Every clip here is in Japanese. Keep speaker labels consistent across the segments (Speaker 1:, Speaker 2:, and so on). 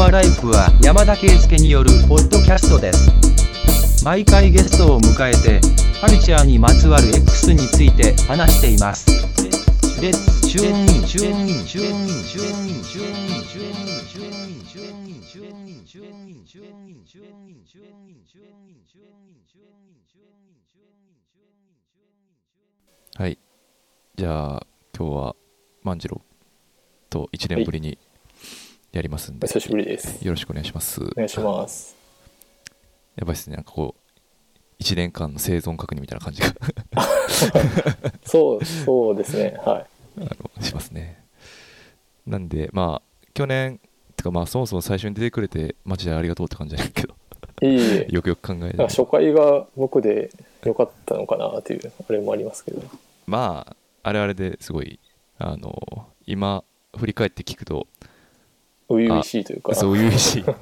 Speaker 1: アライフは山田圭介によるポッドキャストです毎回ゲストを迎えてカルチャーにまつわる X について話していますレッツチューンインチューンインチューンインチューンインチューンインチューンインチューンインチューンインチューンインチューンインチューンインチューンインチューンインチューンインチューンインチューンインチューンインチューンインチューン
Speaker 2: はい。じゃあ、今日は万次郎と1年ぶりにやりますん
Speaker 3: お
Speaker 2: で、
Speaker 3: 久しぶりです。
Speaker 2: よろしくお願いします。
Speaker 3: お願いします。
Speaker 2: やばいですね、なんかこう、1年間の生存確認みたいな感じが
Speaker 3: そう、そうですね。は
Speaker 2: あのしますね。なんで、まあ、去年、てかまあ、そもそも最初に出てくれて、マジでありがとうって感じじゃないけど、
Speaker 3: い。いいえ。
Speaker 2: よくよく考え
Speaker 3: なんか
Speaker 2: て、
Speaker 3: 初回が僕で良かったのかなという、あれもありますけど。
Speaker 2: まあ、あれあれですごい、あの、今、振り返って聞くと、
Speaker 3: 初々しいというか。
Speaker 2: そういう意 志初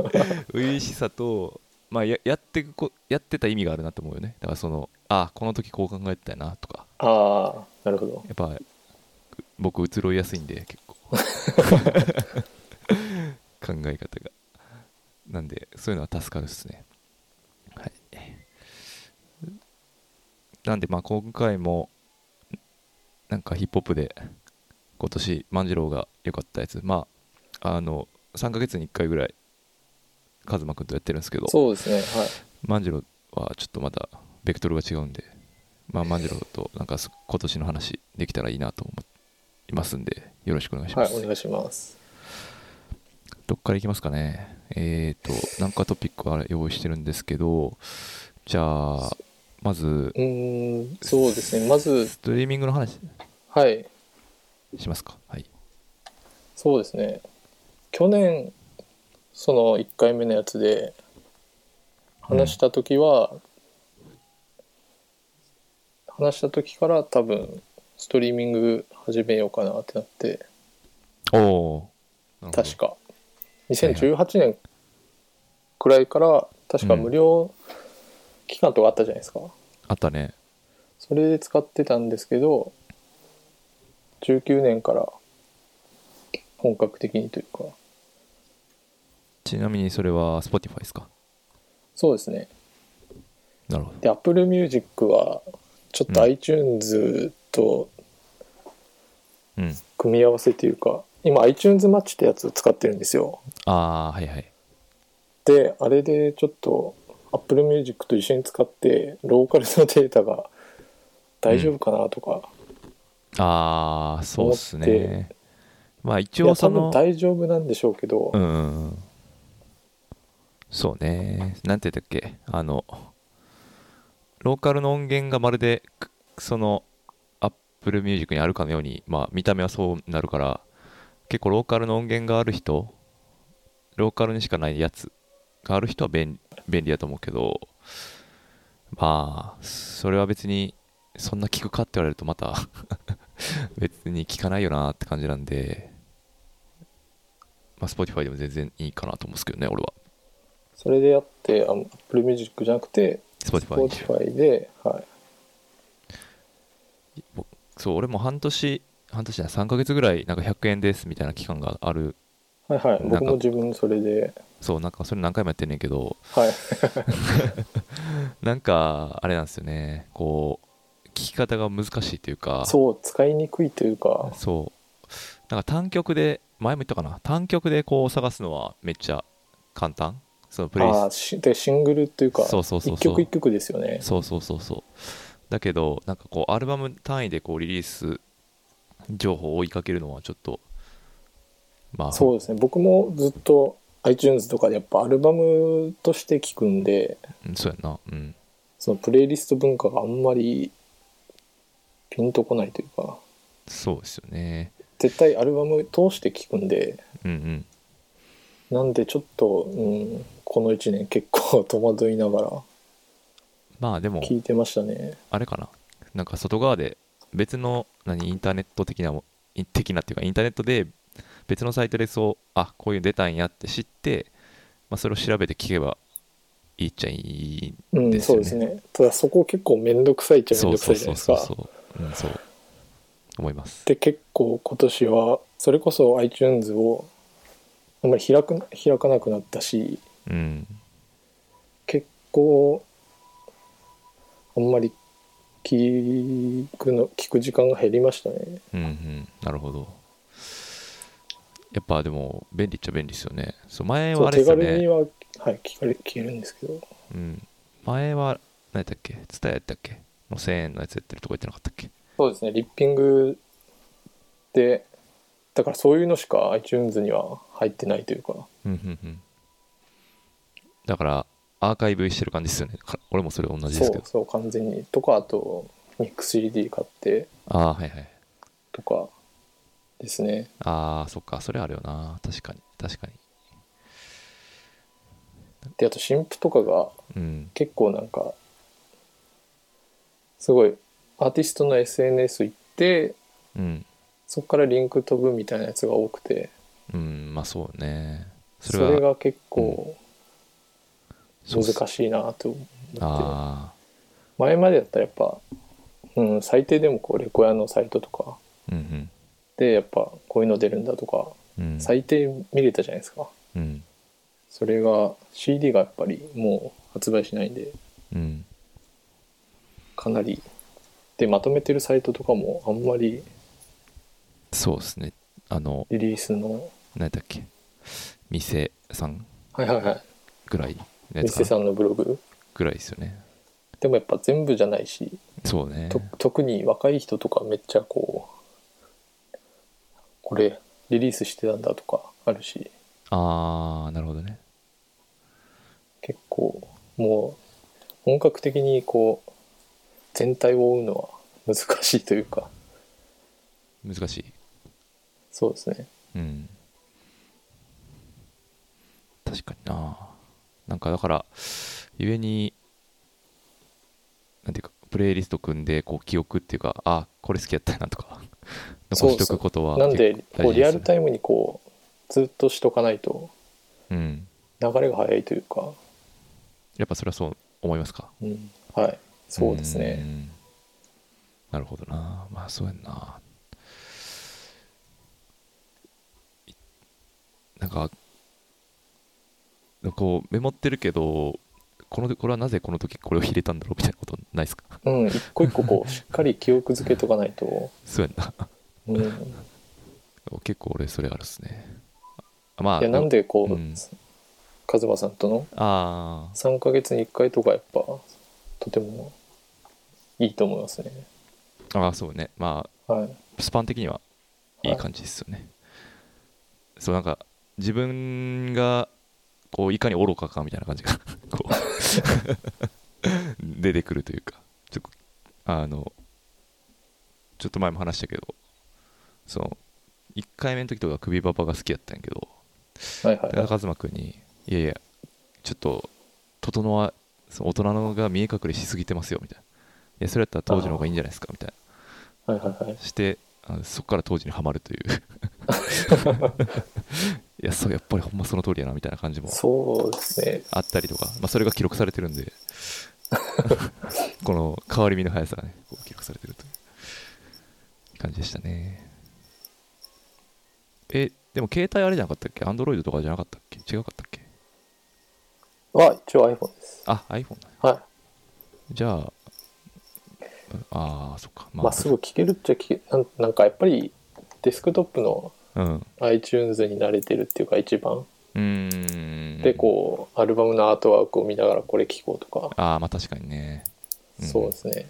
Speaker 2: 々しさと、まあ、ややってくこやってた意味があるなと思うよねだからそのあこの時こう考えてたよなとか
Speaker 3: ああ、なるほど。
Speaker 2: やっぱ僕移ろいやすいんで結構考え方がなんでそういうのは助かるっすねはいなんでまあ今回もなんかヒップホップで今年万次郎が良かったやつまああの3ヶ月に1回ぐらい和真君とやってるんですけど
Speaker 3: そうですね。はい。
Speaker 2: 万次郎はちょっとまだベクトルが違うんで、まあ、万次郎となんかそ今年の話できたらいいなと思いますんでよろしくお願いしま
Speaker 3: はい
Speaker 2: す、、
Speaker 3: お願いします。
Speaker 2: どっからいきますかねえっ、となんかトピックは用意してるんですけどじゃあまず
Speaker 3: うーん、そうですね。まず、
Speaker 2: ストリーミングの話
Speaker 3: はい。
Speaker 2: しますかはい
Speaker 3: そうですね。去年、その1回目のやつで、話した時は、話した時から多分、ストリーミング始めようかなってなって、
Speaker 2: おおーなる
Speaker 3: 確か。2018年くらいから、確か無料期間とかあったじゃないですか。
Speaker 2: あったね
Speaker 3: それで使ってたんですけど、19年から本格的にというか、
Speaker 2: ちなみにそれは Spotify ですか
Speaker 3: そうですね。
Speaker 2: なるほど
Speaker 3: で Apple Music はちょっと
Speaker 2: うん
Speaker 3: iTunes と
Speaker 2: うん
Speaker 3: 組み合わせというか、今 iTunes マッチってやつを使ってるんですよ
Speaker 2: ああーはいはい
Speaker 3: であれでちょっと Apple Music と一緒に使ってローカルのデータが大丈夫かなとか、
Speaker 2: ああそうっす
Speaker 3: 思
Speaker 2: ねまあ一
Speaker 3: い
Speaker 2: 応
Speaker 3: や
Speaker 2: そ
Speaker 3: 多
Speaker 2: の
Speaker 3: 分大丈夫なんでしょうけど、
Speaker 2: うんうんうんそうねなんて言ったっけあのローカルの音源がまるでくその Apple Music にあるかのようにまあ見た目はそうなるから結構ローカルの音源がある人ローカルにしかないやつがある人は便便利だと思うけどまあそれは別にそんな聞くかって言われるとまた 別に聞かないよなって感じなんでまあ、Spotify でも全然いいかなと思うんですけどね、俺は。
Speaker 3: それでやってあの Apple Music じゃなくて
Speaker 2: Spotify に。
Speaker 3: Spotify で、はい、
Speaker 2: そう、俺も半年、半年じゃない、3ヶ月ぐらい、なんか100円ですみたいな期間がある。
Speaker 3: はいはい
Speaker 2: なんか
Speaker 3: 僕も自分それで
Speaker 2: そう、なんかそれ何回もやってんねんけど、
Speaker 3: はい
Speaker 2: なんか、あれなんですよね、こう、聞き方が難しいというか、
Speaker 3: そう使いにくいというか
Speaker 2: そうなんか単曲で、前も言ったかな、単曲でこう探すのはめっちゃ簡単。そのプレイ
Speaker 3: あーしでシングルっていうか
Speaker 2: そうそうそうそう
Speaker 3: 一曲一曲ですよね
Speaker 2: そうそうそうそうだけどなんかこうアルバム単位でこうリリース情報を追いかけるのはちょっとまあ
Speaker 3: そうですね僕もずっと iTunes とかでやっぱアルバムとして聞くんで
Speaker 2: うんそうやんなうん
Speaker 3: そのプレイリスト文化があんまりピンとこないというか
Speaker 2: そうですよね
Speaker 3: 絶対アルバム通して聞くんで
Speaker 2: うんうん
Speaker 3: なんでちょっと、うん、この1年結構戸惑いながら
Speaker 2: まあでも
Speaker 3: 聞いてましたね
Speaker 2: あれかななんか外側で別の何インターネット的なもい的なっていうかインターネットで別のサイトでそうあこういうの出たんやって知って、まあ、それを調べて聞けばいいっちゃいい
Speaker 3: うん
Speaker 2: です
Speaker 3: そ
Speaker 2: よ
Speaker 3: う
Speaker 2: ね
Speaker 3: ですねただそこ結構面倒くさいっちゃ面
Speaker 2: そ
Speaker 3: 倒
Speaker 2: う
Speaker 3: くさ
Speaker 2: そ
Speaker 3: いうじゃな
Speaker 2: そ
Speaker 3: い
Speaker 2: そうそう、うん、
Speaker 3: うですか
Speaker 2: そう思います
Speaker 3: で結構今年はそれこそ iTunes をあんまり開く開かなくなったし
Speaker 2: うん
Speaker 3: 結構あんまり聞くの聞く時間が減りましたね
Speaker 2: うんうんなるほどやっぱでも便利っちゃ便利ですよねそう前
Speaker 3: そ
Speaker 2: は
Speaker 3: う
Speaker 2: あれで
Speaker 3: 手
Speaker 2: すよ
Speaker 3: 軽に
Speaker 2: ね、
Speaker 3: は、はい、聞かれ消えるんですけど
Speaker 2: うん、前は何やったっけツタヤやったっけの1000円のやつやってるとこ行ってなかったっけ
Speaker 3: そうですねリッピングでだからそういうのしか iTunes には入ってないというか
Speaker 2: うんうんうんだからアーカイブしてる感じですよね か俺もそれ同じで
Speaker 3: そ
Speaker 2: すけ
Speaker 3: う
Speaker 2: ど
Speaker 3: そう完全にとかあとミックス CD 買って
Speaker 2: ああはいはい
Speaker 3: とかですね
Speaker 2: ああそっかそれあるよな確かに確かに
Speaker 3: であと新譜とかが
Speaker 2: うん
Speaker 3: 結構なんかすごいアーティストの SNS 行って
Speaker 2: うん
Speaker 3: そこからリンク飛ぶみたいなやつが多くて
Speaker 2: うんまあそうねそ
Speaker 3: そ
Speaker 2: れは
Speaker 3: れが結構
Speaker 2: そうっす
Speaker 3: 難しいなと思って
Speaker 2: あ
Speaker 3: 前までだったらやっぱ、うん、最低でもこうレコヤのサイトとか
Speaker 2: あうん
Speaker 3: でやっぱこういうの出るんだとか
Speaker 2: うんうん
Speaker 3: 最低見れたじゃないですか
Speaker 2: うん
Speaker 3: それが CD がやっぱりもう発売しないんで
Speaker 2: うん
Speaker 3: かなりでまとめてるサイトとかもあんまり
Speaker 2: そうですねあの
Speaker 3: リリースの
Speaker 2: 何だっけ店さん
Speaker 3: はいはいはい
Speaker 2: ぐらいのやつか
Speaker 3: 店
Speaker 2: な
Speaker 3: さんのブログ
Speaker 2: ぐらいですよね
Speaker 3: でもやっぱ全部じゃないし、
Speaker 2: そうね
Speaker 3: と特に若い人とかめっちゃこうこれリリースしてたんだとかあるし
Speaker 2: ああなるほどね
Speaker 3: 結構もう本格的にこう全体を追うのは難しいというか
Speaker 2: 難しい
Speaker 3: そうですね
Speaker 2: うん確かにななんかだからゆえになんていうかプレイリスト組んでこう記憶っていうかあこれ好きやったなとか
Speaker 3: そう
Speaker 2: 残しとくことは
Speaker 3: なんで
Speaker 2: 結構
Speaker 3: こう
Speaker 2: 大事
Speaker 3: リ
Speaker 2: で
Speaker 3: ア
Speaker 2: す
Speaker 3: ルタイムにこうずっとしとかないと
Speaker 2: うん
Speaker 3: 流れが早いというか、
Speaker 2: やっぱそれはそう思いますか
Speaker 3: うん、はいそうですね
Speaker 2: んなるほどなまあそうやんないなんかこうメモってるけどこのこれはなぜこの時これを入れたんだろうみたいなことないですか
Speaker 3: うん一個一個こうしっかり記憶づけとかないと、
Speaker 2: そうやんな
Speaker 3: うん、
Speaker 2: 結構俺それあるっすねあ まあ
Speaker 3: いやなんでこう、
Speaker 2: うん
Speaker 3: カズマさんとの
Speaker 2: ああ
Speaker 3: 3ヶ月に1回とかやっぱとてもいいと思いますね
Speaker 2: ああそうねま
Speaker 3: はい
Speaker 2: あスパン的には
Speaker 3: はい
Speaker 2: いい感じですよね、そうなんか自分がこういかに愚かかみたいな感じが こう出てくるというかちょあのちょっと前も話したけどその1回目の時とか首パパが好きやったんやけど
Speaker 3: はいはい
Speaker 2: 田中一馬君に「いやいやちょっと整わその大人のが見え隠れしすぎてますよ」みたいな「いやそれやったら当時の方がいいんじゃないですか」みたいな
Speaker 3: はいはいはい
Speaker 2: してあそこから当時にはまるという いやそうやっぱりほんまその通りやなみたいな感じも
Speaker 3: そうですね
Speaker 2: あったりとか、まあ、それが記録されてるん でこの変わり身の速さがねこう記録されてるという感じでしたねえでも携帯あれじゃなかったっけアンドロイドとかじゃなかったっけ違うかったっけ
Speaker 3: は一応 iPhone です
Speaker 2: あ iPhone だ
Speaker 3: は
Speaker 2: じゃあああそっか
Speaker 3: いまあすぐ聞けるっちゃ聞けなんなんかやっぱりデスクトップの
Speaker 2: うん
Speaker 3: iTunes に慣れてるっていうか一番
Speaker 2: うーん
Speaker 3: でこうアルバムのアートワークを見ながらこれ聴こうとか
Speaker 2: ああまあ確かにねうん
Speaker 3: そうですね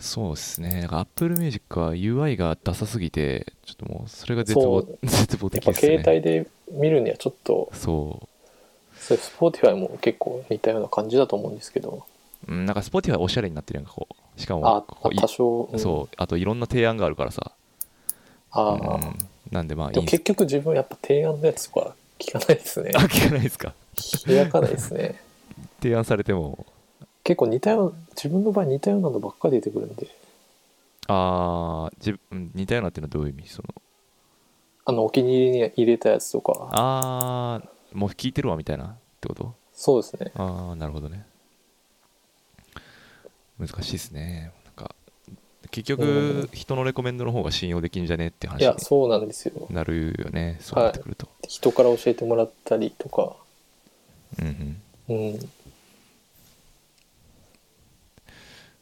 Speaker 2: そうですね。なんか Apple Music は UI がダサすぎて、ちょっともうそれが絶望
Speaker 3: そ
Speaker 2: 絶望
Speaker 3: やっ
Speaker 2: 的
Speaker 3: ぱ
Speaker 2: ですね。
Speaker 3: 携帯で見るにはちょっと
Speaker 2: そ
Speaker 3: それ Spotify も結構似たような感じだと思うんですけど
Speaker 2: う。うん、なんか Spotify おしゃれになってるやんか、こう。しか
Speaker 3: あ
Speaker 2: もこ
Speaker 3: あ
Speaker 2: う
Speaker 3: 多少、うん
Speaker 2: そう。あといろんな提案があるからさ。
Speaker 3: ああ、
Speaker 2: うん、なんでまあい
Speaker 3: で
Speaker 2: いん
Speaker 3: も
Speaker 2: です
Speaker 3: 結局自分やっぱ提案のやつとか聞かないです ね
Speaker 2: あ、聞かないですか。
Speaker 3: 開かないですね
Speaker 2: 提案されても、
Speaker 3: 結構似たよう自分の場合似たようなのばっかり出てくるんで
Speaker 2: ああ、自分似たようなっていうのはどういう意味その、
Speaker 3: あのお気に入りに入れたやつとか
Speaker 2: ああ、もう聞いてるわみたいなってこと
Speaker 3: そうですね
Speaker 2: ああなるほどね難しいですねなんか結
Speaker 3: う
Speaker 2: 局
Speaker 3: ん
Speaker 2: 人のレコメンドの方が信用できんじゃねって
Speaker 3: い
Speaker 2: 話に
Speaker 3: やそうなんですよ
Speaker 2: なるよねそうなってくると、
Speaker 3: 人から教えてもらったりとか
Speaker 2: うんうん
Speaker 3: うん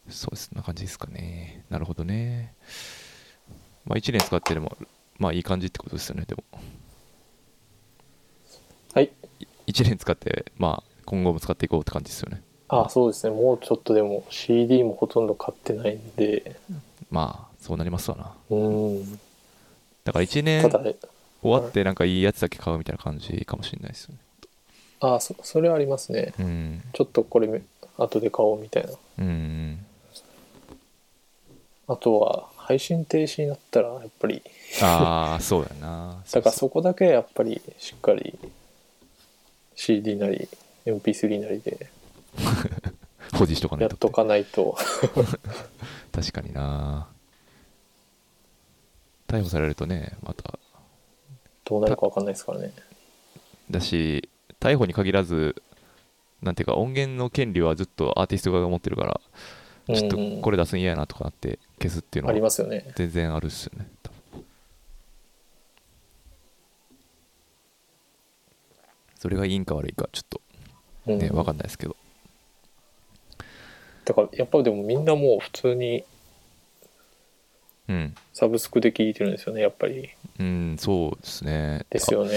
Speaker 2: そうですそんな感じですかねなるほどねまあ1年使ってでもまあいい感じってことですよねでも
Speaker 3: はい
Speaker 2: 1年使ってまあ今後も使っていこうって感じですよね
Speaker 3: あそうですねもうちょっとでも CD もほとんど買ってないんで
Speaker 2: まあそうなりますわな
Speaker 3: うん
Speaker 2: だから1年
Speaker 3: ただ
Speaker 2: 終わってなんかいいやつだけ買うみたいな感じかもしれないですよね
Speaker 3: あそそれはありますね
Speaker 2: うん
Speaker 3: ちょっとこれ後で買おうみたいな
Speaker 2: うん
Speaker 3: あとは配信停止になったらやっぱり
Speaker 2: ああそうやな
Speaker 3: だからそこだけやっぱりしっかり CD なり MP3 なりで
Speaker 2: 保持しとかな
Speaker 3: や
Speaker 2: い
Speaker 3: っ
Speaker 2: と
Speaker 3: とかない と
Speaker 2: 確かにな逮捕されるとねまた
Speaker 3: どうなるかわかんないですからね
Speaker 2: だし逮捕に限らずなんていうか音源の権利はずっとアーティスト側が持ってるからちょっと
Speaker 3: うんうん
Speaker 2: これ出すん嫌やなとかなって消すっていう
Speaker 3: あ
Speaker 2: の
Speaker 3: り
Speaker 2: は
Speaker 3: ますよね
Speaker 2: 全然あるっすよね多分それがいいんか悪いかちょっ
Speaker 3: う
Speaker 2: とね分か
Speaker 3: ん
Speaker 2: んないですけど
Speaker 3: だからやっぱでもみんなもう普通に
Speaker 2: うん
Speaker 3: サブスクで聞いてるんですよねやっぱり
Speaker 2: うんそうですね
Speaker 3: ですよね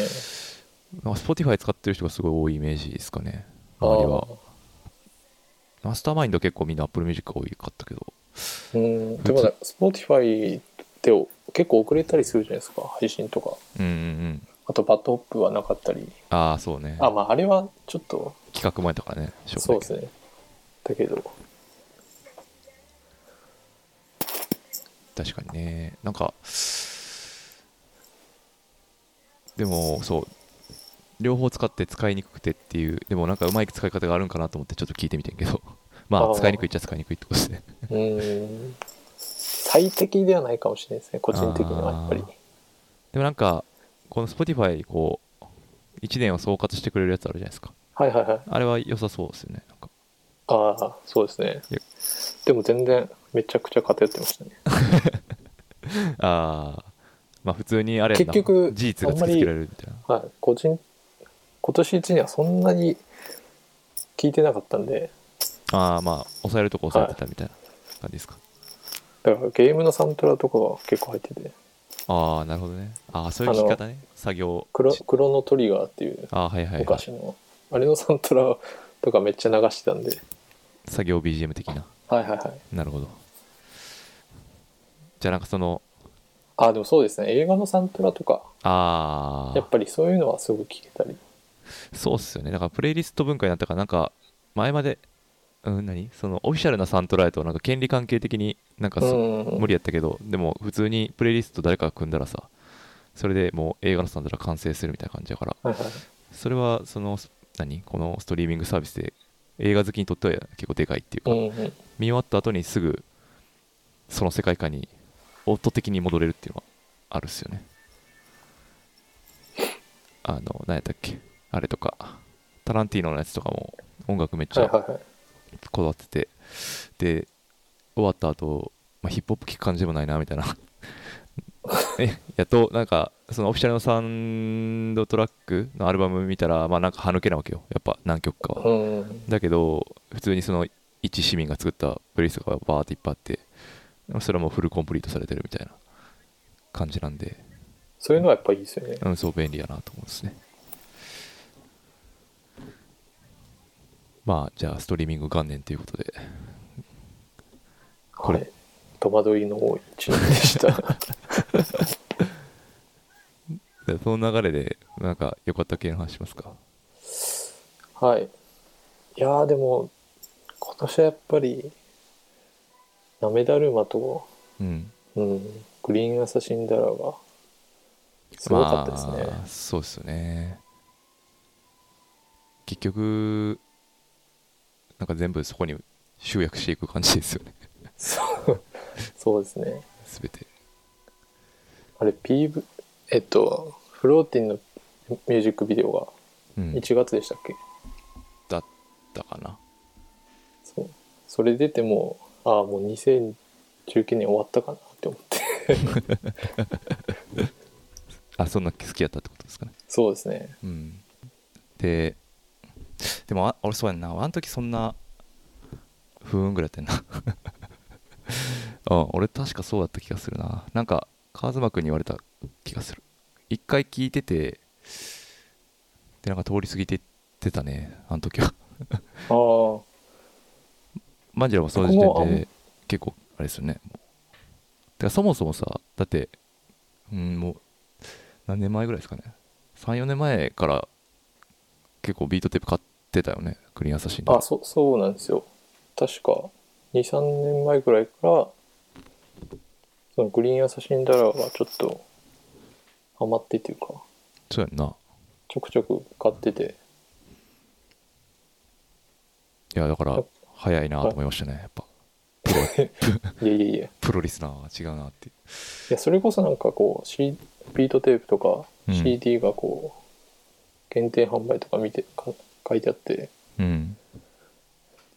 Speaker 2: なんか Spotify 使ってる人がすごい多いイメージですかね
Speaker 3: あ
Speaker 2: 周りはマスターマインド結構みんな Apple Music が多かったけど
Speaker 3: ーうんでもね Spotify って結構遅れたりするじゃないですか配信とか
Speaker 2: うんうんうん
Speaker 3: あとバッドホップはなかったり
Speaker 2: ああそうね
Speaker 3: あまああれはちょっと
Speaker 2: 企画前だからね紹介
Speaker 3: そうですねだけど
Speaker 2: 確かにねなんかでもそう両方使って使いにくくてっていうでもなんかうまい使い方があるんかなと思ってちょっと聞いてみてんけど ま
Speaker 3: あ
Speaker 2: あ
Speaker 3: ー
Speaker 2: 使いにくいっちゃ使いにくいってことですね
Speaker 3: うん最適ではないかもしれないですね個人的にはやっぱり
Speaker 2: あーでもなんかこの Spotify こう1年を総括してくれるやつあるじゃないですか
Speaker 3: はいはいはい
Speaker 2: あれは良さそうですよねなんか
Speaker 3: ああそうですね
Speaker 2: いや
Speaker 3: でも全然めちゃくちゃ偏ってましたね
Speaker 2: ああまあ普通にあれやんな
Speaker 3: 結局
Speaker 2: 事実が突きつけられるみたいな
Speaker 3: はい個人今年1にはそんなに聞いてなかったんで
Speaker 2: ああーまあ抑えるとこ抑えてたみたいな感じですか、
Speaker 3: だからゲームのサントラとかが結構入ってて
Speaker 2: ああなるほどねああそういう聞き方ね作業
Speaker 3: クロ
Speaker 2: し
Speaker 3: クロノトリガーっていう
Speaker 2: あーはいはい、はい、
Speaker 3: 昔のあれのサントラとかめっちゃ流してたんで
Speaker 2: 作業 BGM 的な
Speaker 3: はいはいはい
Speaker 2: なるほどじゃあなんかその
Speaker 3: あでもそうですね映画のサントラとか
Speaker 2: あ
Speaker 3: やっ
Speaker 2: あ
Speaker 3: ぱりそういうのはすぐ聞けたり
Speaker 2: そうっすよねだからプレイリスト文化になったからなんか前までうん何そのオフィシャルなサントラやとなんか権利関係的になんか
Speaker 3: う
Speaker 2: そ、
Speaker 3: んうんうん
Speaker 2: 無理やったけどでも普通にプレイリスト誰かが組んだらさそれでもう映画のサントラ完成するみたいな感じだから
Speaker 3: はいはい
Speaker 2: それはその何このストリーミングサービスで映画好きにとっては結構でかいっていうか、
Speaker 3: うんうん、
Speaker 2: 見終わった後にすぐその世界観にオート的に戻れるっていうのはあるっすよねあの何やったっけあれとかタランティーノのやつとかも音楽めっち
Speaker 3: はい
Speaker 2: ゃ
Speaker 3: はいはい
Speaker 2: こだわっててで終わった後、まあヒップホップ聴く感じでもないなみたいな えやっとなんかそのオフィシャルのサウンドトラックのアルバム見たらまあなんか歯抜けなわけよやっぱ何曲かは
Speaker 3: うんうん
Speaker 2: だけど普通にその一市民が作ったプレイリストがバーっていっぱいあってそれはもうフルコンプリートされてるみたいな感じなんで
Speaker 3: そういうのはやっぱいいですよね
Speaker 2: うんそう便利やなと思うんですねまあじゃあストリーミング元年ということでこれ
Speaker 3: はい、戸惑いの多い一年でした
Speaker 2: でその流れでなんか良かった系の話しますか
Speaker 3: はいいやーでも今年はやっぱりなめだるまと、
Speaker 2: うん
Speaker 3: うん、グリーンアサシンダラーがすごかったですね、
Speaker 2: まあ、そうですよね結局なんか全部そこに集約していく感じですよね
Speaker 3: そう そうですね
Speaker 2: 全て
Speaker 3: あれ PV えっとフローティンのミュージックビデオ
Speaker 2: うん
Speaker 3: が1月でしたっけ、
Speaker 2: だったかな
Speaker 3: そうそれ出てもああもう2018 19年終わったかなって思って。
Speaker 2: あそんな好きやったってことですかね
Speaker 3: そうですね。
Speaker 2: うんででもあ俺そうやんなあの時そんな不運ぐらいやったんなうん俺確かそうだった気がするななんか川妻君に言われた気がする一回聞いててでなんか通り過ぎてってたねあの時は
Speaker 3: ああ、
Speaker 2: マンジェラもそういう時
Speaker 3: ここ
Speaker 2: 点
Speaker 3: も
Speaker 2: で結構あれですよねもうてかそもそもさだってうんもう何年前ぐらいですかね34年前から結構ビートテープ買ってたよねクリーンアサシンで
Speaker 3: あそそうなんですよ確か23年前くらいからそのグリーンアサシンダラーはちょっとハマってっていうか
Speaker 2: そうやんな
Speaker 3: ちょくちょく買ってて
Speaker 2: いやだから
Speaker 3: あ
Speaker 2: 早いなと思いましたねやっぱプロ
Speaker 3: いやいやいやい
Speaker 2: プロリスナーは違うなっていう
Speaker 3: やそれこそなんかこう、C、ビートテープとか
Speaker 2: うん
Speaker 3: CD がこう限定販売とか見てか書いてあって
Speaker 2: うん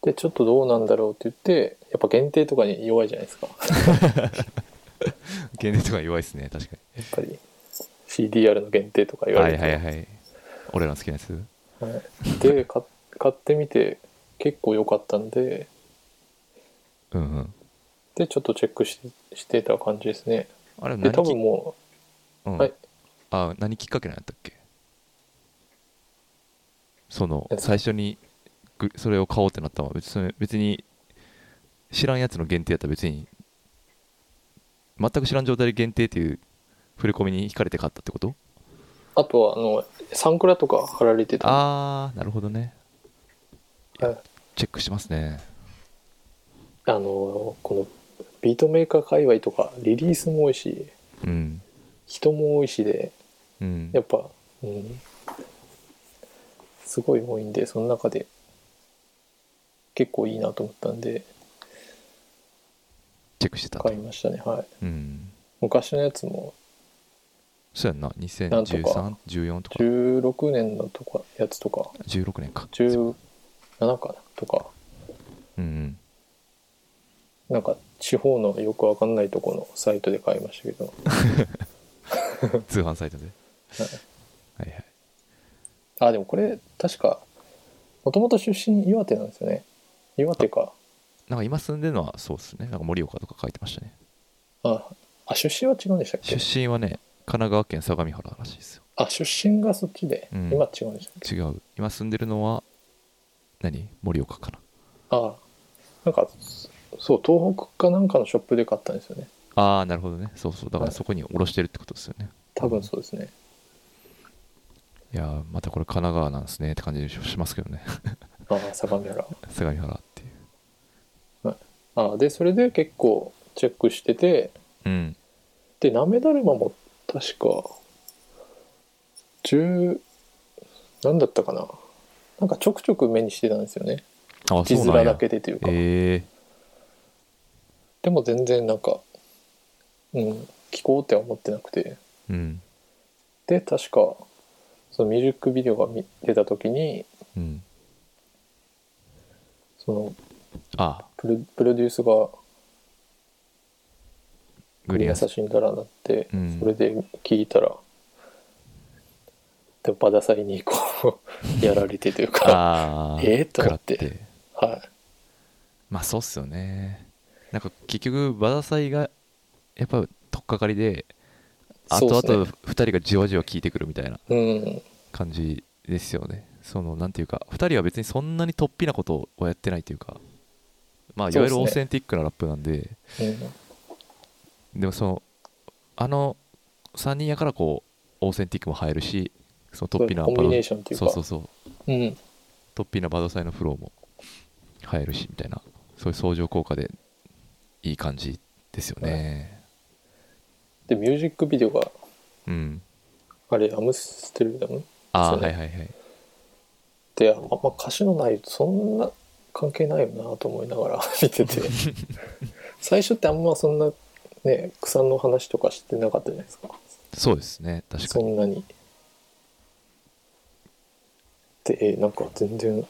Speaker 3: でちょっとどうなんだろうって言ってやっぱ限定とかに弱いじゃないですかやっ
Speaker 2: 限定とか弱いですね確か
Speaker 3: ぱり CDR の限定とか
Speaker 2: に
Speaker 3: 言
Speaker 2: は
Speaker 3: われ
Speaker 2: い
Speaker 3: て、
Speaker 2: はいはい俺らの好きなやつ
Speaker 3: はいでか買ってみて結構良かったんで
Speaker 2: うんうん
Speaker 3: でちょっとチェックししてた感じですね
Speaker 2: あれ
Speaker 3: で
Speaker 2: 何
Speaker 3: 多
Speaker 2: き
Speaker 3: 分も
Speaker 2: うん
Speaker 3: はい
Speaker 2: あ何きっかけなんやったっけその
Speaker 3: え
Speaker 2: 最初にぐそれを買おうってなったのは別に別に知らんやつの限定やったら別に全く知らん状態で限定っていう触れ込みに惹かれて買ったってこと
Speaker 3: うあとはあのサンクラとか貼られてた
Speaker 2: ああなるほどね
Speaker 3: はい
Speaker 2: チェックしてますね
Speaker 3: あのこのビートメーカー界隈とかリリースも多いし
Speaker 2: うん
Speaker 3: 人も多いしで
Speaker 2: うん
Speaker 3: やっぱ、うん、すごい多いんでその中で結構いいなと思ったんで
Speaker 2: チェックしてたと
Speaker 3: 買いましたねはい
Speaker 2: うん
Speaker 3: 昔のやつも
Speaker 2: そうやんな
Speaker 3: なんとか
Speaker 2: 201314とか
Speaker 3: 16年のとかやつとか
Speaker 2: 16年か
Speaker 3: 17かなとか
Speaker 2: うんうん
Speaker 3: なんか地方のよくわかんないとこのサイトで買いましたけど
Speaker 2: 通販サイトではいはい
Speaker 3: あでもこれ確かもともと出身岩手なんですよね岩手か
Speaker 2: なんか今住んでるのはそうですね。なんか盛岡とか書いてましたね。
Speaker 3: ああ出身は違うんでしたっ
Speaker 2: 出
Speaker 3: け
Speaker 2: 身はね、神奈川県相模原らしいですよ。
Speaker 3: あ出身がそっちで、
Speaker 2: うん
Speaker 3: 今違うんでしたっけ
Speaker 2: 違う。今住んでるのは、何盛岡かな。
Speaker 3: あなんかそう東北かなんかのショップで買ったんですよね
Speaker 2: ああ、なるほどね。そうそう。だから
Speaker 3: はい
Speaker 2: そこに下ろしてるってことですよね。
Speaker 3: 多分そうですね
Speaker 2: いやー、またこれ神奈川なんですねって感じしますけどね。
Speaker 3: あ相模原
Speaker 2: 相模原っていう。
Speaker 3: あでそれで結構チェックしてて
Speaker 2: うん。
Speaker 3: で、なめだるまも確か、10、何だったかな。なんかちょくちょく目にしてたんですよね。
Speaker 2: あ
Speaker 3: 字
Speaker 2: そうなん
Speaker 3: 面だ
Speaker 2: や。
Speaker 3: けでというか。
Speaker 2: ええ
Speaker 3: でも全然なんか、うん、聞こうっては思ってなくて。
Speaker 2: ー。うん。
Speaker 3: で、確か、そのミュージックビデオが見出た時に、
Speaker 2: うん。
Speaker 3: その
Speaker 2: あ
Speaker 3: プロプロデュースが
Speaker 2: グリーンア
Speaker 3: サ
Speaker 2: ス。
Speaker 3: シンダラになって、
Speaker 2: うん
Speaker 3: それで聞いたら、でバダサイにこ う、やられてというか、
Speaker 2: ああ。
Speaker 3: えーと
Speaker 2: 食
Speaker 3: 思
Speaker 2: ら
Speaker 3: っ
Speaker 2: ってて。
Speaker 3: はい。
Speaker 2: まあそうっすよね。なんか結局、バダサイがやっぱ取っかかりで、あ
Speaker 3: そう
Speaker 2: と
Speaker 3: っ
Speaker 2: あ
Speaker 3: すね
Speaker 2: と2人がじわじわ効いてくるみたいな
Speaker 3: うん、
Speaker 2: 感じですよね。そのなんていうか、2人は別にそんなに突飛なことをやってないというか、まあい
Speaker 3: そう
Speaker 2: わゆ
Speaker 3: っす
Speaker 2: る
Speaker 3: ね
Speaker 2: オーセンティックなラップなんで、
Speaker 3: うん
Speaker 2: でもその、あの3人やからこう、オーセンティックも入るし、その突飛な
Speaker 3: コンビネー
Speaker 2: バ
Speaker 3: ションって
Speaker 2: ド
Speaker 3: いう
Speaker 2: そ
Speaker 3: か
Speaker 2: うそうそう、
Speaker 3: うん、
Speaker 2: 突飛なバドサイのフローも入るしみたいな、そういう相乗効果でいい感じですよね。
Speaker 3: でミュージックビデオが
Speaker 2: うん。
Speaker 3: あれアムステルダム
Speaker 2: ああ、
Speaker 3: そうね
Speaker 2: はいはいはい。
Speaker 3: であんま歌詞のないそんな関係ないよなと思いながら 見 てて最初ってあんまそんなね草の話とかしてなかったじゃないですか
Speaker 2: そうですね、確か
Speaker 3: そ
Speaker 2: に。
Speaker 3: んなにでえなんか全然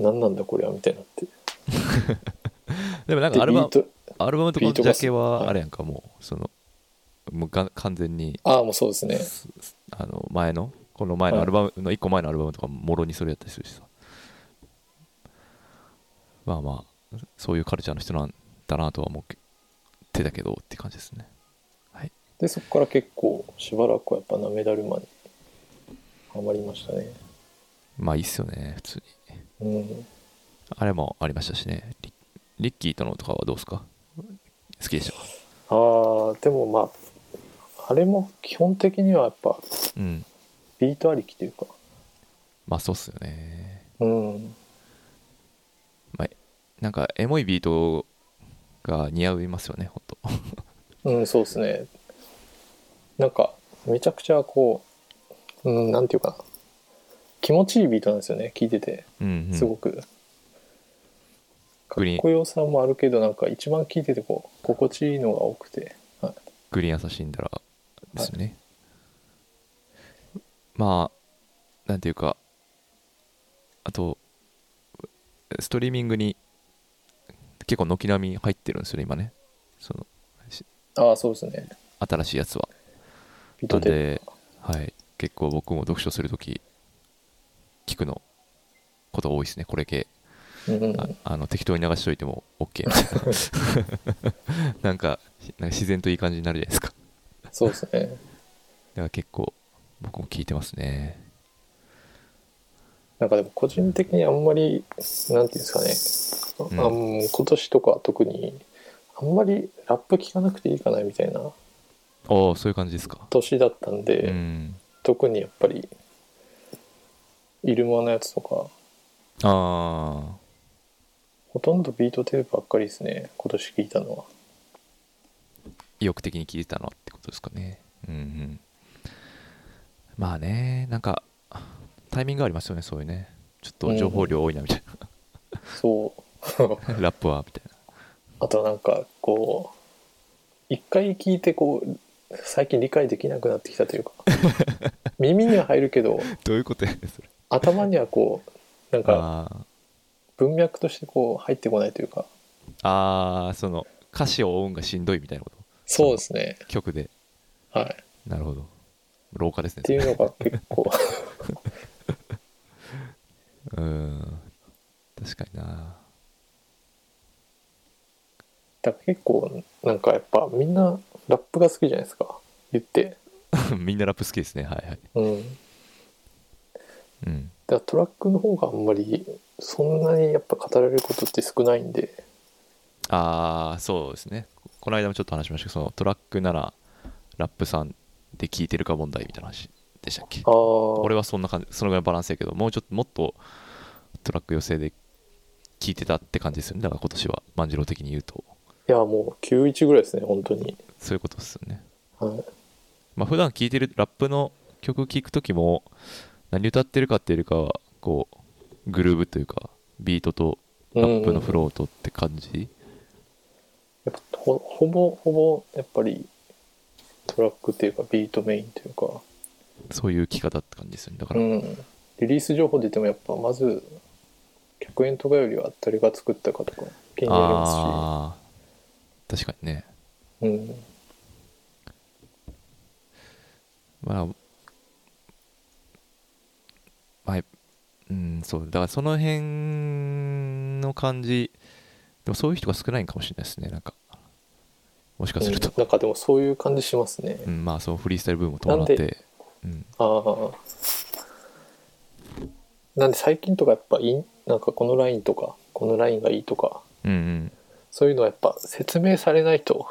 Speaker 3: 何なんだこれはみたいになって
Speaker 2: でもなん
Speaker 3: で
Speaker 2: かあれは
Speaker 3: ビート
Speaker 2: アルバムとかのジ
Speaker 3: ビートが
Speaker 2: ャケ
Speaker 3: は
Speaker 2: はいあれやんかもうそのもうが完全に
Speaker 3: ああもうそうですね
Speaker 2: すすあの前のこの前の
Speaker 3: はい
Speaker 2: アルバムの1個前のアルバムとかもろにそれやったりするしさまあまあそういうカルチャーの人なんだなとは思ってたけどって感じですね
Speaker 3: でそこから結構しばらくはやっぱなめだるまにハマりましたね
Speaker 2: まあいいっすよね普通に
Speaker 3: うん
Speaker 2: あれもありましたしねリリッキーとのとかはどうですか好きでしょ
Speaker 3: あーでもまああれも基本的にはやっぱ
Speaker 2: うん
Speaker 3: ビートありきというか
Speaker 2: まあそうっすよね
Speaker 3: うん
Speaker 2: まあなんかエモいビートが似合いますよねほんと
Speaker 3: うんそうですねなんかめちゃくちゃこううんなんていうかな気持ちいいビートなんですよね聞いてて
Speaker 2: うん、うん、
Speaker 3: すごく、
Speaker 2: グリーン
Speaker 3: かっこよさもあるけどなんか一番聞いててこう心地いいのが多くて、はい、
Speaker 2: グリーンアサシンダラですよね、まあなんていうかあとストリーミングに結構軒並み入ってるんですよね今ねその
Speaker 3: ああそうですね
Speaker 2: 新しいやつはな
Speaker 3: ビート
Speaker 2: ん
Speaker 3: で
Speaker 2: で、はい、結構僕も読書するとき聞くのことが多いですねこれ系
Speaker 3: うんうん
Speaker 2: ああの適当に流しといても OK みたいななんかなんか自然といい感じになるじゃないですか
Speaker 3: そうですね
Speaker 2: だから結構僕も聞いてますね
Speaker 3: なんかでも個人的にあんまりなんていうんですかね、
Speaker 2: うん
Speaker 3: あもう今年とか特にあんまりラップ聞かなくていいかなみたいな
Speaker 2: ああそういう感じですか
Speaker 3: 年だったんで、
Speaker 2: うん
Speaker 3: 特にやっぱりイルマのやつとか
Speaker 2: ああ
Speaker 3: ほとんどビートテープばっかりですね今年聞いたのは
Speaker 2: 意欲的に聞いてたのってことですかねうんうんまあねなんかタイミングありますよねそういうねちょっと情報量多いなみたい
Speaker 3: そう
Speaker 2: な、ラップはみたいな
Speaker 3: あとなんかこう一回聞いてこう最近理解できなくなってき たというか耳には入るけど
Speaker 2: どういうことやねんそれ
Speaker 3: 頭にはこうなんか
Speaker 2: あー
Speaker 3: 文脈としてこう入ってこないというか
Speaker 2: あーその歌詞を追うんがしんどいみたいなこと
Speaker 3: そうですね
Speaker 2: 曲で
Speaker 3: はいっ
Speaker 2: なるほど廊下ですね
Speaker 3: ていうのが結構
Speaker 2: うん確かにな
Speaker 3: だから結構なんかやっぱみんなラップが好きじゃないですか言って
Speaker 2: みんなラップ好きですねはいはい、
Speaker 3: うん
Speaker 2: うん、
Speaker 3: だからトラックの方があんまりそんなにやっぱ語られることって少ないんで
Speaker 2: ああそうですねここの間もちょっと話しましたけどそのトラックならラップさんで聴いてるか問題みたいな話でしたっけ
Speaker 3: ああ
Speaker 2: 俺はそんな感じそのぐらいのバランスやけどもうちょっともっとトラック寄せで聴いてたって感じですよねだから今年は万次郎的に言うと
Speaker 3: いやもう91ぐらいですね本当に、
Speaker 2: そういうことですよね
Speaker 3: はい、
Speaker 2: まあ普段聴いてるラップの曲聴く時も何歌ってるかっていうよりかはこうグルーブというかビートとラップのフロートって感じ、
Speaker 3: やっぱほほぼほぼやっぱりトラックっていうかビートメインというか、
Speaker 2: そういう聴き方って感じですよねだから、
Speaker 3: うん、リリース情報出てもやっぱまず100円とかよりは誰が作ったかとか気になりま
Speaker 2: ああ確かにね
Speaker 3: すし、うん、
Speaker 2: まあまあうんそうだからその辺の感じでもそういう人が少ないんかもしれないですねなんかもしかすると、
Speaker 3: なんかでもそういう感じしますね、
Speaker 2: うんまあそのフリースタイルブームを伴って
Speaker 3: なんで
Speaker 2: うん、
Speaker 3: ああなんで最近とかやっぱいいなんかこのラインとかこのラインがいいとか
Speaker 2: うんうん
Speaker 3: そういうのはやっぱ説明されない と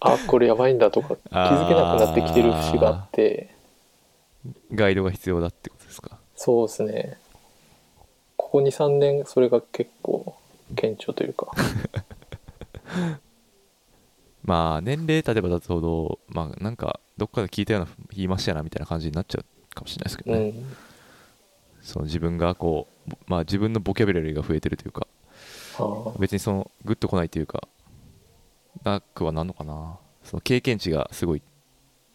Speaker 3: あこれやばいんだとか気づけなくなってきてる節があって
Speaker 2: ガイドが必要だってことですか
Speaker 3: そうですねここ23年それが結構顕著というか
Speaker 2: まあ年齢例えばだとほどまあなんかどっかで聞いたような言いましたよなみたいな感じになっちゃうかもしれないですけど
Speaker 3: う
Speaker 2: ね、
Speaker 3: ん
Speaker 2: その自分がこうぼまあ自分のボキャブラリーが増えてるというか
Speaker 3: あー
Speaker 2: 別にそのグッとこないというかなくはなんのかなその経験値がすごい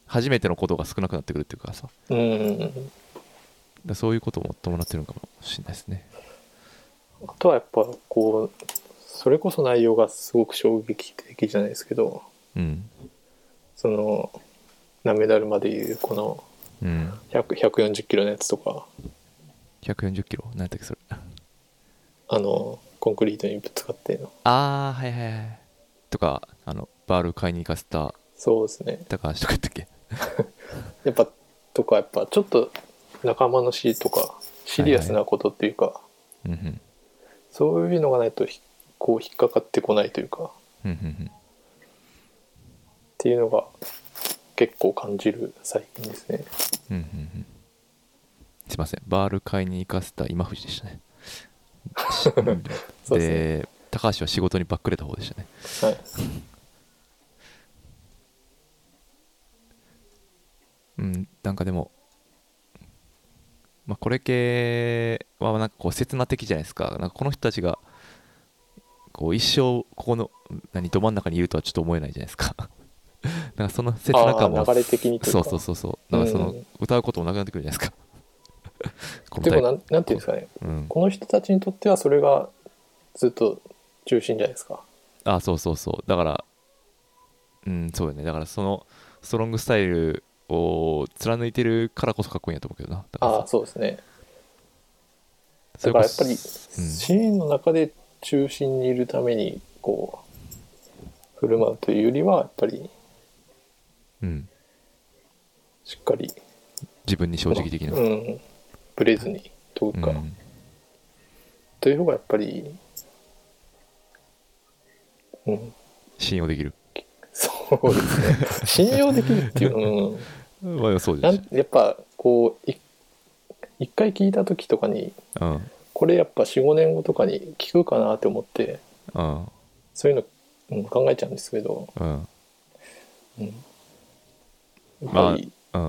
Speaker 2: 初めてのことが少なくなってくるっていうかさだか
Speaker 3: うん
Speaker 2: らそういうことも伴ってるのかもしれないですね
Speaker 3: あとはやっぱこうそれこそ内容がすごく衝撃的じゃないですけど
Speaker 2: うん
Speaker 3: そのナメダルまでいうこの
Speaker 2: うん
Speaker 3: 100 140キロのやつとか
Speaker 2: 140キロ何やったっけそれあ
Speaker 3: あのコンクリートにぶつかっての
Speaker 2: あーはいはいはいとかあのバール買いに行かせた
Speaker 3: そうですね
Speaker 2: 高橋とかやったっけ
Speaker 3: やっぱとかやっぱちょっと仲間の死とかシリアスなことっていうか、
Speaker 2: うんうん
Speaker 3: そういうのがないとひこう引っかかってこないというかっ
Speaker 2: うんうん
Speaker 3: ていうのが結構感じる最近ですね
Speaker 2: うんうんうんうんすいませんバール買いに行かせた今藤でした ね
Speaker 3: そう
Speaker 2: で
Speaker 3: で
Speaker 2: 高橋は仕事にばっくれた方でしたね
Speaker 3: すね、はい、
Speaker 2: うんなんかでもまあこれ系はなんかこう刹那的じゃないですかなんかこの人たちがこう一生ここの何ど真ん中にいるとはちょっと思えないじゃないですか なんかその刹那感
Speaker 3: あ
Speaker 2: も
Speaker 3: ー流れ的にという
Speaker 2: そ
Speaker 3: か
Speaker 2: うそうそうそうだからその、
Speaker 3: うん
Speaker 2: 歌うこともなくなってくるじゃない ですかこの
Speaker 3: でも
Speaker 2: タ
Speaker 3: な
Speaker 2: イ
Speaker 3: んなんていうんですかね
Speaker 2: プうん、
Speaker 3: この人たちにとってはそれがずっと中心じゃないですか
Speaker 2: あそうそうそうだからうんそうよねだからそのストロングスタイルを貫いてるからこそかっこいいんやと思うけどなだからさ
Speaker 3: ああそうですね
Speaker 2: そ
Speaker 3: だ
Speaker 2: れこ
Speaker 3: からやっ
Speaker 2: そ
Speaker 3: ぱり
Speaker 2: うん
Speaker 3: シーンの中で中心にいるためにこう振る舞うというよりはやっぱり
Speaker 2: うん、
Speaker 3: しっかり
Speaker 2: 自分に正直的な、
Speaker 3: うん、ブレずにというか、
Speaker 2: うん
Speaker 3: という方がやっぱり、うん、
Speaker 2: 信用できる
Speaker 3: そうです ね信用できるっていうの、うん
Speaker 2: まあそうで
Speaker 3: な
Speaker 2: す
Speaker 3: んやっぱこうい一回聞いた時とかに
Speaker 2: うんうん
Speaker 3: これやっぱ45年後とかに聞くかなって思って
Speaker 2: うん
Speaker 3: そういうの、うん、考えちゃうんですけど、
Speaker 2: うん
Speaker 3: うん、やっぱり、
Speaker 2: あ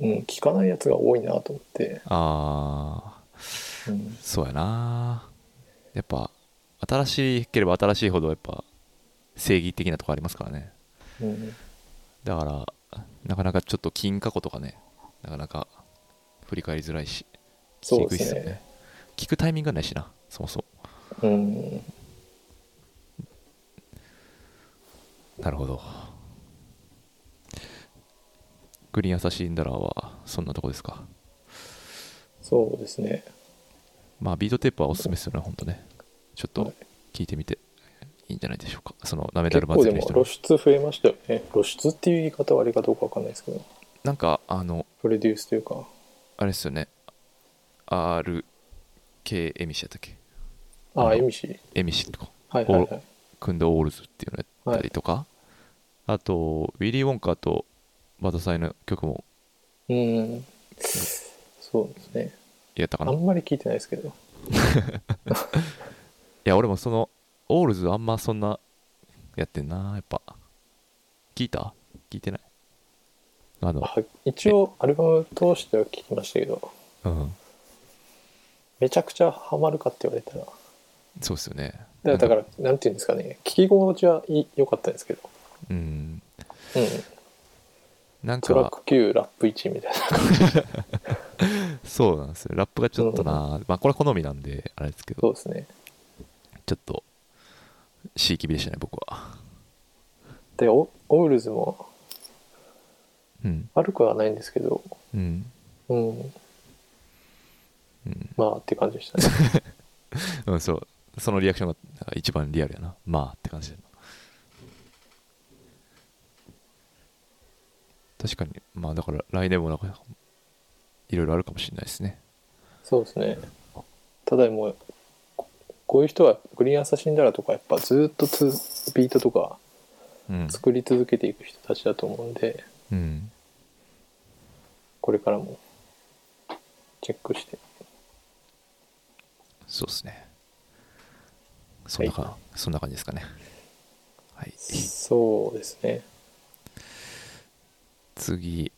Speaker 3: うん、聞かないやつが多いなと思って、
Speaker 2: あ
Speaker 3: うん
Speaker 2: ーそうやなやっぱ新しければ新しいほどやっぱ正義的なとこありますからね
Speaker 3: うん
Speaker 2: だからなかなかちょっと金過去とかねなかなか振り返りづらいし聞き
Speaker 3: そ
Speaker 2: に
Speaker 3: う
Speaker 2: くい
Speaker 3: で
Speaker 2: っす
Speaker 3: す
Speaker 2: よね
Speaker 3: ね。
Speaker 2: 聞くタイミングがないしなそもそ
Speaker 3: うん
Speaker 2: もなるほどグリーン優しいんだらはそんなとこですか
Speaker 3: そうですね。
Speaker 2: まあビートテープはおすすめですよねほんとねちょっ
Speaker 3: は
Speaker 2: と
Speaker 3: い
Speaker 2: 聞いてみていいんじゃないでしょうかそのなめだる
Speaker 3: 結
Speaker 2: ま
Speaker 3: 構
Speaker 2: 好き
Speaker 3: で
Speaker 2: な
Speaker 3: も
Speaker 2: 人
Speaker 3: 露
Speaker 2: の
Speaker 3: 出増えましたよね露出っていう言い方はあれかどうかわかんないですけど
Speaker 2: なんかあの
Speaker 3: プロデュースというか
Speaker 2: あれですよね RK エミシやったっけ
Speaker 3: あ
Speaker 2: あの
Speaker 3: あエミシー
Speaker 2: エミシとか
Speaker 3: はいはいはい
Speaker 2: クンドオールズっていうのやったりとか、あとウィリー・ウォンカーとバドサイの曲も
Speaker 3: うんそうですね
Speaker 2: やったか
Speaker 3: あ
Speaker 2: ない
Speaker 3: んまり聞いてないですけど
Speaker 2: や俺もそのオールズあんまそんなやってんなやっぱ聞いた聞いてないあの
Speaker 3: あ一応アルバム通しては聞きましたけど
Speaker 2: うん
Speaker 3: めちゃくちゃハマるかって言われたら
Speaker 2: そうっすよね
Speaker 3: だだかららなんていうんですかね聞き心地はいい良かったんですけど
Speaker 2: うん
Speaker 3: うん
Speaker 2: なん
Speaker 3: トラッ
Speaker 2: か
Speaker 3: ク9ラップ1みたいな感じ
Speaker 2: そうなんですよラップがちょっとな、まあこれ好みなんであれですけ
Speaker 3: そ
Speaker 2: ど
Speaker 3: うですね
Speaker 2: ちょっと C きびでしたね僕は
Speaker 3: でオオールズも
Speaker 2: うん
Speaker 3: 悪くはないんですけど
Speaker 2: うん
Speaker 3: うん
Speaker 2: うん
Speaker 3: まあって感じでしたね
Speaker 2: うん、そう。そのリアクションがなんか一番リアルやな。まあって感じだな。確かに、まあだから来年もなんか、いろいろあるかもしれないですね。
Speaker 3: そうですねただもうここういう人はグリーンアサシンダラとかやっぱずっとつビートとか
Speaker 2: うん。
Speaker 3: 作り続けていく人たちだと思うんで
Speaker 2: うん。
Speaker 3: これからもチェックして
Speaker 2: そうですね。そんなか、そんな感じですかね。はい。
Speaker 3: そうですね
Speaker 2: 次。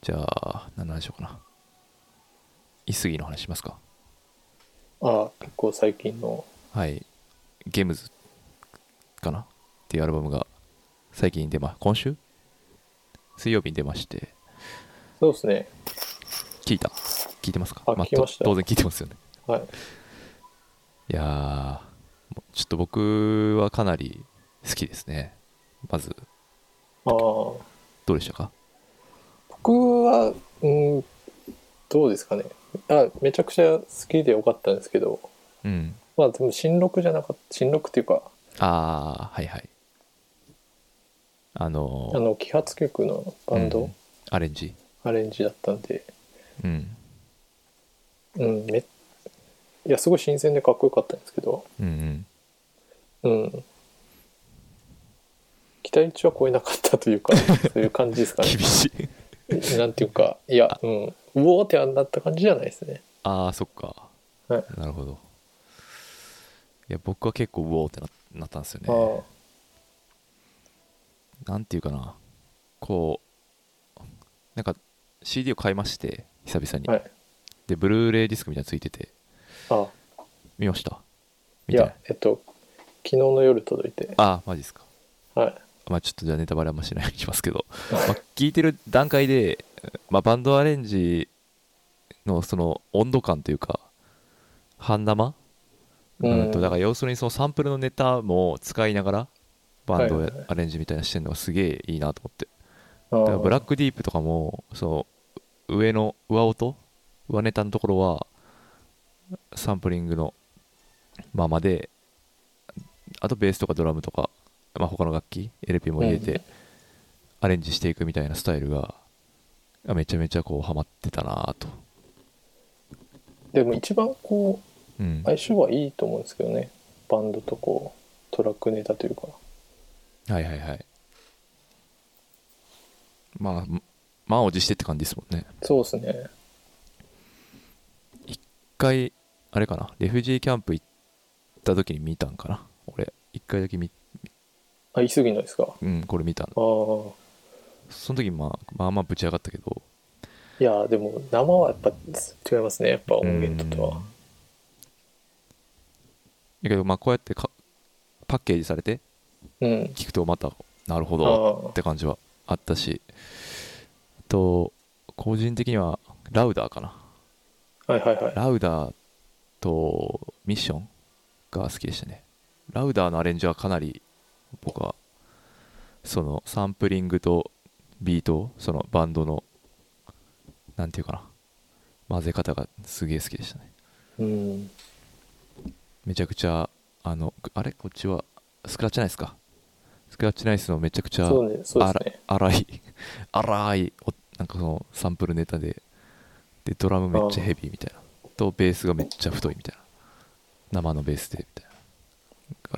Speaker 2: じゃあ、何の話しようかな。イスギの話しますか。
Speaker 3: ああ結構最近の
Speaker 2: はい、ゲームズかなっていうアルバムが最近出ま、今週水曜日に出まして、
Speaker 3: そうですね
Speaker 2: 聞いた聞いてますか
Speaker 3: あ聞きました
Speaker 2: と当然聞いてますよね。
Speaker 3: はい
Speaker 2: いやーもうちょっと僕はかなり好きですねまず
Speaker 3: ああ
Speaker 2: どうでしたか
Speaker 3: 僕は、うん、どうですかねあめちゃくちゃ好きでよかったんですけど
Speaker 2: うん
Speaker 3: まあでも新録じゃなかった新録っていうか
Speaker 2: ああはいはいあの
Speaker 3: あの揮発曲のバン
Speaker 2: う
Speaker 3: ド
Speaker 2: んアレンジ
Speaker 3: アレンジだったんで、
Speaker 2: うん
Speaker 3: うんめいやすごい新鮮でかっこよかったんですけど、
Speaker 2: うんうん
Speaker 3: うん、期待値は超えなかったというかそういう感 じです か
Speaker 2: 厳しい
Speaker 3: ね なんていうかいやうんうおーってあんなった感じじゃないですね
Speaker 2: ああそっか、
Speaker 3: は
Speaker 2: なるほどいや僕は結構うおーってななったんですよね
Speaker 3: ああ
Speaker 2: なんていうかなこうなんか CD を買いまして久々に、
Speaker 3: はい
Speaker 2: でブルーレイディスクみたいなのついてて
Speaker 3: あ
Speaker 2: 見ました
Speaker 3: い
Speaker 2: みたいな
Speaker 3: やえっと昨日の夜届いて
Speaker 2: あマジですか
Speaker 3: はい
Speaker 2: まあちょっとじゃあネタバレあんましないようにしますけど、まあ、聞いてる段階で、まあ、バンドアレンジのその温度感というか半生うんとだから要するにそのサンプルのネタも使いながらバンドをや
Speaker 3: はいはいはい
Speaker 2: アレンジみたいなのしてるのがすげえいいなと思って
Speaker 3: ら
Speaker 2: だからブラックディープとかもその上の上音上ネタのところはサンプリングのままであとベースとかドラムとか、まあ、他の楽器 LP も入れ
Speaker 3: うん
Speaker 2: てアレンジしていくみたいなスタイルがあめちゃめちゃこうハマってたなぁと、
Speaker 3: でも一番こう
Speaker 2: うん、は
Speaker 3: 相性はいいと思うんですけどねバンドとこうトラックネタというか
Speaker 2: いはいはいまあ満を持してって感じですもんね
Speaker 3: そうですね
Speaker 2: 一回あれかなレフュジーキャンプ行った時に見たんかな俺一回だけ見
Speaker 3: あ言い過ぎないですかあ
Speaker 2: うん、これ見たの
Speaker 3: あー
Speaker 2: その時まあまあまあぶち上がったけど
Speaker 3: いやーでも生はやっぱ違いますねやっぱ音源とと
Speaker 2: うん
Speaker 3: は
Speaker 2: だけどまあこうやってかパッケージされて
Speaker 3: うん
Speaker 2: 聞くとまたなるほ
Speaker 3: あ
Speaker 2: ど
Speaker 3: あ
Speaker 2: って感じはあったしあと個人的にはラウダーかな
Speaker 3: はいはいはい
Speaker 2: ラウダーとミッションが好きでしたねラウダーのアレンジはかなり僕はそのサンプリングとビートそのバンドのなんていうかな混ぜ方がすげえ好きでしたね
Speaker 3: うん
Speaker 2: めちゃくちゃあのくあれこっちはスクラッチナイスかスクラッチナイスのめちゃくちゃ
Speaker 3: そうねそう
Speaker 2: あ
Speaker 3: です
Speaker 2: ら
Speaker 3: ね
Speaker 2: 荒い 荒いおなんかそのサンプルネタででドラムめっちゃヘビーみたいなとベースがめっちゃ太いみたいな生のベースでみたいな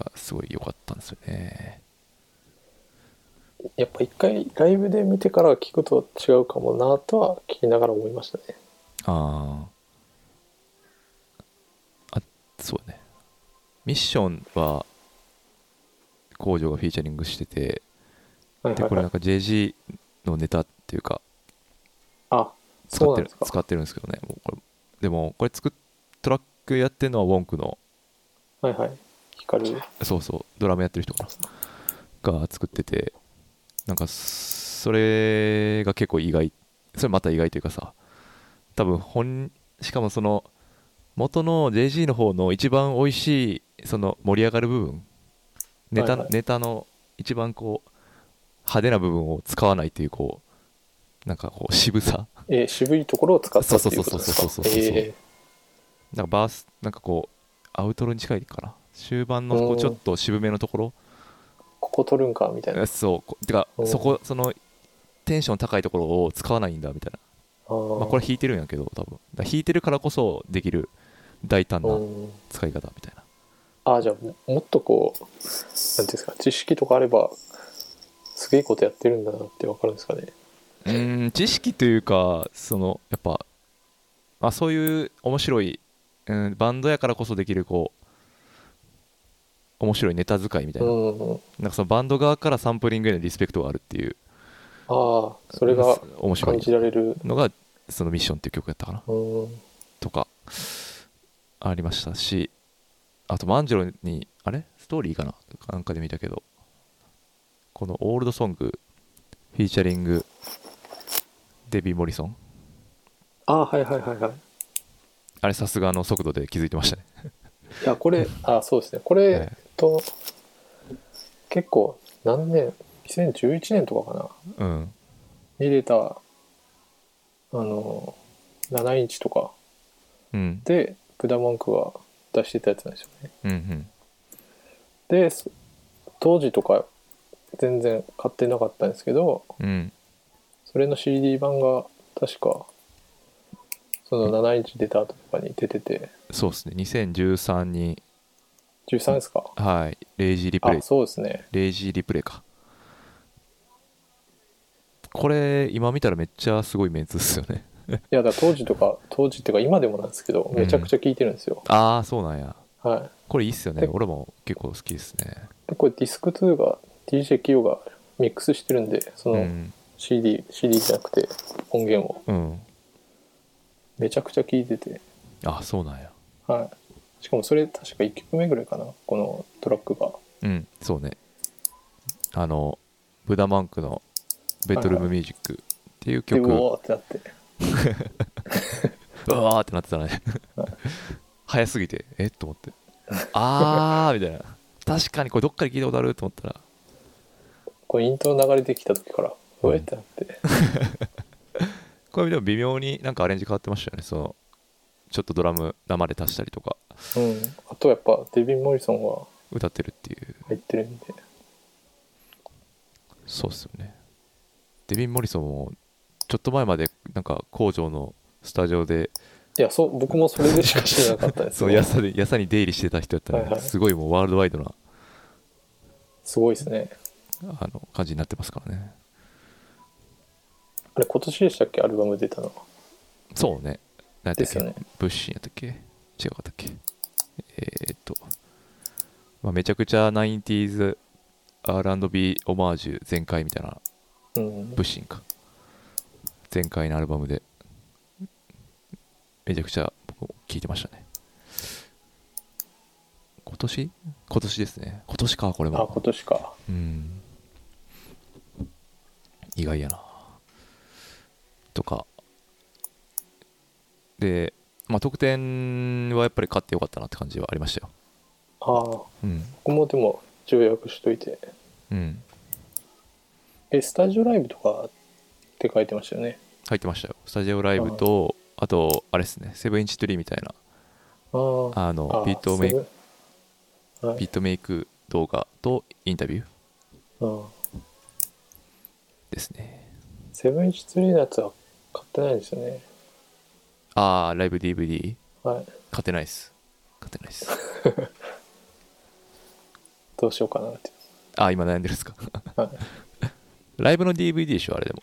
Speaker 2: がすごい良かったんですよね
Speaker 3: やっぱ一回ライブで見てから聞くと違うかもなとは聞きながら思いましたね
Speaker 2: あああそうねミッションは工場がフィーチャリングしてて
Speaker 3: はい
Speaker 2: で
Speaker 3: はい
Speaker 2: これ
Speaker 3: は
Speaker 2: なん
Speaker 3: い
Speaker 2: か JG のネタっていうか
Speaker 3: あ
Speaker 2: 使
Speaker 3: そう
Speaker 2: って
Speaker 3: なん
Speaker 2: る
Speaker 3: ですか
Speaker 2: 使ってるんですけどねもうこれでもこれ作っトラックやってるのはウォンクの
Speaker 3: はいはい光る
Speaker 2: そうそうドラムやってる人かなが作っててなんかそれが結構意外それまた意外というかさ多分本しかもその元の JG の方の一番美味しいその盛り上がる部分ネタ,、
Speaker 3: はいはい
Speaker 2: ネタの一番こう派手な部分を使わないというこうなんかこう渋さ
Speaker 3: えー渋いところを使ったっていうことです
Speaker 2: そう
Speaker 3: か
Speaker 2: そうそうそうそうそうそう
Speaker 3: え
Speaker 2: なんかバースなんかこうアウトロに近いかな終盤のこ
Speaker 3: お
Speaker 2: う
Speaker 3: ー
Speaker 2: ちょっと渋めのところ
Speaker 3: ーここ取るんかみたいなあ
Speaker 2: そうこてか
Speaker 3: おー
Speaker 2: そこそのテンション高いところを使わないんだみたいな、
Speaker 3: ー
Speaker 2: まあ、これ弾いてるんやけど多分だから弾いてるからこそできる大胆な
Speaker 3: うん
Speaker 2: 使い方みたいな
Speaker 3: ああじゃあももっとこうなんていうんですか知識とかあればすげえことやってるんだなってわかるんですかね
Speaker 2: うーん知識というかそのやっぱ、まあ、そういう面白い、うん、バンドやからこそできるこう面白いネタ使いみたいうな,、
Speaker 3: ん
Speaker 2: なんかそのバンド側からサンプリングへのリスペクトがあるっていう
Speaker 3: ああそれが
Speaker 2: 面白
Speaker 3: 感
Speaker 2: い
Speaker 3: じられる
Speaker 2: のがそのミッションっていう曲やったかな
Speaker 3: うん
Speaker 2: とかありましたしあと万次郎にあれストーリーかななんかで見たけどこのオールドソングフィーチャリングデビー・モリソン
Speaker 3: ああはいはいはいはい
Speaker 2: あれさすがの速度で気づいてましたね
Speaker 3: いやこれあそうですねこれ、
Speaker 2: え
Speaker 3: と結構何年2011年とかか
Speaker 2: えう
Speaker 3: な
Speaker 2: ん。
Speaker 3: に出たあの7インチとか
Speaker 2: うん。
Speaker 3: でブダ文句が出してたやつなんですよね
Speaker 2: うんうん。
Speaker 3: でそ当時とか全然買ってなかったんですけど
Speaker 2: うん。
Speaker 3: それの CD 版が確かその7インチ出た後とかに出てて
Speaker 2: そうですね。2013に、
Speaker 3: 13ですか
Speaker 2: はい。レイジーリプレイ
Speaker 3: あ。そうですね
Speaker 2: レイジーリプレイか。これ、今見たらめっちゃすごいメンツですよね。
Speaker 3: いやだから当時とか当時っていうか今でもなんですけどめちゃくちゃ聴いてるんですよ、
Speaker 2: ああ、そうなんや。
Speaker 3: はい
Speaker 2: これいいっすよね。
Speaker 3: で
Speaker 2: 俺も結構好きですね。
Speaker 3: でこれディスク2が DJ キヨがミックスしてるんでそうの
Speaker 2: ん。
Speaker 3: CD、CD じゃなくて音源を
Speaker 2: うん。
Speaker 3: めちゃくちゃ聴いてて
Speaker 2: あそうなんや。
Speaker 3: はいしかもそれ確か1曲目ぐらいかなこのトラックが
Speaker 2: うん、そうね。あの、ブダマンクのベッドルームミュージックっていう
Speaker 3: でう
Speaker 2: 曲、う
Speaker 3: おーってなって
Speaker 2: わーってなってたね。早すぎて、えっと 思って。あーみたいな。確かにこれどっかで聞いたことあると思ったら、
Speaker 3: これイントロ流れてきた時から
Speaker 2: うん
Speaker 3: うえってなって、
Speaker 2: これでも微妙になんかアレンジ変わってましたよね。その、ちょっとドラム生で足したりとか、
Speaker 3: うん、あとやっぱデビン・モリソンが
Speaker 2: 歌ってるっていう。
Speaker 3: 入ってるんで
Speaker 2: そうっすよね。デビン・モリソンも、ちょっと前までなんか工場のスタジオで
Speaker 3: いやそう僕もそれでしか知らなかったです
Speaker 2: そうやさでやさに出入りしてた人やったら、
Speaker 3: はいはい
Speaker 2: すごいもうワールドワイドな
Speaker 3: すごいですね
Speaker 2: あの感じになってますからね
Speaker 3: あれ今年でしたっけアルバム出たの
Speaker 2: そうね何やった
Speaker 3: で
Speaker 2: っ
Speaker 3: す
Speaker 2: け、
Speaker 3: よね
Speaker 2: ブッシンやったっけ違うかったっけえーっと、まあ、めちゃくちゃ 90s R&B オマージュ全開みたいな
Speaker 3: うん
Speaker 2: ブッシンか全開のアルバムでめちゃくちゃ僕も聴いてましたね今年今年ですね今年かこれも
Speaker 3: あ今年か
Speaker 2: うん意外やなとかでまあ得点はやっぱり勝ってよかったなって感じはありましたよ
Speaker 3: ああ
Speaker 2: うん
Speaker 3: 僕もでも一応予約しといて
Speaker 2: うん
Speaker 3: えスタジオライブとかって書いてましたよね
Speaker 2: 入ってましたよスタジオライブとあとあれですねセブンインチトゥリーみたいな
Speaker 3: あー
Speaker 2: あのビートメイク
Speaker 3: ク、はい
Speaker 2: ビートメイク動画とインタビュー
Speaker 3: うん
Speaker 2: ですね
Speaker 3: セブンイチツリーのやつは買ってないんですよね
Speaker 2: ああライブ DVD
Speaker 3: はい
Speaker 2: 勝てないっす勝てないっす
Speaker 3: どうしようかなって
Speaker 2: あー今悩んでるっすか
Speaker 3: はい
Speaker 2: ライブの DVD でしょあれでも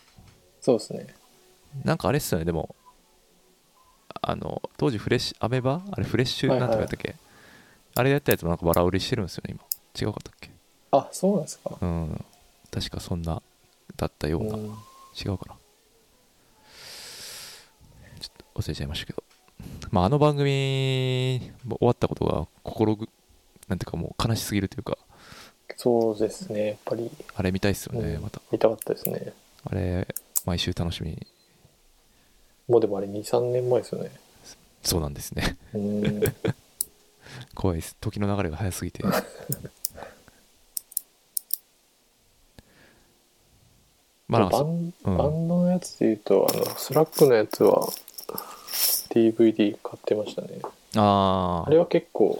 Speaker 3: そうですね
Speaker 2: なんかあれっすよね、でも、あの、当時フレッシュ、アメバあれフレッシュ
Speaker 3: は
Speaker 2: ないん
Speaker 3: はい
Speaker 2: とかやったっけ、あれやったやつもなんかバラ売りしてるんですよね、今。違うかったっけ
Speaker 3: あそうなんですか
Speaker 2: うん。確かそんな、だったような。
Speaker 3: うん
Speaker 2: 違うかな。ちょっと忘れちゃいましたけど。まあ、あの番組、も終わったことが心ぐ、なんていうかもう悲しすぎるというか、
Speaker 3: そうですねやっぱり
Speaker 2: あれ見たいっすよね、
Speaker 3: うん
Speaker 2: また。
Speaker 3: 見たかったですね
Speaker 2: あれ、毎週楽しみに。
Speaker 3: もうでもあれ23年前ですよね
Speaker 2: そうなんですね。
Speaker 3: うん
Speaker 2: 怖いです時の流れが早すぎ てまあなんか
Speaker 3: バ
Speaker 2: そ
Speaker 3: ン
Speaker 2: うん
Speaker 3: バンドのやつで言うとあのスラックのやつは DVD 買ってましたね
Speaker 2: あ
Speaker 3: あ
Speaker 2: あ
Speaker 3: れは結構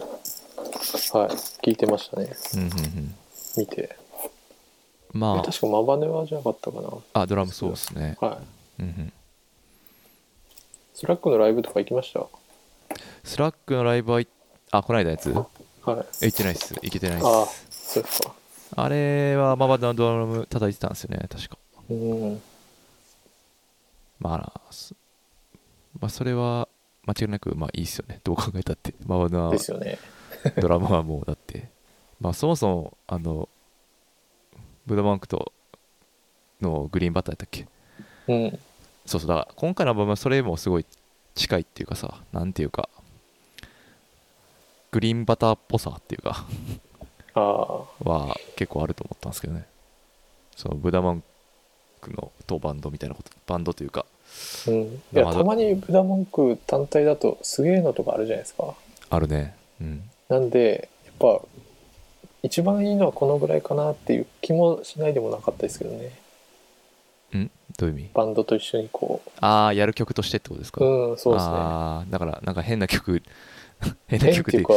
Speaker 3: はい聞いてましたね
Speaker 2: うんうんうん
Speaker 3: 見て
Speaker 2: ま
Speaker 3: 確かマバネはじゃなかったかな
Speaker 2: ああドラムそうですね
Speaker 3: はい
Speaker 2: うんうん
Speaker 3: スラックのライブとか行きました
Speaker 2: スラックのライブは行っあこないだやつ
Speaker 3: はい
Speaker 2: え行ってないっす行けてないっ
Speaker 3: ああ
Speaker 2: す
Speaker 3: そうですか
Speaker 2: あれはママのドラム叩いてたんですよね確か
Speaker 3: うん
Speaker 2: まあそまあそれは間違いなくまあいいっすよねどう考えたってママの
Speaker 3: ですよね
Speaker 2: ドラマはもうだってまあそもそもあのブドマンクとのグリーンバッターだったっけ
Speaker 3: うん
Speaker 2: そうそうだから今回のアルバムはそれもすごい近いっていうかさなんていうかグリーンバターっぽさっていうか
Speaker 3: あ
Speaker 2: は結構あると思ったんですけどねそのブダマンクのとバンドみたいなことバンドというか
Speaker 3: あうんいや
Speaker 2: まだ
Speaker 3: たまにブダ文句単体だとすげえのとかあるじゃないですか
Speaker 2: あるねうん
Speaker 3: なんでやっぱ一番いいのはこのぐらいかなっていう気もしないでもなかったですけどね
Speaker 2: どういう意味
Speaker 3: バンドと一緒にこ
Speaker 2: ああやる曲としてってことですか、
Speaker 3: ううんそうですね
Speaker 2: ああだからなんか変な曲変な
Speaker 3: 変っ
Speaker 2: 曲
Speaker 3: てい
Speaker 2: で
Speaker 3: うか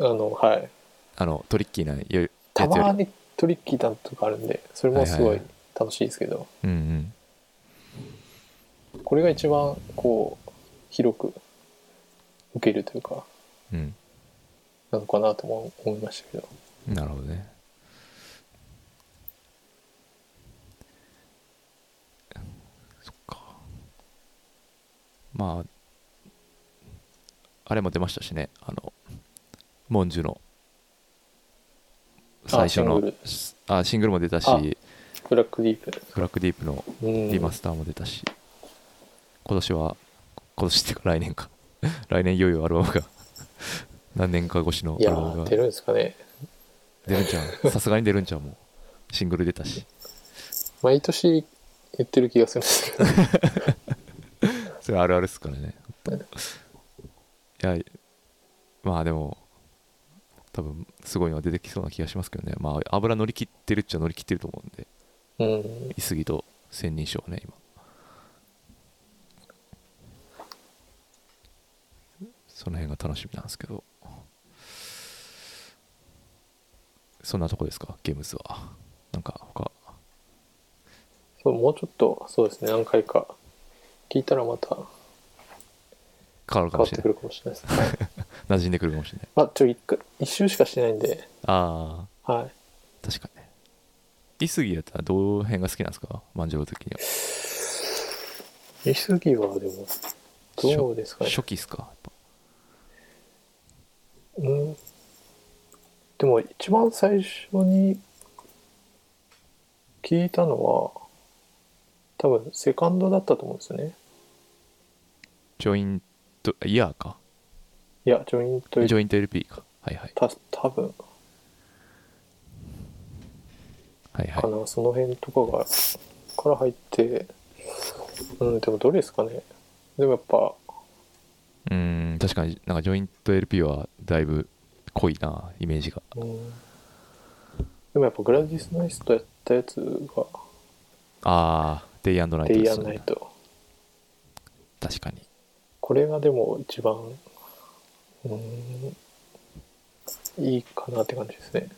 Speaker 3: あのはい
Speaker 2: あのトリッキーなよやつ
Speaker 3: た
Speaker 2: より
Speaker 3: まにトリッキーだとかあるんでそれもす
Speaker 2: は
Speaker 3: ご
Speaker 2: い
Speaker 3: い
Speaker 2: はい
Speaker 3: 楽しいですけど、
Speaker 2: うんうん
Speaker 3: これが一番こう広く受けるというか
Speaker 2: うん
Speaker 3: なのかなとも思いましたけど
Speaker 2: なるほどね。そっか。まあ、あれも出ましたしね、あの、モンジュの最初の
Speaker 3: シングル
Speaker 2: すあシングルも出たし、
Speaker 3: あ
Speaker 2: ブ
Speaker 3: ブラックディープ
Speaker 2: ラックディープの
Speaker 3: うん
Speaker 2: リマスターも出たし、今年は、今年っていうか来年か、 来年いよいよアルバムが、何年か越しの
Speaker 3: い
Speaker 2: ア
Speaker 3: や
Speaker 2: ルバム
Speaker 3: ー
Speaker 2: が
Speaker 3: 出るんですかね
Speaker 2: 出るんちゃうさすがに出るんちゃうもうシングル出たし
Speaker 3: 毎年言ってる気がするんですけど
Speaker 2: それあるあるっすからねいやまあでも多分すごいのが出てきそうな気がしますけどねまあ油乗り切ってるっちゃ乗り切ってると思うんで
Speaker 3: うん
Speaker 2: いすぎと千人称はね今その辺が楽しみなんですけどそんなとこですかゲームズはなんか他
Speaker 3: そうもうちょっとそうですね何回か聞いたらまた
Speaker 2: 変わるかも
Speaker 3: 変わっ
Speaker 2: しれな
Speaker 3: てく
Speaker 2: い
Speaker 3: るかもしれないですね
Speaker 2: 馴染んでくるかもしれない
Speaker 3: まあちょ一回一周しかしてないんで
Speaker 2: ああ
Speaker 3: はい
Speaker 2: 確かにね。イスギやったらどう辺が好きなんですか万次郎的には。
Speaker 3: イスギはでもどうですかね
Speaker 2: 初期っすかやっぱ
Speaker 3: うんでも一番最初に聞いたのは多分セカンドだったと思うんですよね
Speaker 2: ジョイント、イヤーか。
Speaker 3: いやジョイント
Speaker 2: ジョイント LP か。はいはい。
Speaker 3: た多分
Speaker 2: はいは
Speaker 3: か
Speaker 2: い。
Speaker 3: な、その辺とかがから入ってうんでもどれですかねでもやっぱ
Speaker 2: うーん、確かになんかジョイント LP はだいぶ濃いな、イメージが。
Speaker 3: うんでもやっぱグラディス・ナイスとやったやつが
Speaker 2: あー、デイナ
Speaker 3: 「
Speaker 2: イト
Speaker 3: デイ・
Speaker 2: で
Speaker 3: ア
Speaker 2: す
Speaker 3: ン・ナイ
Speaker 2: ね。
Speaker 3: ト
Speaker 2: 確かに。」
Speaker 3: これがでも一番うんいいかなって感じですね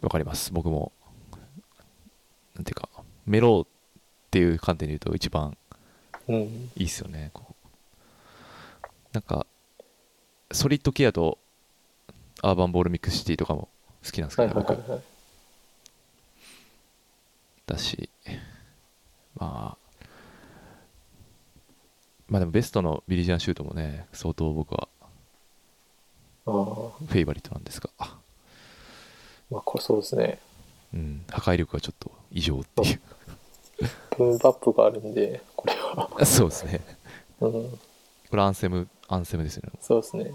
Speaker 2: わかります。僕も、なんていうか、メローっていう観点で言うと一番
Speaker 3: うん
Speaker 2: いいっすよねこうなんかソリッドケアとアーバンボールミックスシティとかも好きなんですけ
Speaker 3: は
Speaker 2: ど、
Speaker 3: い
Speaker 2: ね
Speaker 3: はいはい
Speaker 2: 僕
Speaker 3: はい
Speaker 2: だしまあまあでもベストのビリジアンシュートもね相当僕は
Speaker 3: あー
Speaker 2: フェイバリットなんですが
Speaker 3: まあこれそうですね
Speaker 2: うん破壊力がちょっと異常っていう
Speaker 3: ブームバップがあるんでこれは
Speaker 2: そうですね
Speaker 3: うん
Speaker 2: これアンセムアンセムですよね
Speaker 3: そうですね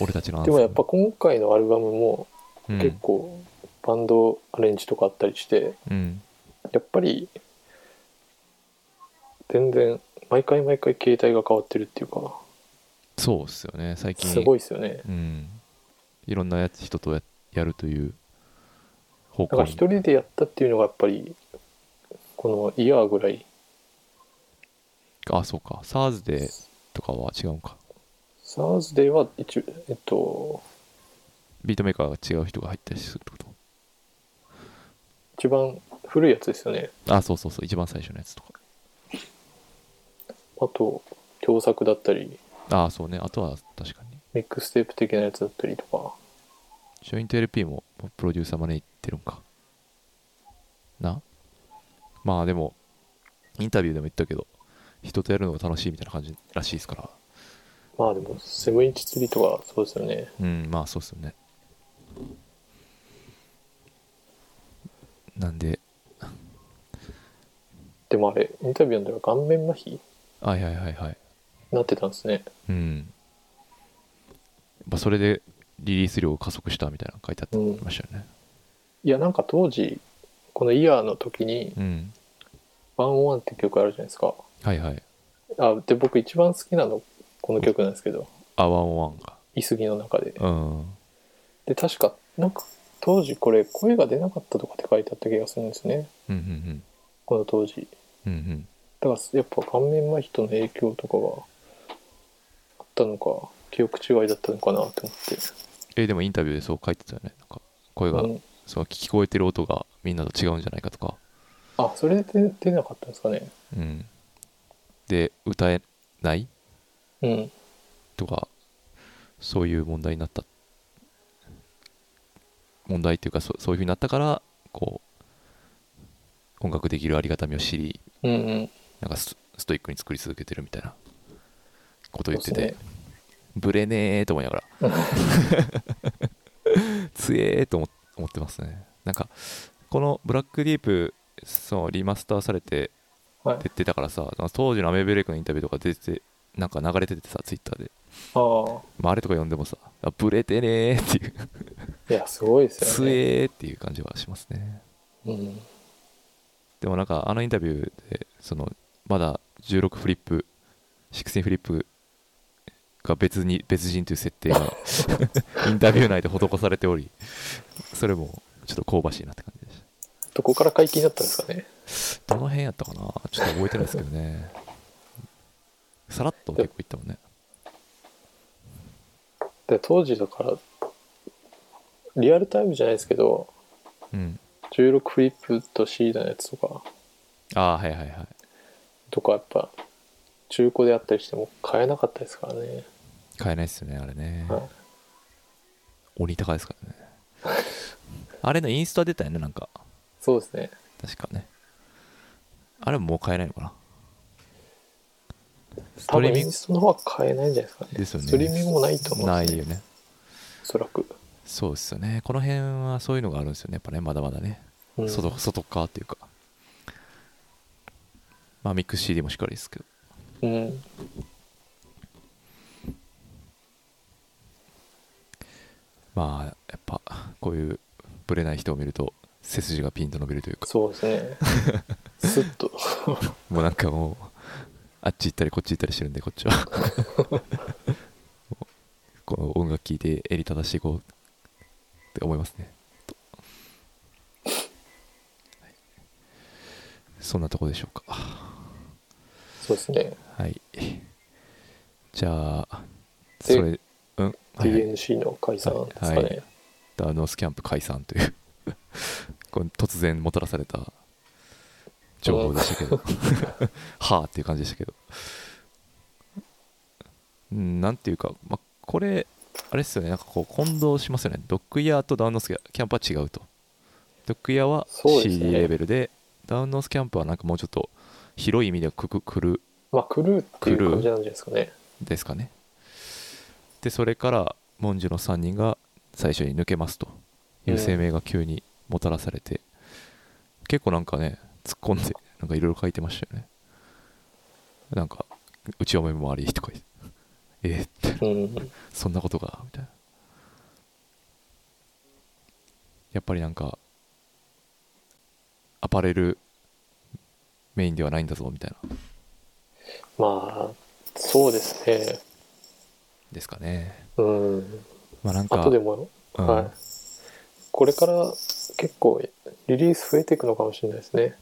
Speaker 2: 俺たちのアンセ
Speaker 3: で
Speaker 2: ム
Speaker 3: もやっぱ今回のアルバムも
Speaker 2: うん
Speaker 3: 結構バンドアレンジとかあったりして
Speaker 2: うん
Speaker 3: やっぱり全然毎回毎回携帯が変わってるっていうか
Speaker 2: そうっすよね最近
Speaker 3: すごいですよね
Speaker 2: うん、いろんなやつ人とややるという方
Speaker 3: なんか
Speaker 2: 向に
Speaker 3: 一人でやったっていうのがやっぱりこのイヤーぐらい
Speaker 2: あそうか SARS でとかは違うのか
Speaker 3: サーズデーは一応えっと
Speaker 2: ビートメーカーが違う人が入ったりするってこ
Speaker 3: 一番古いやつですよね
Speaker 2: とあそうそうそう一番最初のやつとか
Speaker 3: あと共作だったり
Speaker 2: あそうねあとは確かに
Speaker 3: ミックステープ的なやつだったりとか
Speaker 2: ジョイント LP もプロデューサー招いてるんかなまあでもインタビューでも言ったけど人とやるのが楽しいみたいな感じらしいですから
Speaker 3: まあでもセブンインチ釣りとかそうですよね
Speaker 2: うんまあそうっすよねなんで
Speaker 3: でもあれインタビューの時は顔面麻痺に
Speaker 2: はいはいはいはい
Speaker 3: なってたんですね
Speaker 2: うん。まあ、それでリリース量を加速したみたいなの書いてあってましたよね。
Speaker 3: いやなんか当時このイヤーの時に
Speaker 2: うん。
Speaker 3: 「ワンオンワンって曲あるじゃないですか
Speaker 2: はいはい。
Speaker 3: あで僕一番好きなのここの曲なんですけど
Speaker 2: アワンワンか。
Speaker 3: 「いすぎ」の中で
Speaker 2: うん。
Speaker 3: で確かなんか当時これ声が出なかったとかって書いてあった気がするんですね
Speaker 2: うんうん
Speaker 3: この当時
Speaker 2: うん。うんうん。
Speaker 3: だからやっぱ顔面麻痺との影響とかがあったのか記憶違いだったのかなと思って
Speaker 2: えーでもインタビューでそう書いてたよね。なんか声が、
Speaker 3: うん
Speaker 2: そう聞こえてる音がみんなと違うんじゃないかとか。
Speaker 3: あそれで出なかったんですかね
Speaker 2: うん。で、歌えない
Speaker 3: うん
Speaker 2: とか、そういう問題になった。問題っていうか、そそういうふうになったから、こう、音楽できるありがたみを知り、
Speaker 3: うんうん
Speaker 2: なんかスストイックに作り続けてるみたいなこと言って
Speaker 3: そう
Speaker 2: て、
Speaker 3: で
Speaker 2: ブレねーと思いなが らつえーと思思ってますねなんかこのブラックディープそうリマスターされて
Speaker 3: はい
Speaker 2: 出てたからさ当時のアメブレイクのインタビューとか出てなんか流れててさツイッターで、
Speaker 3: ああ
Speaker 2: まあ、あれとか読んでもさあブレてねーっていう
Speaker 3: いやすごいですよ
Speaker 2: つ
Speaker 3: ね
Speaker 2: えーっていう感じはしますね
Speaker 3: うん
Speaker 2: でもなんかあのインタビューでそのまだ16フリップ16フリップが別に別人という設定がインタビュー内で施されておりそれもちょっと香ばしいなって感じでし
Speaker 3: どこから解禁だったんですかね
Speaker 2: たどの辺やったかなちょっと覚えてないですけどねさらっと結構いったもんね
Speaker 3: で当時だからリアルタイムじゃないですけど
Speaker 2: うん
Speaker 3: 16フリップとシードのやつとか
Speaker 2: ああはいはいはい
Speaker 3: とかやっぱ中古であったりしても買えなかったですからね
Speaker 2: 買えないっすよねあれね
Speaker 3: はい
Speaker 2: 鬼高いですからねあれのインスタ出たよねなんか
Speaker 3: そうですね
Speaker 2: 確かねあれももう買えないのかなス
Speaker 3: 多
Speaker 2: トリー
Speaker 3: 分
Speaker 2: ミ
Speaker 3: イ
Speaker 2: ング
Speaker 3: ンスタの方は買えないんじゃないですかね
Speaker 2: ですよね
Speaker 3: ストリーミングもないと思うん
Speaker 2: な
Speaker 3: です
Speaker 2: い
Speaker 3: ね
Speaker 2: よね
Speaker 3: おそらく、
Speaker 2: そうですよねこの辺はそういうのがあるんですよねやっぱねまだまだね、
Speaker 3: うん、
Speaker 2: 外外側っていうかまあミックス CD もしっかりですけど
Speaker 3: うん
Speaker 2: まあやっぱこういうブレない人を見ると背筋がピンと伸びるというか
Speaker 3: そうで すねスッと
Speaker 2: もうなんかもうあっち行ったりこっち行ったりしてるんでこっちは この音楽聴いて襟正していこうって思いますねとはいそんなとこでしょうか
Speaker 3: そうですね
Speaker 2: はい。じゃあ、そ
Speaker 3: で
Speaker 2: れ、うん、はいはい、
Speaker 3: DNC の解散ですかね、
Speaker 2: はいダーノースキャンプ解散という、 この突然もたらされた情報でしたけど、 はあっていう感じでしたけど、うん、なんていうか、まあ、これ、あれですよね、なんかこう混同しますよね、ドッグイヤーとダウンノースキャンプは違うと。ドッグイヤーは
Speaker 3: そうですね
Speaker 2: CD レベルで、ダウンノースキャンプはなんかもうちょっと広い意味でくくくる
Speaker 3: まあクルーってい
Speaker 2: クル
Speaker 3: う
Speaker 2: ー
Speaker 3: 感じなんじゃないですかね
Speaker 2: ですかねでそれからモンジュの3人が最初に抜けますという声明が急にもたらされて、結構なんかね突っ込んでなんかいろいろ書いてましたよねなんか「うち嫁もあり」とか言って「えーって
Speaker 3: うん
Speaker 2: そんなことが」みたいなやっぱりなんかアパレルメインではないんだぞみたいな
Speaker 3: まあそうですね
Speaker 2: ですかね
Speaker 3: うん
Speaker 2: まあなん
Speaker 3: あ
Speaker 2: か
Speaker 3: とでも、
Speaker 2: うん
Speaker 3: はいこれから結構リリース増えていくのかもしれないですね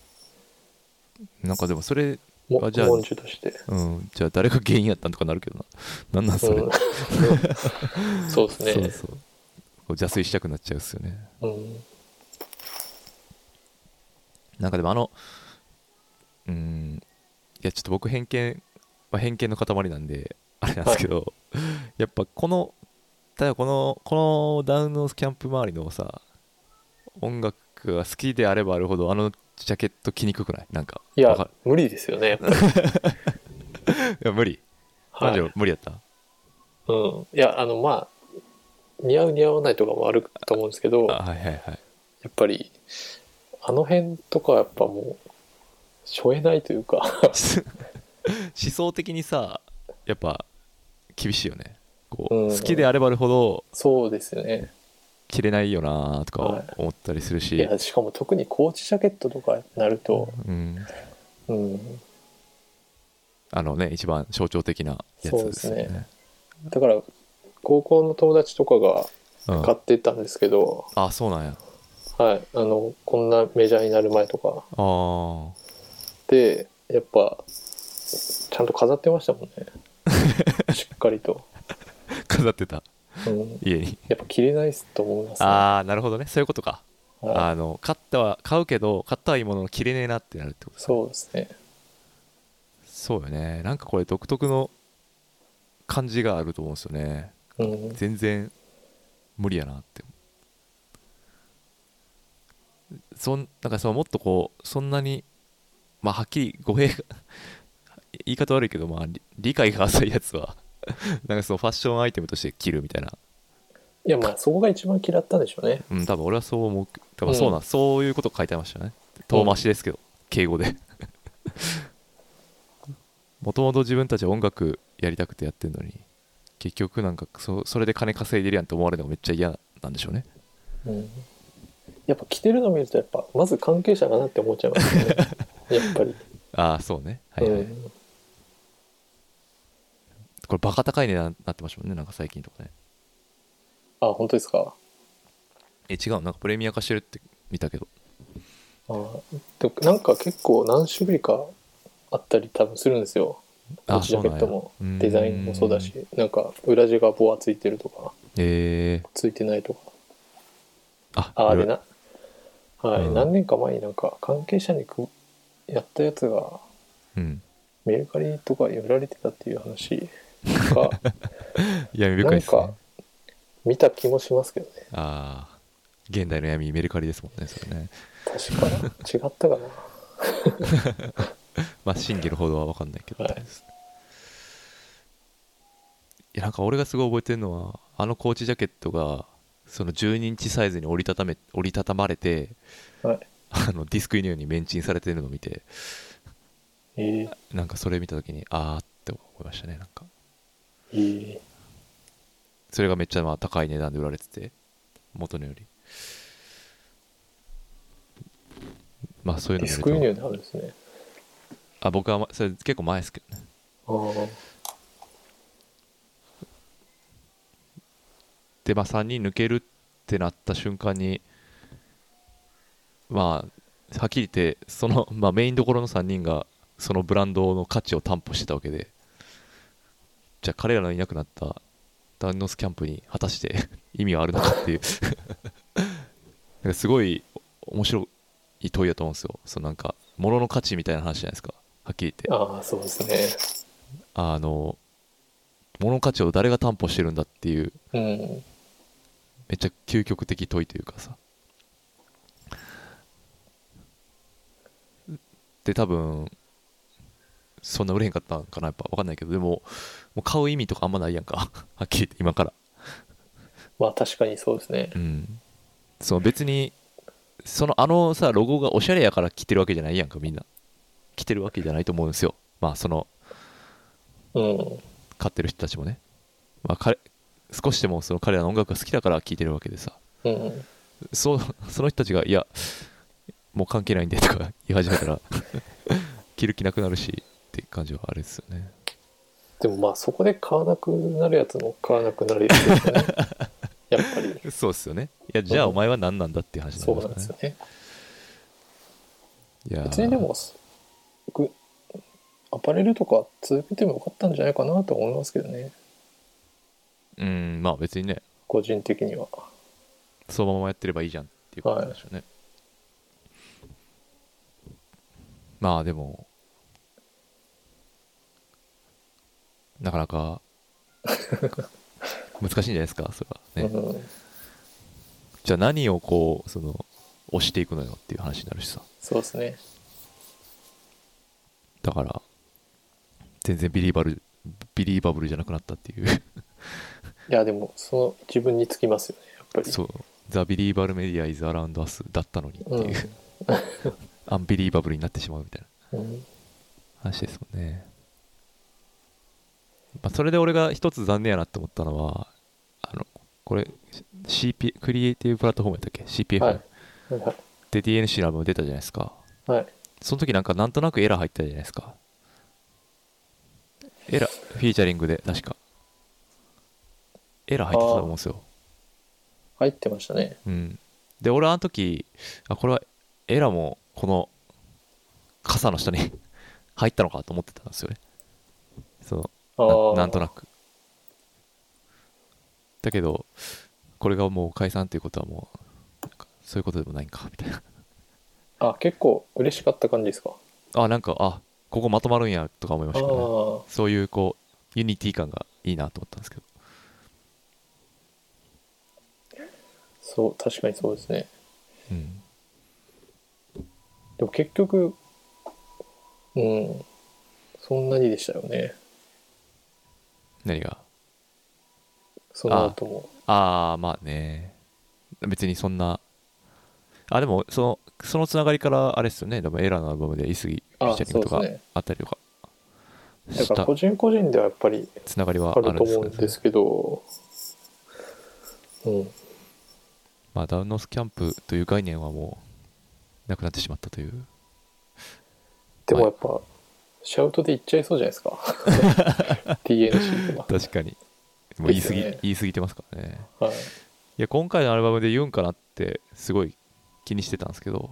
Speaker 2: なんかでもそれ
Speaker 3: も
Speaker 2: あ
Speaker 3: 文
Speaker 2: じゃあ
Speaker 3: 殊として
Speaker 2: うん、じゃあ誰が原因やったんとかなるけどな。なん なんそれ。
Speaker 3: うん そうですね
Speaker 2: そうそう。こう邪推したくなっちゃうっすよね。
Speaker 3: うん
Speaker 2: なんかでもあの、うん、いやちょっと僕偏見、まあ、偏見の塊なんで、あれなんですけど、やっぱこの、ただこの、このダウンのキャンプ周りのさ、音楽が好きであればあるほど、あのジャケット着にくくないなんか。
Speaker 3: い
Speaker 2: わか
Speaker 3: や
Speaker 2: る
Speaker 3: 無理ですよねやっぱり、
Speaker 2: いや無理。
Speaker 3: はい
Speaker 2: 男女無理やった
Speaker 3: うん、いやあのまあ似合う似合わないとかもあると思うんですけど
Speaker 2: あ
Speaker 3: や
Speaker 2: はいはいはい。
Speaker 3: っぱりあの辺とかはやっぱもうしょえないというか
Speaker 2: 思想的にさやっぱ厳しいよねこう、
Speaker 3: うん
Speaker 2: 好きであればあるほど
Speaker 3: そうですよね
Speaker 2: 着れないよなと
Speaker 3: は
Speaker 2: か
Speaker 3: い
Speaker 2: 思ったりするし、
Speaker 3: いやしかも特にコーチジャケットとかになると、
Speaker 2: うん、
Speaker 3: うん、
Speaker 2: あのね一番象徴的なやつですよ
Speaker 3: そうですだから高校の友達とかが
Speaker 2: うん
Speaker 3: 買ってたんですけど、
Speaker 2: あそうなんや
Speaker 3: はいあのこんなメジャーになる前とか
Speaker 2: あー
Speaker 3: でやっぱちゃんと飾ってましたもん ねしっかりと、
Speaker 2: 飾ってた
Speaker 3: うん、
Speaker 2: 家に
Speaker 3: やっぱ着れないっすと思います、ね、
Speaker 2: ああなるほどねそういうことか
Speaker 3: はい
Speaker 2: あの買ったは買うけど買ったはいいものの着れねえなってなるってことう
Speaker 3: そうですね
Speaker 2: そうよねなんかこれ独特の感じがあると思うんですよね
Speaker 3: うん
Speaker 2: 全然無理やなってそんなんかそのもっとこうそんなにまあはっきり語弊が 言い方悪いけど、まあ、理理解が浅いやつは なんかそのファッションアイテムとして着るみたいない
Speaker 3: やまあそこが一番嫌ったんでしょうね
Speaker 2: うん、多分俺はそう思う。多分そうな、そういうこと書いてありましたね。遠回しですけど、敬語で。 もともと自分たちは音楽やりたくてやってるのに、結局なんかそ、それで金稼いでるやんって思われるのがめっちゃ嫌なんでしょうね。
Speaker 3: うんやっぱ着てるの見るとやっぱまず関係者かなって思っちゃいま すよねやっぱり、
Speaker 2: ああ、そうね。はいはい。
Speaker 3: うん
Speaker 2: これ、バカ高い値段になってましたもんね、なんか最近とかね。
Speaker 3: あ本当ですか
Speaker 2: え、違うのなんかプレミア化してるって見たけど。
Speaker 3: あでもなんか結構何種類かあったり多分するんですよ
Speaker 2: あ
Speaker 3: ジャケットも
Speaker 2: そうなんや
Speaker 3: デザインもそうだしなんか裏地がボアついてるとか
Speaker 2: えー、
Speaker 3: ついてないとか
Speaker 2: あ、
Speaker 3: ああ
Speaker 2: いろい
Speaker 3: れ
Speaker 2: ろ
Speaker 3: な、はい
Speaker 2: うん
Speaker 3: 何年か前になんか関係者にくやったやつが
Speaker 2: うん。
Speaker 3: メルカリとか売られてたっていう話 が
Speaker 2: 闇深いですね。
Speaker 3: なんか見た気もしますけどね
Speaker 2: ああ、現代の闇、メルカリですもんね、それね。
Speaker 3: 確か違ったかな
Speaker 2: まあ、真偽のほどは分かんないけど、
Speaker 3: はい
Speaker 2: い、やなんか俺がすごい覚えてるのはあのコーチジャケットがその12インチサイズに折りたため折りたたまれて
Speaker 3: はい
Speaker 2: あのディスクユニオンにメンチンされてるのを見て
Speaker 3: えー、
Speaker 2: なんかそれ見た時にあーって思いましたねなんか
Speaker 3: えー
Speaker 2: それがめっちゃまあ高い値段で売られてて元のよりまあそういう
Speaker 3: デ
Speaker 2: の
Speaker 3: ィスク輸
Speaker 2: 見ると
Speaker 3: 入であるんですね
Speaker 2: あ僕はまそれ結構前ですけどね
Speaker 3: あー
Speaker 2: で、まあ、3人抜けるってなった瞬間に、まあ、はっきり言ってその、 まあ、メインどころの3人がそのブランドの価値を担保してたわけでじゃあ彼らのいなくなったダンノスキャンプに果たして 意味はあるのかっていう なんかすごい面白い問いだと思うんですよそのなんか物の価値みたいな話じゃないですかはっきり言って
Speaker 3: あーそうですね
Speaker 2: あの物の価値を誰が担保してるんだっていう
Speaker 3: うん
Speaker 2: めっちゃ究極的問いというかさで多分そんな売れへんかったんかなやっぱ分かんないけどでももう買う意味とかあんまないやんか はっきり言って今から
Speaker 3: まあ確かにそうですね
Speaker 2: うんその別にそのあのさロゴがおしゃれやから着てるわけじゃないやんかみんな着てるわけじゃないと思うんですよまあその
Speaker 3: うん
Speaker 2: 買ってる人たちもね、まあ、彼少しでもその彼らの音楽が好きだから聴いてるわけでさ
Speaker 3: うん
Speaker 2: そう その人たちが、いや、もう関係ないんでとか 言い始めたら、着る気なくなるしって感じはあれですよね。
Speaker 3: でもまあそこで買わなくなるやつも買わなくなるやつです よねやっぱり
Speaker 2: そうですよね。いや、じゃあ
Speaker 3: うん
Speaker 2: お前は何なんだっていう話にな
Speaker 3: そ
Speaker 2: り
Speaker 3: う
Speaker 2: ま
Speaker 3: なんですす
Speaker 2: か
Speaker 3: よね
Speaker 2: らね。
Speaker 3: 別にでも僕アパレルとか続けてもよかったんじゃないかなと思いますけどね
Speaker 2: いやー、うん、まあ別にね、
Speaker 3: 個人的には
Speaker 2: そのままやってればいいじゃんっていうことなんでしょうね。まあでも、なかな か難しいんじゃないですか、それはね。
Speaker 3: うん、
Speaker 2: じゃあ何をこう、その、押していくのよっていう話になるしさ。
Speaker 3: そうですね
Speaker 2: だから全然ビリーバルビリーバブルじゃなくなったっていう
Speaker 3: いやでもその自分につきますよねやっぱり
Speaker 2: そうザ・ビリーバルメディア・イズ・アラウンド・アスだったのにって
Speaker 3: うん
Speaker 2: いう、アンビリーバブルになってしまうみたいな
Speaker 3: うん
Speaker 2: 話ですもんね、まあ、それで俺が一つ残念やなって思ったのはあのこれ CP クリエイティブプラットフォームやったっけ CPF、
Speaker 3: はいはいはい
Speaker 2: で DNC のアルバム出たじゃないですか
Speaker 3: はい
Speaker 2: その時なんかなんとなくエラー入ったじゃないですかエラ、フィーチャリングで、確か。エラ入ってたと思うんですよ。
Speaker 3: 入ってましたね。
Speaker 2: うん。で、俺、あの時、あ、これはエラも、この、傘の下に 入ったのかと思ってたんですよね。そ
Speaker 3: あ
Speaker 2: う、
Speaker 3: ー
Speaker 2: ななんとなく。だけど、これがもう解散ということはもう、なんかそういうことでもないんか、みたいな。
Speaker 3: あ、結構嬉しかった感じですか。
Speaker 2: あ、なんか、あ、ここまとまるんや、とか思いま
Speaker 3: あ
Speaker 2: したね。
Speaker 3: あ、
Speaker 2: そういうこうユニティ感がいいなと思ったんですけど
Speaker 3: そう、確かにそうですね。
Speaker 2: うん
Speaker 3: でも結局、うん、そんなにでしたよね。
Speaker 2: 何が
Speaker 3: その後も。
Speaker 2: ああまあね別にそんなあでもそのそのつながりからあれですよねでもエラーのアルバムでイスギフィ
Speaker 3: あ
Speaker 2: ーチャリングとか
Speaker 3: そうですね
Speaker 2: あったりとか
Speaker 3: だ
Speaker 2: し
Speaker 3: から
Speaker 2: た
Speaker 3: 個人個人ではやっぱり
Speaker 2: つながりは
Speaker 3: あ
Speaker 2: あ
Speaker 3: る
Speaker 2: るん
Speaker 3: と思うん
Speaker 2: で
Speaker 3: です
Speaker 2: けど
Speaker 3: すけど、うん、
Speaker 2: まあダウンノースキャンプという概念はもうなくなってしまったという
Speaker 3: でもやっぱ、シャウトで言っちゃいそうじゃないです か。DNC とか。
Speaker 2: 確かにもう言い過ぎ、
Speaker 3: ですよね
Speaker 2: 言い過ぎてますからね
Speaker 3: はい。
Speaker 2: いや今回のアルバムで言うんかなってすごい気にしてたんですけど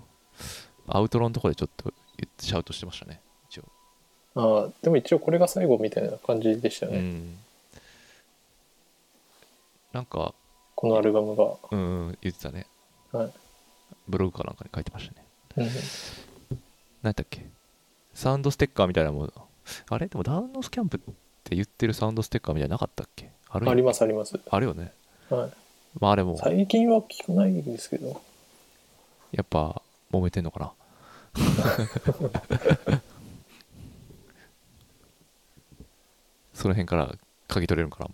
Speaker 2: アウトロのとこでちょっと言ってシャウトしてましたね一応、
Speaker 3: ああ、でも一応これが最後みたいな感じでしたよ
Speaker 2: う
Speaker 3: ね。
Speaker 2: んなんか
Speaker 3: このアルバムが。
Speaker 2: うんうん言ってたね
Speaker 3: はい。
Speaker 2: ブログかなんかに書いてましたね
Speaker 3: うん
Speaker 2: 何だっけサウンドステッカーみたいなものあれでもダウンノースキャンプって言ってるサウンドステッカーみたいなのなかったっけあるよ
Speaker 3: ありますあります。
Speaker 2: あるよね
Speaker 3: はい。
Speaker 2: まああれも
Speaker 3: 最近は聞かないんですけど。
Speaker 2: やっぱ揉めてんのかな その辺から嗅ぎ取れるんかな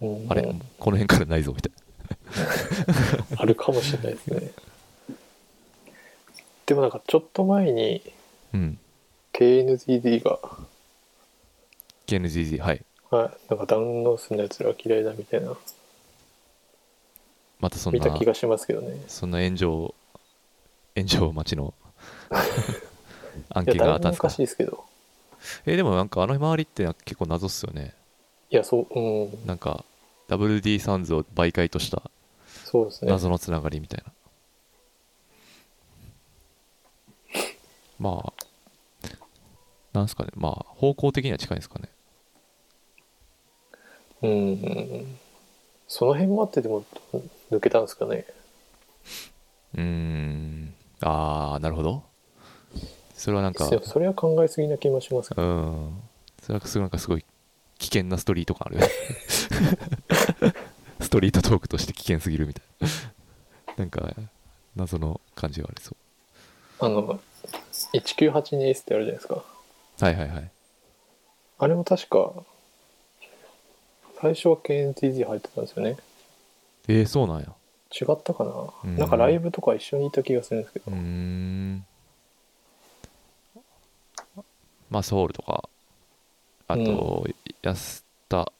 Speaker 2: も
Speaker 3: うん
Speaker 2: うあれ、
Speaker 3: うん
Speaker 2: この辺からないぞみたい
Speaker 3: あるかもしれないですね。でもなんかちょっと前に
Speaker 2: なうん
Speaker 3: KNDD が、
Speaker 2: KNGZ はい
Speaker 3: はい、なんかダウンノースのやつらは嫌いだみたいな、
Speaker 2: またそん
Speaker 3: 見た
Speaker 2: な
Speaker 3: 気がしますけどね。
Speaker 2: そんな炎上炎上待 ちの案
Speaker 3: いや、
Speaker 2: 件
Speaker 3: だ
Speaker 2: があ
Speaker 3: い
Speaker 2: ったんで
Speaker 3: ぶ
Speaker 2: すか
Speaker 3: 難しいですけど。
Speaker 2: えでもなんかあの周りって結構謎っすよね
Speaker 3: いや、そう、うん、
Speaker 2: なんか WD サウンズを媒介とした
Speaker 3: そうですね。
Speaker 2: 謎のつながりみたいな、まあなんすかねまあ方向的には近いですかね
Speaker 3: うんうん。その辺もあってでも抜けたんですかね。
Speaker 2: うーんああなるほどそれはなんか
Speaker 3: でもそれは考えすぎな気もしますけど。
Speaker 2: うんそれはすごいなんかすごい危険なストリート感あるよね ストリートトークとして危険すぎるみたいななんか謎の感じがありそ
Speaker 3: あの、1982エースってあるじゃないですか。
Speaker 2: うはいはいはい
Speaker 3: あれも確か、最初は KNTZ 入ってたんですよね。
Speaker 2: えー、そうなんや
Speaker 3: 違ったかな、
Speaker 2: うん
Speaker 3: なんかライブとか一緒にいた気がするんですけ
Speaker 2: う
Speaker 3: ど、
Speaker 2: ーんまあソウルとかあと、安田あ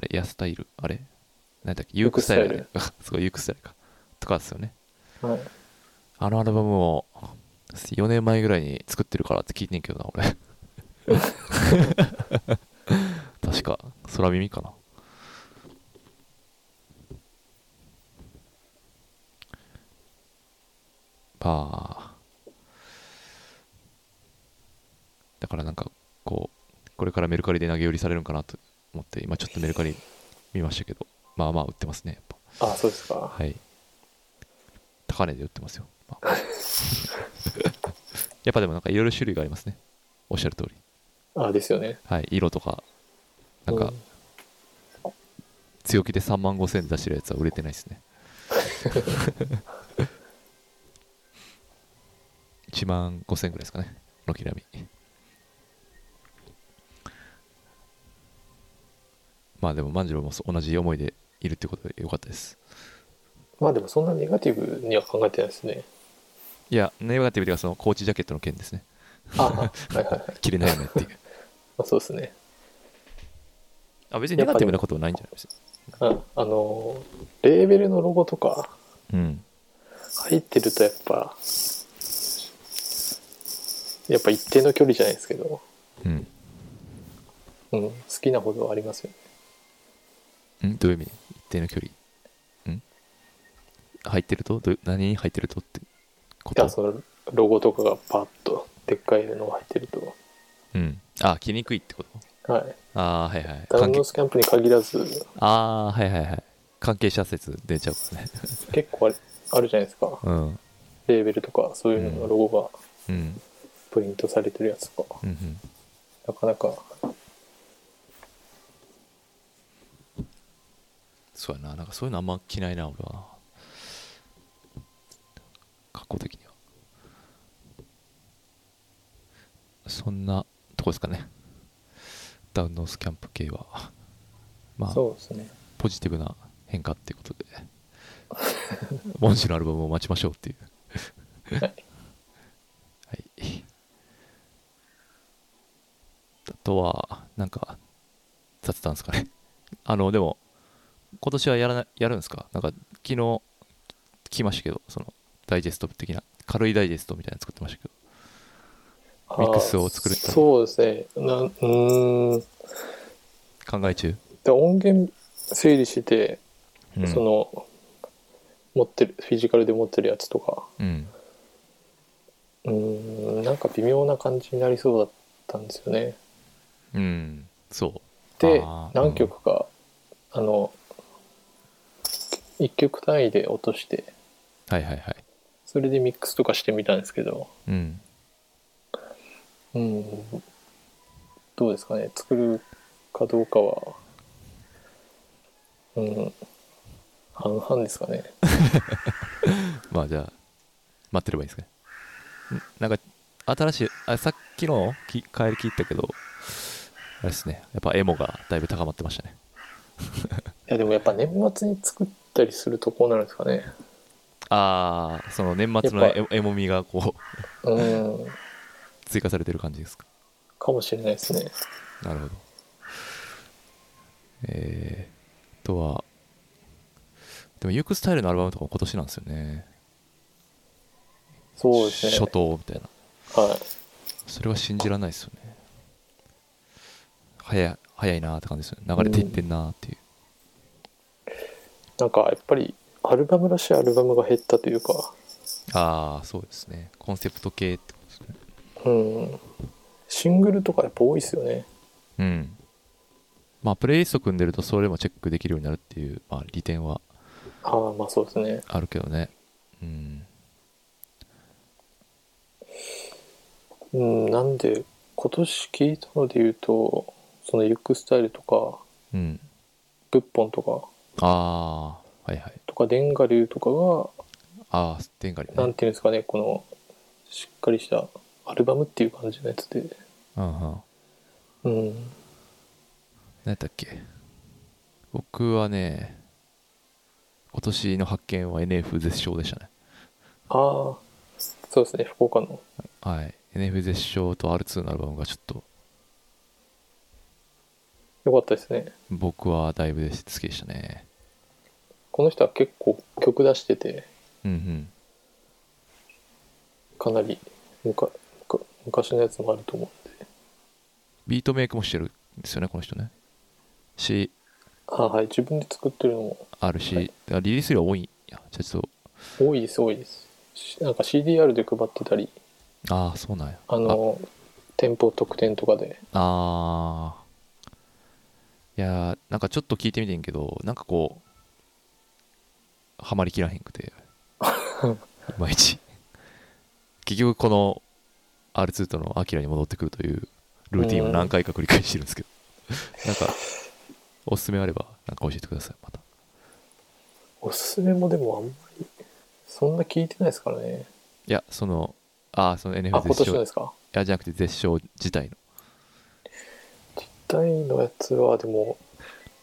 Speaker 2: れ安田いるあれなんだっけユークスタイルだ ねすごいユークスタイルかとかですよね
Speaker 3: はい、
Speaker 2: あのアルバムを4年前ぐらいに作ってるからって聞いてんけどな俺確か空耳かなまあだからなんかこうこれからメルカリで投げ売りされるんかなと思って今ちょっとメルカリ見ましたけどまあまあ売ってますねやっぱ
Speaker 3: あそうですか
Speaker 2: はい。高値で売ってますよ。まあ やっぱでもなんかいろいろ種類がありますね。おっしゃる通り。
Speaker 3: あですよね
Speaker 2: はい。色とか、なんか
Speaker 3: うん
Speaker 2: 強気で3万5千円で出してるやつは売れてない ですね。1万5千円ぐらいですかね。軒並み。まあでも万次郎もそう同じ思いでいるってことでよかったです。
Speaker 3: まあでもそんなネガティブには考えてないですね
Speaker 2: いや、ネガティブというかそのコーチジャケットの件ですね。
Speaker 3: あはいはいはい、ま
Speaker 2: 切れないよねっていう。
Speaker 3: あ、そうですね
Speaker 2: あ別にネガティブなことはないんじゃないですか。
Speaker 3: うんあのレーベルのロゴとか
Speaker 2: うん。
Speaker 3: 入ってるとやっぱやっぱ一定の距離じゃないですけど
Speaker 2: うん。
Speaker 3: うん、好きなほどありますよね。
Speaker 2: んどういう意味一定の距離ん入ってるとどう何に入ってるとってこ
Speaker 3: い
Speaker 2: と
Speaker 3: やそのロゴとかがパッとでっかいのが入ってると。
Speaker 2: うん、あ切りにくいってこと
Speaker 3: はい。
Speaker 2: ああーはいはい
Speaker 3: ダウ
Speaker 2: 関
Speaker 3: ンロ
Speaker 2: 係
Speaker 3: ードスキャンプに限らず、
Speaker 2: ああはいはいはい関係者説出ちゃうことね
Speaker 3: 結構あるあるじゃないですか。
Speaker 2: うん
Speaker 3: レーベルとか、そういうののロゴが
Speaker 2: うん
Speaker 3: プリントされてるやつとか、
Speaker 2: うんうん
Speaker 3: なかなか、
Speaker 2: そうやななんかそういうのあんま嫌いな俺は格好的にはそんなとこですかねダウンノースキャンプ系はまあ
Speaker 3: そうですね。
Speaker 2: ポジティブな変化っていうことでモンシュのアルバムを待ちましょうっていう
Speaker 3: はい
Speaker 2: はいあとはなんか雑談ですかねあのでも今年はやらなやるんですかなんか昨日聞きましたけどそのダイジェスト的な軽いダイジェストみたいなの作ってましたけど
Speaker 3: あ
Speaker 2: ミックスを作るって
Speaker 3: そうですね。なうーん。
Speaker 2: 考え中、
Speaker 3: で音源整理してて、
Speaker 2: うん、
Speaker 3: その、持ってる、フィジカルで持ってるやつとか、
Speaker 2: うん
Speaker 3: うーん、なんか微妙な感じになりそうだったんですよね。
Speaker 2: うんそう
Speaker 3: で
Speaker 2: あー
Speaker 3: 何曲か、あの1曲単位で落として
Speaker 2: はいはいはい
Speaker 3: それでミックスとかしてみたんですけど
Speaker 2: うん
Speaker 3: うんどうですかね作るかどうかはうん半々ですかね
Speaker 2: まあじゃあ、待ってればいいんですかね。んなんか、新しい、あさっきのき帰り聞いたけど、あれですね、やっぱエモがだいぶ高まってましたね。
Speaker 3: いやでもやっぱ年末に作ったりするとこうなるんですかね
Speaker 2: ああ、その年末の
Speaker 3: やっぱ
Speaker 2: エエモみがこう、
Speaker 3: うん
Speaker 2: 追加されてる感じですか。
Speaker 3: かもしれないですね
Speaker 2: なるほど。えー、あとは、でも、ユークスタイルのアルバムとかも今年なんですよね。
Speaker 3: そうですね
Speaker 2: 初頭みたいな。
Speaker 3: はい
Speaker 2: それは信じられないですよね。早い、早いなーって感じですよね。流れていってんなーっていう。
Speaker 3: なんかやっぱりアルバムらしいアルバムが減ったというか
Speaker 2: ああそうですねコンセプト系ってことですね
Speaker 3: うんシングルとかやっぱ多いですよね
Speaker 2: うんまあプレイリスト組んでるとそれもチェックできるようになるっていう、まあ、利点は
Speaker 3: ああまあそうですね
Speaker 2: あるけどねうん
Speaker 3: うんなんで今年聞いたので言うとそのユックスタイルとか
Speaker 2: うん
Speaker 3: ブッポンとか
Speaker 2: ああはいはい
Speaker 3: とかデンガリューとか
Speaker 2: ああステンガリ
Speaker 3: がなん
Speaker 2: ね
Speaker 3: ていうんですかねこのしっかりしたアルバムっていう感じのやつで
Speaker 2: うんうん何
Speaker 3: うん
Speaker 2: やったっけ僕はね今年の発見は NF 絶唱でしたね
Speaker 3: ああそうですね福岡の
Speaker 2: はい NF 絶唱と R2 のアルバムがちょっと
Speaker 3: 良かったですね
Speaker 2: 僕はだいぶ好きでしたね
Speaker 3: この人は結構曲出してて
Speaker 2: うんうん
Speaker 3: かなりむかむか昔のやつもあると思うんで
Speaker 2: ビートメイクもしてるんですよねこの人ねし
Speaker 3: ああはい自分で作ってるのも
Speaker 2: あるし、
Speaker 3: は
Speaker 2: だからリリース量多いんやじゃあちょっ
Speaker 3: 多いです多いですしなんか CDR で配ってたり
Speaker 2: とああそうなんや
Speaker 3: あの店舗特典とかで
Speaker 2: ああーいやーなんかちょっと聞いてみてんけどなんかこうハマりきらへんく ていまいち結局この R2 とのアキラに戻ってくるというルーティンを何回か繰り返してるんですけど なんかおすすめあればなんか教えてくださいまた
Speaker 3: おすすめもでもあんまりそんな聞いてないですからね
Speaker 2: いやそのああその
Speaker 3: あ
Speaker 2: NF
Speaker 3: 今
Speaker 2: 絶
Speaker 3: 年の
Speaker 2: 唱
Speaker 3: で
Speaker 2: い
Speaker 3: すか
Speaker 2: やじゃなくて絶唱自体の
Speaker 3: 大のやつはでも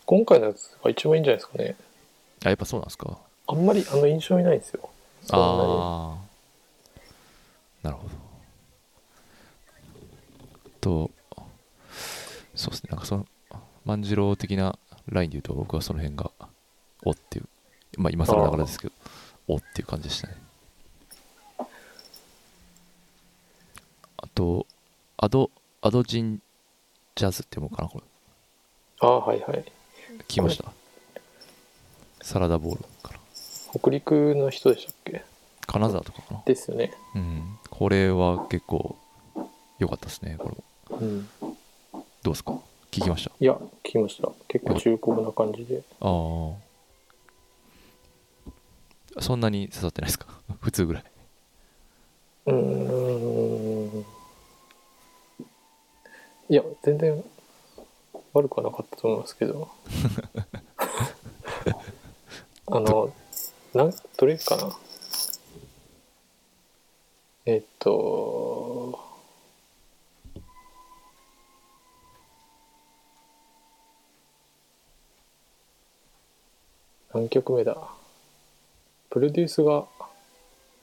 Speaker 3: 今回のやつが一番いいんじゃないですかね
Speaker 2: あやっぱそうなんですか
Speaker 3: あんまりあの印象にないんですよそんなに
Speaker 2: ああーなるほどとそうですねなんかその万次郎的なラインで言うと僕はその辺がおっていうまあ今更ながらですけどおっていう感じでしたねあとアドアドジンジャズって読むかなこれ
Speaker 3: ああはいはい
Speaker 2: 聞きましたサラダボールから
Speaker 3: 北陸の人でしたっけ
Speaker 2: 金沢とかかな
Speaker 3: ですよね
Speaker 2: うんこれは結構良かったですねこれも
Speaker 3: うん
Speaker 2: どうですか聞きました
Speaker 3: いや聞きました結構中古な感じで
Speaker 2: ああそんなに刺さってないですか 普通ぐらいう
Speaker 3: ーんいや全然悪くはなかったと思いますけどあのなんどれかなえっと何曲目だプロデュースが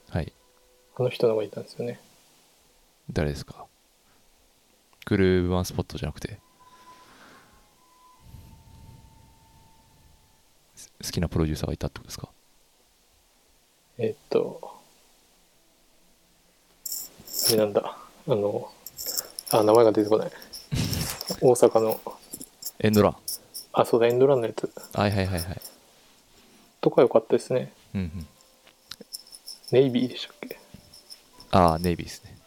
Speaker 2: はい
Speaker 3: あの人の方がいたんですよね
Speaker 2: 誰ですかグルーヴワンスポットじゃなくてす好きなプロデューサーがいたってことですか
Speaker 3: えーっと、あれなんだ、あの、あ、名前が出て こない。大阪の、
Speaker 2: エンドラン
Speaker 3: あ、そうだ、エンドランのやつ
Speaker 2: はいはいはいはい
Speaker 3: とか良かったですね。
Speaker 2: うんうん
Speaker 3: ネイビーでしたっけ
Speaker 2: ああネイビーですね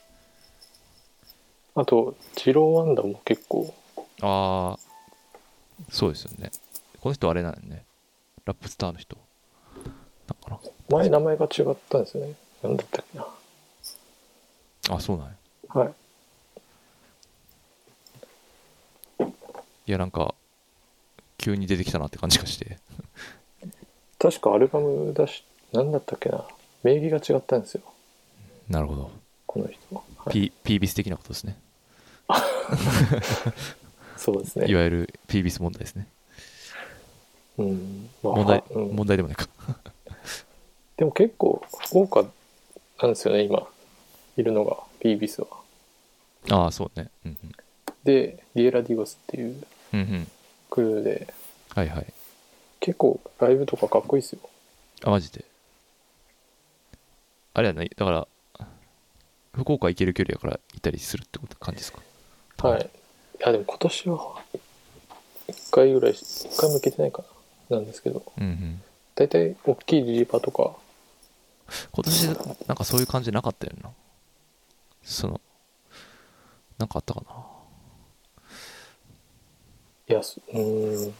Speaker 3: あと、ジローワンダも結構、
Speaker 2: ああそうですよねこの人あれなんよねラップスターの人なんか
Speaker 3: 前名前が違ったんですよね。なんだったっけな。
Speaker 2: なあそうなんや
Speaker 3: はい。
Speaker 2: いやなんか急に出てきたなって感じがして
Speaker 3: 確かアルバム出し、なんだったっけな。名義が違ったんですよ、
Speaker 2: なるほど、
Speaker 3: この人は。はい、
Speaker 2: P、ピービス的なことですね
Speaker 3: そうです
Speaker 2: い
Speaker 3: ね。
Speaker 2: わゆるピービス問題ですね
Speaker 3: うん。まあ
Speaker 2: 問題
Speaker 3: うん
Speaker 2: 問題でもないか
Speaker 3: でも結構福岡なんですよね今いるのがビービスは
Speaker 2: ああそうねうん
Speaker 3: でリエラ・ディゴスっていう
Speaker 2: うんうんうん
Speaker 3: クルーで
Speaker 2: はいはい
Speaker 3: 結構ライブとかかっこいいですよ
Speaker 2: あマジであれやないだから福岡行ける距離やから行ったりするってこと感じですか
Speaker 3: はいいやでも今年は1回ぐらい1回も行けてないかななんですけど
Speaker 2: うんうん
Speaker 3: 大体大きいリリパとか
Speaker 2: 今年なんかそういう感じなかったよなそのなんかあったかない
Speaker 3: やすうーん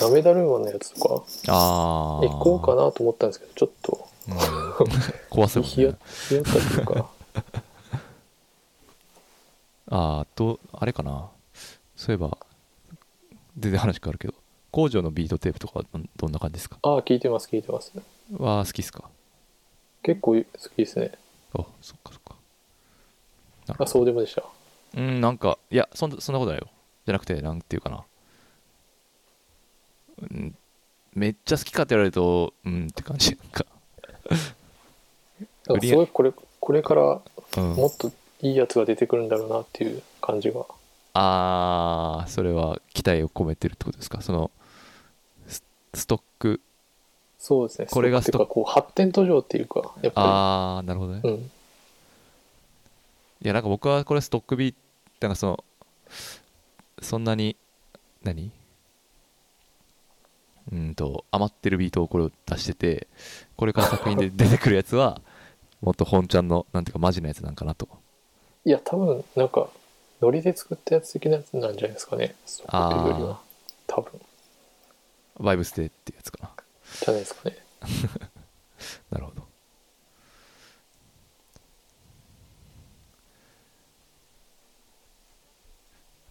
Speaker 3: ナメダルーマンのやつと
Speaker 2: あ
Speaker 3: か
Speaker 2: あ
Speaker 3: 行こうかなと思ったんですけどちょっと
Speaker 2: うん怖そう
Speaker 3: ひ
Speaker 2: もん
Speaker 3: や
Speaker 2: ね
Speaker 3: ひやったとい うか
Speaker 2: ああとあれかなそういえば全然話変わるけど工場のビートテープとかはどんどんな感じですか
Speaker 3: ああ聞いてます聞いてます
Speaker 2: は好きっすか
Speaker 3: 結構好きですね
Speaker 2: あそっかそっかなるほど
Speaker 3: あそうでもでした
Speaker 2: うんなんかいやそんなそんなことないよじゃなくてなんていうかなうんめっちゃ好きかって言われるとうんって感じなんか
Speaker 3: なんかすごいこれこれから
Speaker 2: うん
Speaker 3: もっといいやつが出てくるんだろうなっていう感じが
Speaker 2: ああそれは期待を込めてるってことですかそのスストック
Speaker 3: そうですね
Speaker 2: これがス
Speaker 3: そう
Speaker 2: ト
Speaker 3: っていうかこう発展途上っていうかやっぱ
Speaker 2: ああなるほどね、
Speaker 3: り
Speaker 2: い
Speaker 3: うん
Speaker 2: やなんか僕はこれストックビーなんかそのそんなに何うんと余ってるビートをこれを出しててこれから作品で出てくるやつはもっと本ちゃんのなんていうかマジなやつなんかなと
Speaker 3: いや多分なんかノリで作ったやつ的なやつなんじゃないですかねそこっていうよりは
Speaker 2: あ
Speaker 3: 多分
Speaker 2: バイブステってやつかな
Speaker 3: じゃないですかね
Speaker 2: なるほど。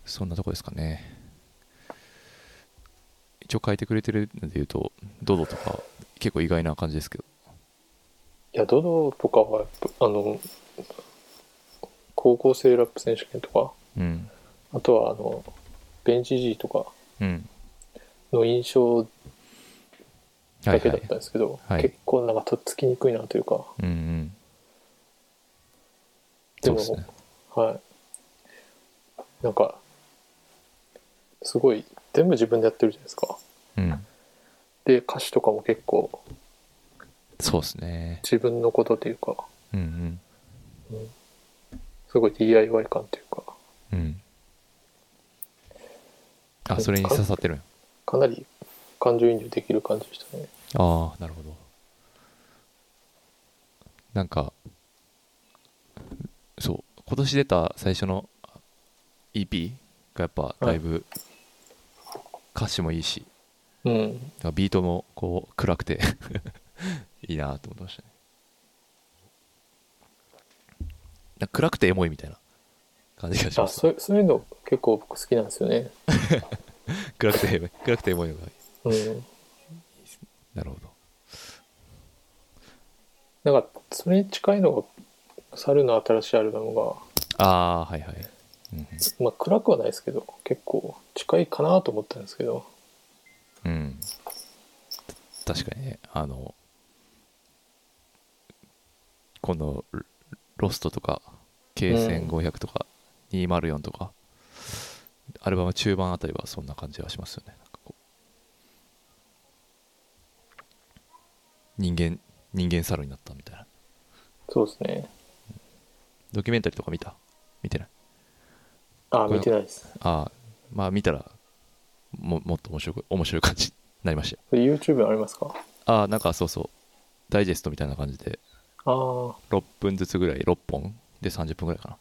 Speaker 2: そんなとこですかね。一応書いてくれてるので言うと、ドドとか結構意外な感じですけど。
Speaker 3: いやドドとかはやっぱあの高校生ラップ選手権とか
Speaker 2: うん。
Speaker 3: あとはあのベンチ G とか
Speaker 2: うん。
Speaker 3: の印象
Speaker 2: はい
Speaker 3: だ
Speaker 2: は
Speaker 3: けだっ
Speaker 2: い
Speaker 3: たん。ですけど、
Speaker 2: はい
Speaker 3: 結構なんかとっつきにくいなというか
Speaker 2: うんうん。
Speaker 3: で
Speaker 2: そう
Speaker 3: も
Speaker 2: ですね。
Speaker 3: はい。なんか、すごい、全部自分でやってるじゃないですか。
Speaker 2: うん。
Speaker 3: で、歌詞とかも結構
Speaker 2: そうですね。
Speaker 3: 自分のことというか、
Speaker 2: うん
Speaker 3: すごい DIY 感というか、
Speaker 2: うん。うん。あそれに刺さってるんや
Speaker 3: かなり感情移入できる感じでしたね
Speaker 2: ああなるほどなんかそう今年出た最初の EP がやっぱだいぶ歌詞もいいし、
Speaker 3: うん
Speaker 2: なんかビートもこう暗くて いいなと思ってましたねなんか暗くてエモいみたいな感じがしま
Speaker 3: あ
Speaker 2: す
Speaker 3: そうそういうの結構僕好きなんですよね
Speaker 2: 暗くてエモい暗くてエモいのがいい
Speaker 3: うん
Speaker 2: なるほど
Speaker 3: なんかそれに近いのが猿の新しいアルバムが、
Speaker 2: ああーはいはい、うん
Speaker 3: まあ、暗くはないですけど結構近いかなと思ったんですけど
Speaker 2: うん、た確かにねあのこのロロストとか K1500 とか204とか、アルバム中盤あたりはそんな感じはしますよねなんかこう人間人間猿になったみたいな
Speaker 3: そうですね
Speaker 2: ドキュメンタリーとか見た見てない
Speaker 3: あ
Speaker 2: これ
Speaker 3: 見てないです
Speaker 2: ああまあ見たらももっと面白く面白い感じになりましたよ
Speaker 3: それ YouTube にありますか
Speaker 2: ああなんかそうそうダイジェストみたいな感じで
Speaker 3: ああ
Speaker 2: 6分ずつぐらい6本で30分ぐらいかな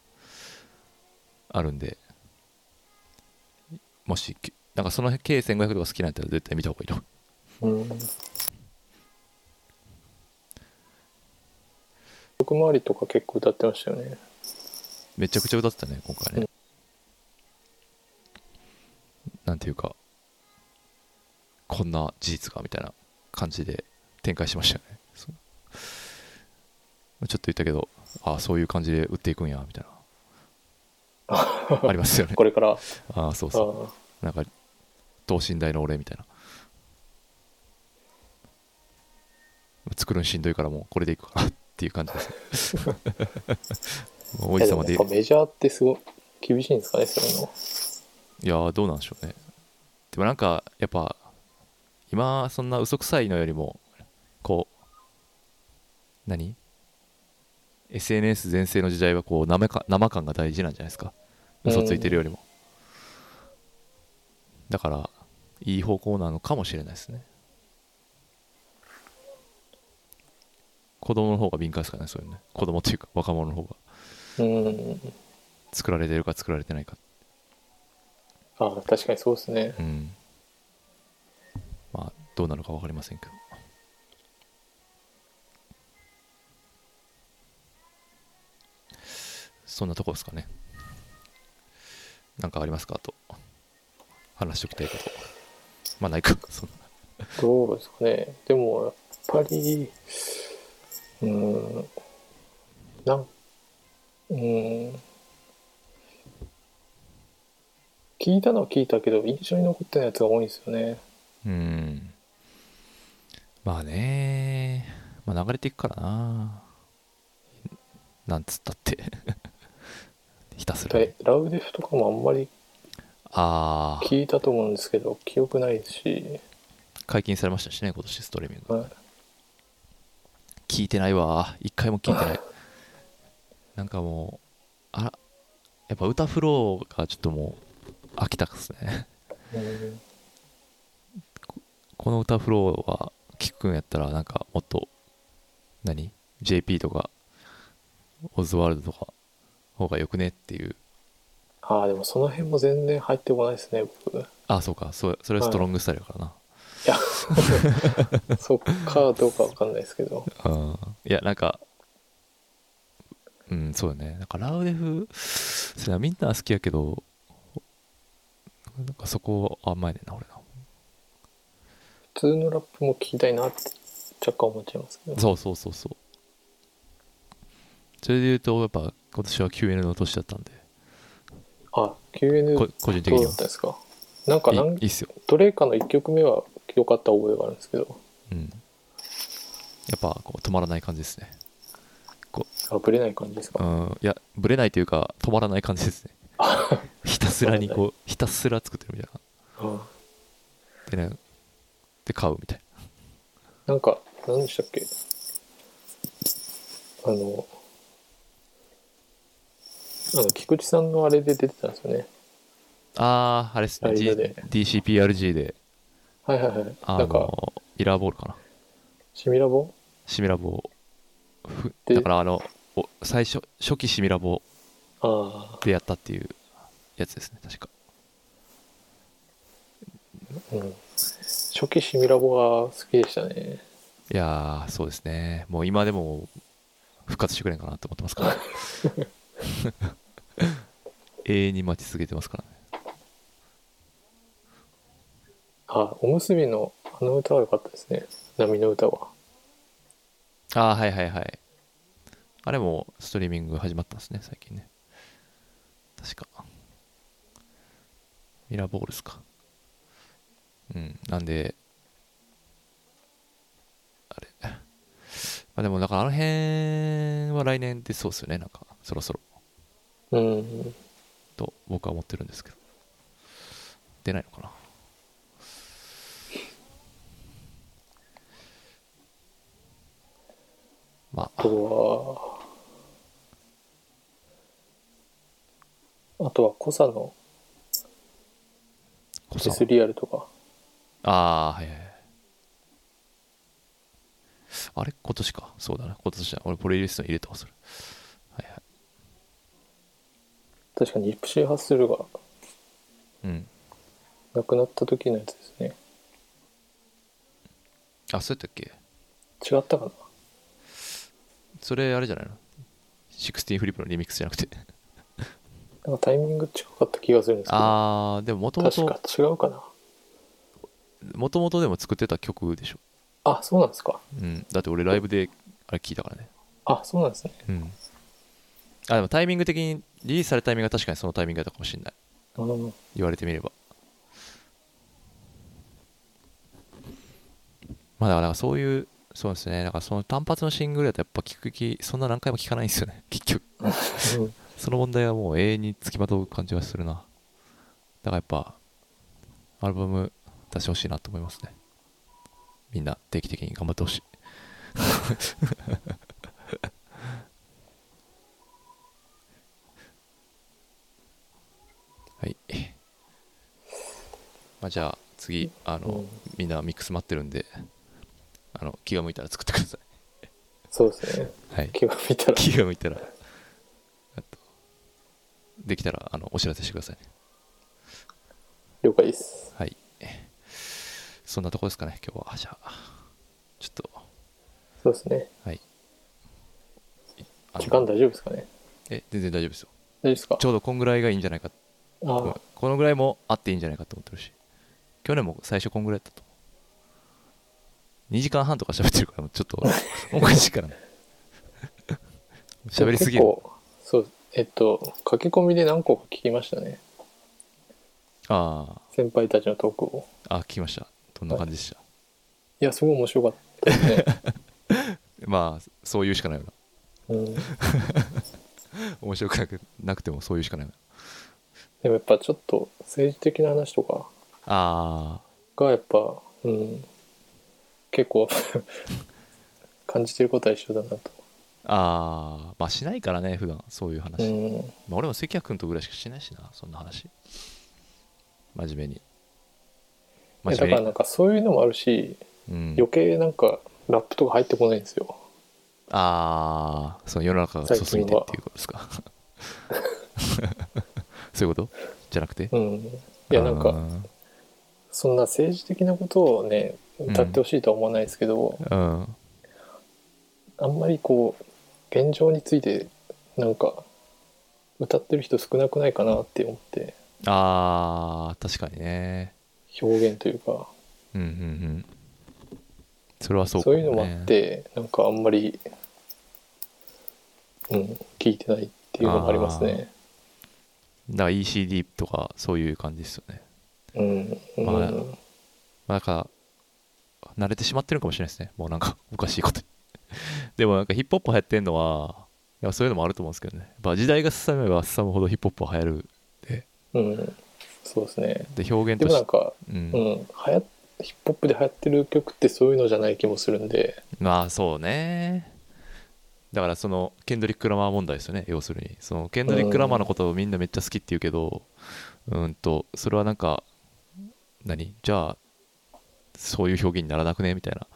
Speaker 2: あるんでもしきなんかその辺計1500とか好きなんだったら絶対見た方がいいと思う
Speaker 3: うん僕周りとか結構歌ってましたよね
Speaker 2: めちゃくちゃ歌ってたね今回ねなんていうかこんな事実がみたいな感じで展開しましたよねそうちょっと言ったけどああそういう感じで売っていくんやみたいなありますよね
Speaker 3: これからあ
Speaker 2: ああそうそう
Speaker 3: ー
Speaker 2: なんか等身大の俺みたいな作るのしんどいからもうこれでいくかなっていう感じです もう王
Speaker 3: いや
Speaker 2: 子様
Speaker 3: でも
Speaker 2: でい
Speaker 3: やっぱメジャーってすごい厳しいんですかねそういうの
Speaker 2: やーどうなんでしょうねでもなんかやっぱ今そんな嘘くさいのよりもこう何 SNS 全盛の時代はこう生か生感が大事なんじゃないですか
Speaker 3: うん
Speaker 2: 嘘ついてるよりも、だからいい方向なのかもしれないですね子供の方が敏感ですからねそういうのね子供っていうか若者の方が
Speaker 3: うん
Speaker 2: 作られてるか作られてないか
Speaker 3: あー確かにそうですね
Speaker 2: うんまあどうなのか分かりませんけどそんなとこですかねなんかありますかあと話しておきたいことまあないかそんな
Speaker 3: どうですかねでもやっぱりうんなんうん聞いたのは聞いたけど印象に残ってないやつが多いんですよね
Speaker 2: うんまあねまあ流れていくからななんつったって ひたすらね、
Speaker 3: でラウデフとかもあんまり
Speaker 2: ああ
Speaker 3: 聞いたと思うんですけど記憶ないし、
Speaker 2: 解禁されましたしね今年ストリーミング
Speaker 3: は
Speaker 2: 聞いてないわ一回も聞いてないなんかもうあらやっぱ歌フローがちょっともう飽きたっすね
Speaker 3: いうん
Speaker 2: この歌フローは聞くんやったらなんかもっと何 JP とかオズワルドとか方がよくねっていう
Speaker 3: ああでもその辺も全然入ってこないですね僕
Speaker 2: あそうかそうそれはストロングスタイルやからな、
Speaker 3: そっかどうかわかんないですけど
Speaker 2: うんいやなんかうんそうだねなんかラウデフそれはみんな好きやけどなんかそこは甘いねんな俺な
Speaker 3: 普通のラップも聞きたいなって若干思っちゃいますけど
Speaker 2: そうそうそうそうそれで言うとやっぱ今年は QN の年だったんで
Speaker 3: あ QN
Speaker 2: こ個人的
Speaker 3: どう
Speaker 2: に
Speaker 3: だ
Speaker 2: は
Speaker 3: ったんですかなんかなん
Speaker 2: いいいっすよ、
Speaker 3: どれかの1曲目は良かった覚えがあるんですけど
Speaker 2: うん、やっぱこう止まらない感じですね
Speaker 3: あぶれない感じです
Speaker 2: う
Speaker 3: か、
Speaker 2: んいやぶれないというか止まらない感じ ですねひたすらにこうひたすら作ってるみたい
Speaker 3: うん
Speaker 2: なでねで買うみたいな
Speaker 3: なんか何でしたっけあのあの菊池さんのあれで出てたんですよね
Speaker 2: ああ、あれですね、G
Speaker 3: 間で
Speaker 2: DCPRG で、
Speaker 3: はいはいはい。
Speaker 2: あ
Speaker 3: なんか、
Speaker 2: の、ミラーボールかな。
Speaker 3: シミラボ
Speaker 2: シミラボをふ
Speaker 3: で
Speaker 2: だからあの、お最初、初期シミラボ
Speaker 3: あ
Speaker 2: でやったっていうやつですね、確か。
Speaker 3: あ、うん。初期シミラボが好きでしたね。
Speaker 2: いやー、そうですね。もう今でも復活してくれんかなと思ってますから。 永遠に待ち続けてますからね。
Speaker 3: あ、おむすびのあの歌は良かったですね。波の歌は。
Speaker 2: ああ、はいはいはい。あれもストリーミング始まったんですね、最近ね。確か。ミラーボールですか。うん、なんで、あれ。まあでも、だからあの辺は来年でそうですよね、なんか、そろそろ。
Speaker 3: うん。
Speaker 2: と僕は思ってるんですけど出ないのかなま
Speaker 3: あ
Speaker 2: あ
Speaker 3: とは、あとは、コサの
Speaker 2: こそ
Speaker 3: デスリアルとか。
Speaker 2: ああはいはいはいあれ今年かそうだな今年だ俺プレイリストに入れたわそれはいはい
Speaker 3: 確かに、リプシーハッスルが
Speaker 2: うん
Speaker 3: 亡くなった時のやつですね。
Speaker 2: あそうやったっけ
Speaker 3: 違ったかな
Speaker 2: それあれじゃないの16フリップのリミックスじゃなく て
Speaker 3: なんかタイミング違かった気がするんですけど。
Speaker 2: ああでももとも
Speaker 3: 確
Speaker 2: と
Speaker 3: か違うかな。
Speaker 2: もともとでも作ってた曲でしょ
Speaker 3: あ、そうなんですか。
Speaker 2: うん、だって俺ライブであれ聞いたからね。
Speaker 3: あ、そうなんですね。
Speaker 2: うん。あ、でもタイミング的に、リリースされたタイミングが確かにそのタイミングだったかもしれない。
Speaker 3: うん。
Speaker 2: 言われてみれば。まあだからなんかそういう、そうですね。なんかその単発のシングルだとやっぱ聞く気、そんな何回も聞かないんですよね。 結局。その問題はもう永遠につきまとう感じがするな。だからやっぱ、アルバム出してほしいなと思いますね。みんな定期的に頑張ってほしい。 はい。まあじゃあ次、あ
Speaker 3: う
Speaker 2: の
Speaker 3: ん、
Speaker 2: みんなミックス待ってるんで、あの、気が向いたら作ってくださ
Speaker 3: そうですね。
Speaker 2: い。はい。
Speaker 3: 気が見たら。
Speaker 2: 気が向いたらあとできたらあのお知らせしてくださいね
Speaker 3: 了解です。
Speaker 2: はいそんなとこですかね今日はじゃあちょっと
Speaker 3: そうですね。
Speaker 2: はいあの
Speaker 3: 時間大丈夫ですかね。
Speaker 2: え全然大丈夫ですよ
Speaker 3: 大丈夫ですか
Speaker 2: ちょうどこんぐらいがいいんじゃないかごめん
Speaker 3: あ
Speaker 2: このぐらいもあっていいんじゃないかと思ってるし去年も最初こんぐらいだったと2時間半とか喋ってるからもうちょっ とおかしいからね喋りすぎる
Speaker 3: 結構そう、えっと、駆け込みで何個か聞きましたね。
Speaker 2: あ
Speaker 3: 先輩たちのトークを。
Speaker 2: ーあ聞きましたどんな感じでした、
Speaker 3: いや、すごい面白かったです ね。
Speaker 2: まあそういうしかないよな
Speaker 3: うん、で
Speaker 2: 面白くなくなくてもそういうしかない
Speaker 3: もやっぱちょっと政治的な話とか
Speaker 2: あ
Speaker 3: がやっぱ、うん、結構 感じてることは一緒だなと。
Speaker 2: あああまあしないからね普段そういう話、
Speaker 3: うん、
Speaker 2: まあ、俺も関谷君とぐらいしかしないしなそんな話真面目に
Speaker 3: えだからなんかそういうのもあるし、
Speaker 2: うん、
Speaker 3: 余計なんかラップとか入ってこないんですよ。
Speaker 2: ああその世の中が遅すぎてっていうことです かそういうことじゃなくて
Speaker 3: うん、いやなんか
Speaker 2: う
Speaker 3: そんな政治的なことをね
Speaker 2: ん
Speaker 3: 歌ってほしいとは思わないですけど、
Speaker 2: んうん
Speaker 3: あんまりこう現状についてなんか歌ってる人少なくないかなって思って
Speaker 2: ああ確かにね
Speaker 3: 表現というか
Speaker 2: うんうんうんそれはそ
Speaker 3: そうう,、
Speaker 2: かも
Speaker 3: いうのもあってなんかあんまり、うん、聞いてないっていうのもありますね。
Speaker 2: だから ECD とかそういう感じですよね
Speaker 3: うん、うん
Speaker 2: まあまあ、なんか、慣れてしまってるかもしれないですね。もうなんか、 おかしいことに。でもなんか、ヒップホップ流行ってんのは、いやそういうのもあると思うんですけどね。やっぱ時代が進めば進むほどヒップホップは流行る。
Speaker 3: うん、そうですね。
Speaker 2: で、表現
Speaker 3: で
Speaker 2: と
Speaker 3: もな
Speaker 2: し
Speaker 3: ん
Speaker 2: て、
Speaker 3: か、
Speaker 2: う。
Speaker 3: うんん、流行ヒップホップで流行ってる曲ってそういうのじゃない気もするんで、
Speaker 2: まあ、そうね。だからそのケンドリック・ラマー問題ですよね要するにそのケンドリック・ラマーのことをみんなめっちゃ好きって言うけどうんとそれはなんか何じゃあそういう表現にならなくねみたいな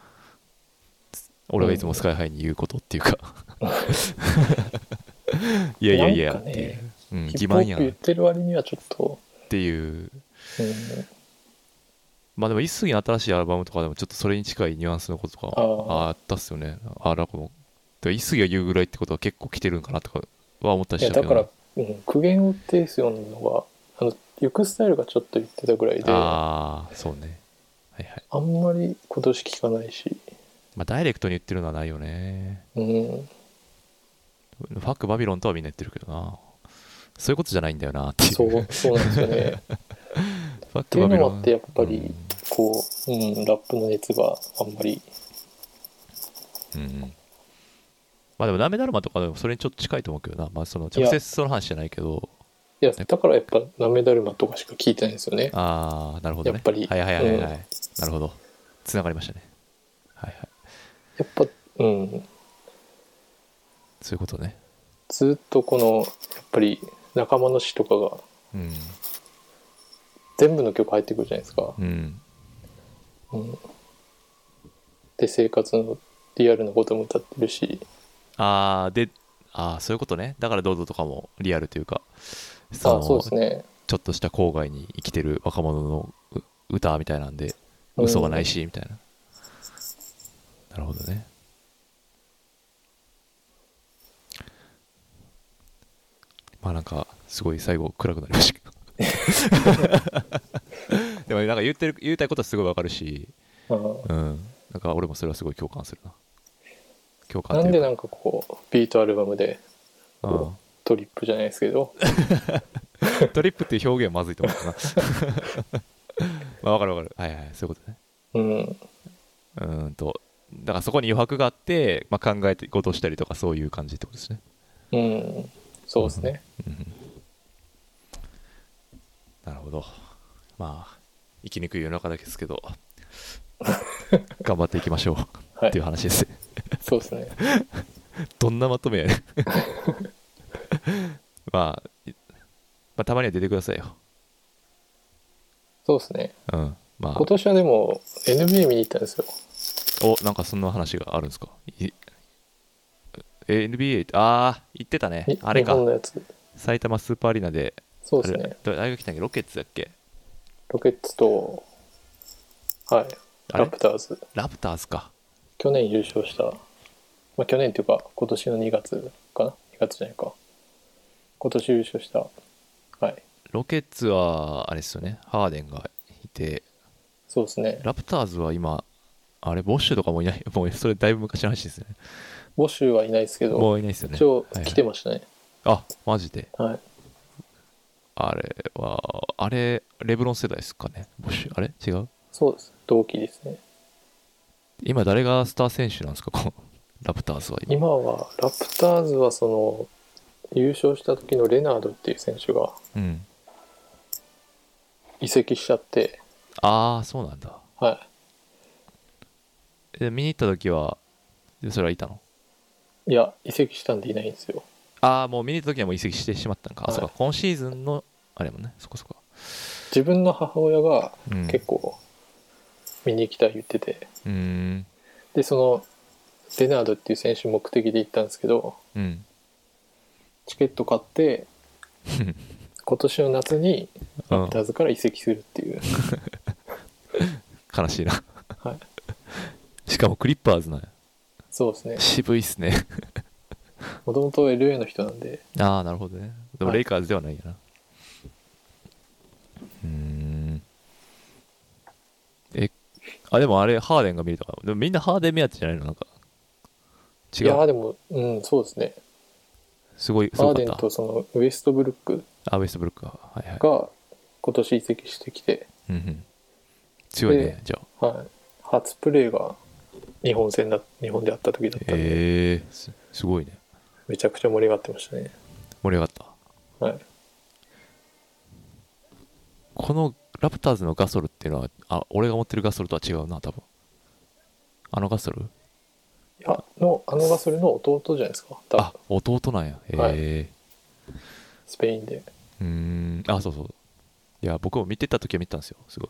Speaker 2: 俺はいつもスカイハイに言うことっていうか いやいやいや
Speaker 3: なんか
Speaker 2: っ
Speaker 3: ね
Speaker 2: ていう、うん、
Speaker 3: ヒ
Speaker 2: 欺
Speaker 3: ップホ
Speaker 2: 瞞
Speaker 3: ッ
Speaker 2: や
Speaker 3: プ
Speaker 2: んっ
Speaker 3: 言ってる割にはちょっと、
Speaker 2: ていう
Speaker 3: うん、
Speaker 2: まあでも一杉の新しいアルバムとかでもちょっとそれに近いニュアンスのこととか
Speaker 3: あー
Speaker 2: あったっすよねあらこもで一杉が言うぐらいってことは結構来てるんかなとかは思ったり
Speaker 3: い
Speaker 2: し
Speaker 3: や
Speaker 2: たけ
Speaker 3: だ
Speaker 2: ど
Speaker 3: から、うん、苦言を呈すようなのはあの行くスタイルがちょっと言ってたぐらいであ
Speaker 2: ああそうねはいはい
Speaker 3: んまり今年聞かないし、
Speaker 2: まあダイレクトに言ってるのはないよね
Speaker 3: うん、
Speaker 2: ファックバビロンとはみんな言ってるけどなそういうことじゃないんだよなっていう
Speaker 3: そ
Speaker 2: フ
Speaker 3: うそうなんですよね
Speaker 2: ァッ
Speaker 3: って
Speaker 2: ク
Speaker 3: いう
Speaker 2: バビ
Speaker 3: の
Speaker 2: ロ
Speaker 3: もあ
Speaker 2: ン
Speaker 3: ってやっぱり、
Speaker 2: うん
Speaker 3: こう、うん、ラップの熱があんまり
Speaker 2: うんうんまあでもダメだるまとかでもそれにちょっと近いと思うけどなまあその直接その話じゃないけど
Speaker 3: いやだからやっぱ「なめだるま」とかしか聞いてないんですよね
Speaker 2: ああなるほどね
Speaker 3: やっぱり
Speaker 2: はいはいはいはい、はい
Speaker 3: うん
Speaker 2: なるほどつながりましたねはいはい
Speaker 3: やっぱうん
Speaker 2: そういうことね
Speaker 3: ずっとこのやっぱり仲間の死とかが
Speaker 2: うん
Speaker 3: 全部の曲入ってくるじゃないですか、
Speaker 2: うん
Speaker 3: うん、で生活のリアルなことも歌ってるし
Speaker 2: ああでああそういうことねだから堂々とかもリアルというかそ
Speaker 3: あ
Speaker 2: の
Speaker 3: そうですね
Speaker 2: ちょっとした郊外に生きてる若者のう歌みたいなんで
Speaker 3: うん
Speaker 2: 嘘がないしみたいな、なるほどねまあなんかすごい最後暗くなりましたけど でもなんか言ってる言いたいことはすごいわかるし
Speaker 3: あ
Speaker 2: うんなんか俺もそれはすごい共感するな共感
Speaker 3: な
Speaker 2: と
Speaker 3: ん
Speaker 2: い
Speaker 3: で
Speaker 2: うか
Speaker 3: なんかこうビートアルバムで
Speaker 2: うん
Speaker 3: トリップじゃないですけ ど
Speaker 2: トリップっていう表現はまずいと思うかな まあわかるわかるはいはいそういうことね
Speaker 3: うん
Speaker 2: うーんとだからそこに余白があって、まあ、考えてことしたりとかそういう感じってことですね、
Speaker 3: うんそうですね
Speaker 2: うん、なるほどまあ生きにくい世の中です けど頑張っていきましょう
Speaker 3: は
Speaker 2: ってい
Speaker 3: いう
Speaker 2: 話ですね
Speaker 3: そうですね
Speaker 2: どんなまとめや ねまあいまあたまには出てくださいよ、
Speaker 3: そうですね
Speaker 2: うんまあ
Speaker 3: 今、年はでも NBA 見に行ったんですよ
Speaker 2: おなんかそんな話があるんですかいえ NBA ああ言ってたね
Speaker 3: に
Speaker 2: あれ
Speaker 3: 日本
Speaker 2: か
Speaker 3: のやつ
Speaker 2: 埼玉スーパーアリーナで
Speaker 3: そうです
Speaker 2: あれ
Speaker 3: ね
Speaker 2: どれあれが来たんやっけロケッツだっけ
Speaker 3: ロケッツとはい
Speaker 2: あれ
Speaker 3: ラプターズ
Speaker 2: ラプターズか。
Speaker 3: 去年優勝した、まあ、去年というか今年の2月かな2月じゃないか今年優勝したはい
Speaker 2: ロケッツは、あれですよね、ハーデンがいて、
Speaker 3: そうですね
Speaker 2: ラプターズは今、あれ、ボッシュとかもい ない、もうそれだいぶ昔の話ですね。
Speaker 3: ボッシュはいないですけ
Speaker 2: も
Speaker 3: ど
Speaker 2: ういないですよね
Speaker 3: 一。応
Speaker 2: はいはい
Speaker 3: 来てましたね
Speaker 2: あ、マジで。
Speaker 3: はい、
Speaker 2: あれは、あれ、レブロン世代ですかね、ボッシュ。あれ違う
Speaker 3: そうです同期ですね
Speaker 2: 今、誰がスター選手なんですか、このラプターズは今。
Speaker 3: 今はラプターズはその優勝した時のレナードっていう選手が
Speaker 2: うん。
Speaker 3: 移籍しちゃって
Speaker 2: ああ、そうなんだ。
Speaker 3: は
Speaker 2: で見に行った時は、でそれはいたの
Speaker 3: いいや移籍したんでいないんですよ
Speaker 2: ああ、もう見に行った時にはもう移籍してしまったのか。あ、
Speaker 3: はい
Speaker 2: そうか、今シーズンの、あれもんね、そこそこ。
Speaker 3: 自分の母親が
Speaker 2: うん
Speaker 3: 結構見に行きたい言ってて、
Speaker 2: うーん。
Speaker 3: でそのレナードっていう選手目的で行ったんですけど
Speaker 2: うん。
Speaker 3: チケット買って今年の夏に
Speaker 2: う
Speaker 3: ラ
Speaker 2: ん
Speaker 3: プターズから移籍するっ ていう、
Speaker 2: 悲しいな
Speaker 3: はい、
Speaker 2: しかもクリッパーズなんや
Speaker 3: そうですね
Speaker 2: 渋いっすね
Speaker 3: もともと LA の人なんで
Speaker 2: ああなるほどねでも
Speaker 3: はい
Speaker 2: レイカーズではないんやな、うーんえあでもあれハーデンが見れたからでもみんなハーデン目当てじゃないのなんか違
Speaker 3: いやー
Speaker 2: う
Speaker 3: でもうんそうですね
Speaker 2: すごいす
Speaker 3: ア
Speaker 2: ご
Speaker 3: ー
Speaker 2: か
Speaker 3: デ
Speaker 2: っ
Speaker 3: ン
Speaker 2: た
Speaker 3: とそのウエストブルック
Speaker 2: あウェストブルックかはいはい
Speaker 3: が今年移籍してきて、
Speaker 2: うんうん、強いね
Speaker 3: で
Speaker 2: じゃあ
Speaker 3: はい、初プレーが日本戦だ日本であった時だったんで、
Speaker 2: えー、すすごいね
Speaker 3: めちゃくちゃ盛り上がってましたね、
Speaker 2: 盛り上がった
Speaker 3: はい、
Speaker 2: このラプターズのガソルっていうのはあ俺が持ってるガソルとは違うな多分あのガソル
Speaker 3: いやのあのがそれの弟じゃないですか多分
Speaker 2: あ弟なんやへ
Speaker 3: はい
Speaker 2: え
Speaker 3: スペインで
Speaker 2: うーんあそうそういや僕も見てた時は見てたんですよすごい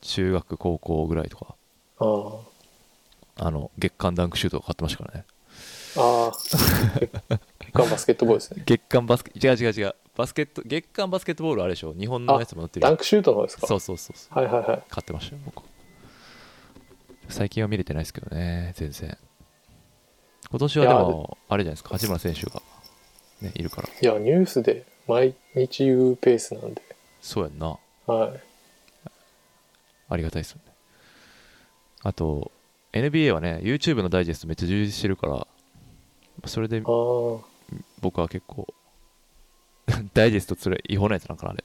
Speaker 2: 中学高校ぐらいとか
Speaker 3: ああ
Speaker 2: あの月間ダンクシュートを買ってましたからね
Speaker 3: あ あ結果バスケットボールですね
Speaker 2: 月間バスケ違う違う違うバスケット月間バスケットボールあれでしょ日本のやつも載ってる
Speaker 3: ダンクシュートの方ですか
Speaker 2: そうそうそうそう
Speaker 3: はいはいはい
Speaker 2: 買ってましたよ僕最近は見れてないですけどね全然今年はで
Speaker 3: いや
Speaker 2: もあれじゃないですか八村選手が、ね、いるから
Speaker 3: いやニュースで毎日言うペースなんで
Speaker 2: そうやんな
Speaker 3: はい
Speaker 2: ありがたいですよねあと NBA はね YouTube のダイジェストめっちゃ充実してるからそれで
Speaker 3: ああ
Speaker 2: 僕は結構 ダイジェストそれ違法なやつなんかなあれ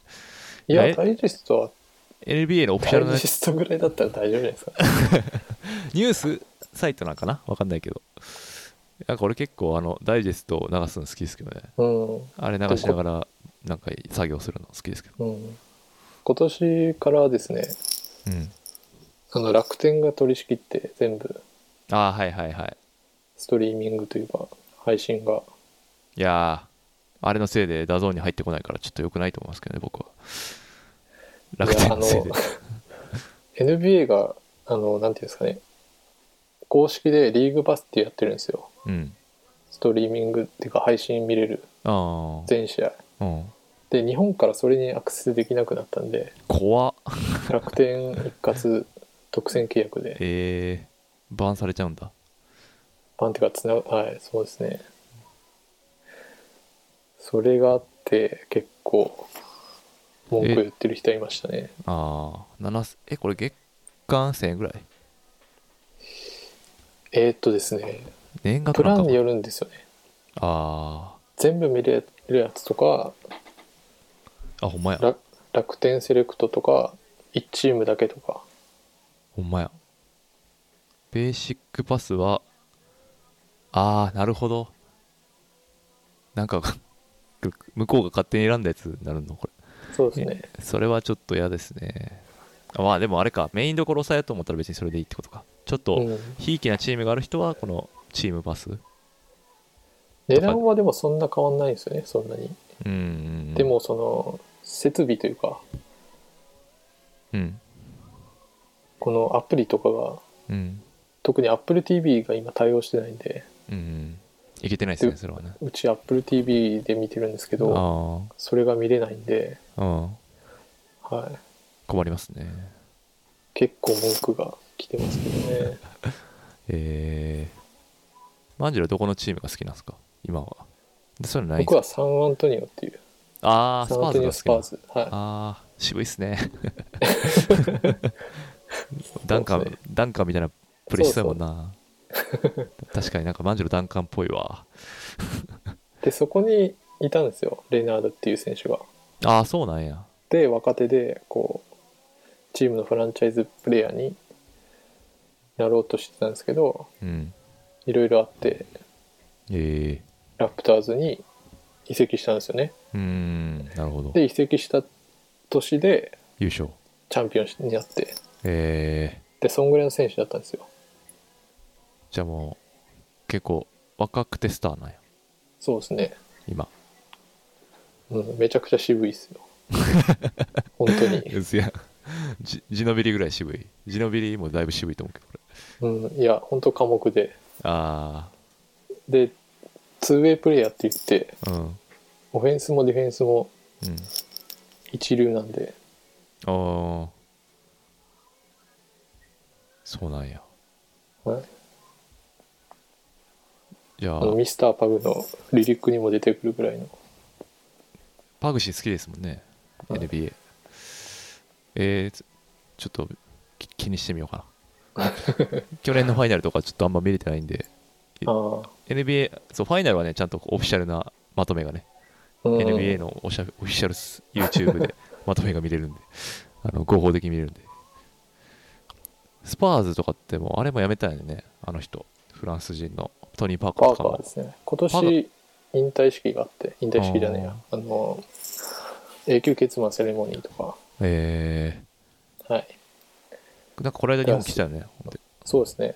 Speaker 3: い
Speaker 2: え
Speaker 3: やダイジェストは
Speaker 2: NBA のオフィシ
Speaker 3: ダ
Speaker 2: ャ
Speaker 3: イ
Speaker 2: ル
Speaker 3: ジ
Speaker 2: の
Speaker 3: ェ
Speaker 2: やつ
Speaker 3: ストぐらいだったら大丈夫じゃないですか
Speaker 2: ニュースサイトなんかなわかんないけどなんか俺結構あのダイジェストを流すの好きですけどね
Speaker 3: うん
Speaker 2: あれ流しながらなんか作業するの好きですけど、
Speaker 3: うん今年からですね
Speaker 2: うん、
Speaker 3: あの楽天が取り仕切って全部
Speaker 2: ああはいはいはい
Speaker 3: ストリーミングというか配信が
Speaker 2: いやーあれのせいでダゾーンに入ってこないからちょっと良くないと思いますけどね僕は楽天のせいで
Speaker 3: いや NBA があのなんていうんですかね公式でリーグパスってやってるんですよ
Speaker 2: うん
Speaker 3: ストリーミングっていうか配信見れる
Speaker 2: あ
Speaker 3: 全試合
Speaker 2: あうん
Speaker 3: で日本からそれにアクセスできなくなったんで
Speaker 2: 怖っ
Speaker 3: 楽天一括独占契約で
Speaker 2: えー、バーンされちゃうんだ
Speaker 3: パンっていうかつなはいそうですねそれがあって結構文句言ってる人いましたね
Speaker 2: ああ7えこれ月間1000円ぐらい
Speaker 3: えーっとですね
Speaker 2: 年額
Speaker 3: プ
Speaker 2: な
Speaker 3: ラ
Speaker 2: ん
Speaker 3: ン
Speaker 2: か
Speaker 3: によるんですよね
Speaker 2: あ
Speaker 3: 全部見れるやつとか
Speaker 2: ーあほんまや
Speaker 3: ら楽天セレクトとか1チームだけとか
Speaker 2: ほんまや。ベーシックパスは、ああ、なるほど。なんか、 く向こうが勝手に選んだやつになるの、こ
Speaker 3: そうです
Speaker 2: れ。
Speaker 3: ね
Speaker 2: えそれはちょっと嫌ですね。まあでもあれか、メインどころ抑えようと思ったら別にそれでいいってことか。ちょっ
Speaker 3: う
Speaker 2: と、
Speaker 3: ん
Speaker 2: ひいきなチームがある人は、このチームパス。
Speaker 3: 値段はでもそんな変わんないんですよねそんなに
Speaker 2: うんうん。
Speaker 3: で、もその設備というか
Speaker 2: うん。
Speaker 3: このアプリとかが
Speaker 2: うん。
Speaker 3: 特に AppleTV が今対応してないんで
Speaker 2: うんうん。いけてないですね、それはね。
Speaker 3: うち AppleTV で見てるんですけど
Speaker 2: あ
Speaker 3: それが見れないんで、
Speaker 2: あ、うん。
Speaker 3: はい、
Speaker 2: 困りますね。
Speaker 3: 結構文句が来てますけどね
Speaker 2: えー、マンジェロどこのチームが好きなんですか今は。でそういうのないん
Speaker 3: 僕
Speaker 2: すか
Speaker 3: はサンアントニオっていう
Speaker 2: ああ、ス
Speaker 3: サン
Speaker 2: パ
Speaker 3: ア
Speaker 2: ー
Speaker 3: ント
Speaker 2: ズ
Speaker 3: ニ
Speaker 2: が
Speaker 3: オ
Speaker 2: 好
Speaker 3: ス
Speaker 2: き
Speaker 3: パ
Speaker 2: な
Speaker 3: ーズは
Speaker 2: ああ、渋いっすね。 ダンカ
Speaker 3: そうっ
Speaker 2: ン
Speaker 3: す、
Speaker 2: ダンカンみたいなプレーしそうやもんな。確かになんかマンジェロダンカンっぽいわ。
Speaker 3: いでそこにいたんですよレナードっていう選手が
Speaker 2: ああ、そうなんや。
Speaker 3: で若手でこうチームのフランチャイズプレイヤーになろうとしてたんですけど
Speaker 2: うん。
Speaker 3: いろいろあって
Speaker 2: ええ
Speaker 3: ラプターズに移籍したんですよね
Speaker 2: うーん、なるほど。
Speaker 3: で移籍した年で
Speaker 2: 優勝。
Speaker 3: チャンピオンになって
Speaker 2: ええ
Speaker 3: でそんぐらいの選手だったんですよ
Speaker 2: じゃあもう、結構若くてスターなんや。
Speaker 3: そうですね、
Speaker 2: 今。
Speaker 3: うん、めちゃくちゃ渋いっすよ本当に、
Speaker 2: うずや。じジノビリぐらい渋い。ジノビリもだいぶ渋いと思うけど、これ。
Speaker 3: うん、いや本当寡黙で
Speaker 2: あ
Speaker 3: で 2way プレイヤーって言って
Speaker 2: あ、うん。
Speaker 3: オフェンスもディフェンスも
Speaker 2: うん。
Speaker 3: 一流なんで
Speaker 2: ああ。そうなんや。
Speaker 3: はい
Speaker 2: じゃ
Speaker 3: あ
Speaker 2: あ、
Speaker 3: のミスターパグのリリックにも出てくるぐらいの
Speaker 2: パグシー好きですもんね。
Speaker 3: はい
Speaker 2: NBA。えー、つちょっとき気にしてみようかな。去年のファイナルとかちょっとあんま見れてないんで、
Speaker 3: ああ
Speaker 2: NBA、そう、ファイナルはね、ちゃんとオフィシャルなまとめがね、
Speaker 3: うん
Speaker 2: NBA のオフィシャルオフィシャルス YouTube でまとめが見れるんで、 あの合法的に見れるんで。スパーズとかってもう、あれもやめたんよね、あの人。フランス人のトニー・パーカーと
Speaker 3: パー
Speaker 2: か
Speaker 3: カ
Speaker 2: も。
Speaker 3: ーですね今
Speaker 2: パー
Speaker 3: 年引退式があって引退式じゃねえやあの永久欠番セレモニーとか
Speaker 2: え
Speaker 3: はい
Speaker 2: ー、なんかこの間日本来たよね、ほんで。
Speaker 3: そうですね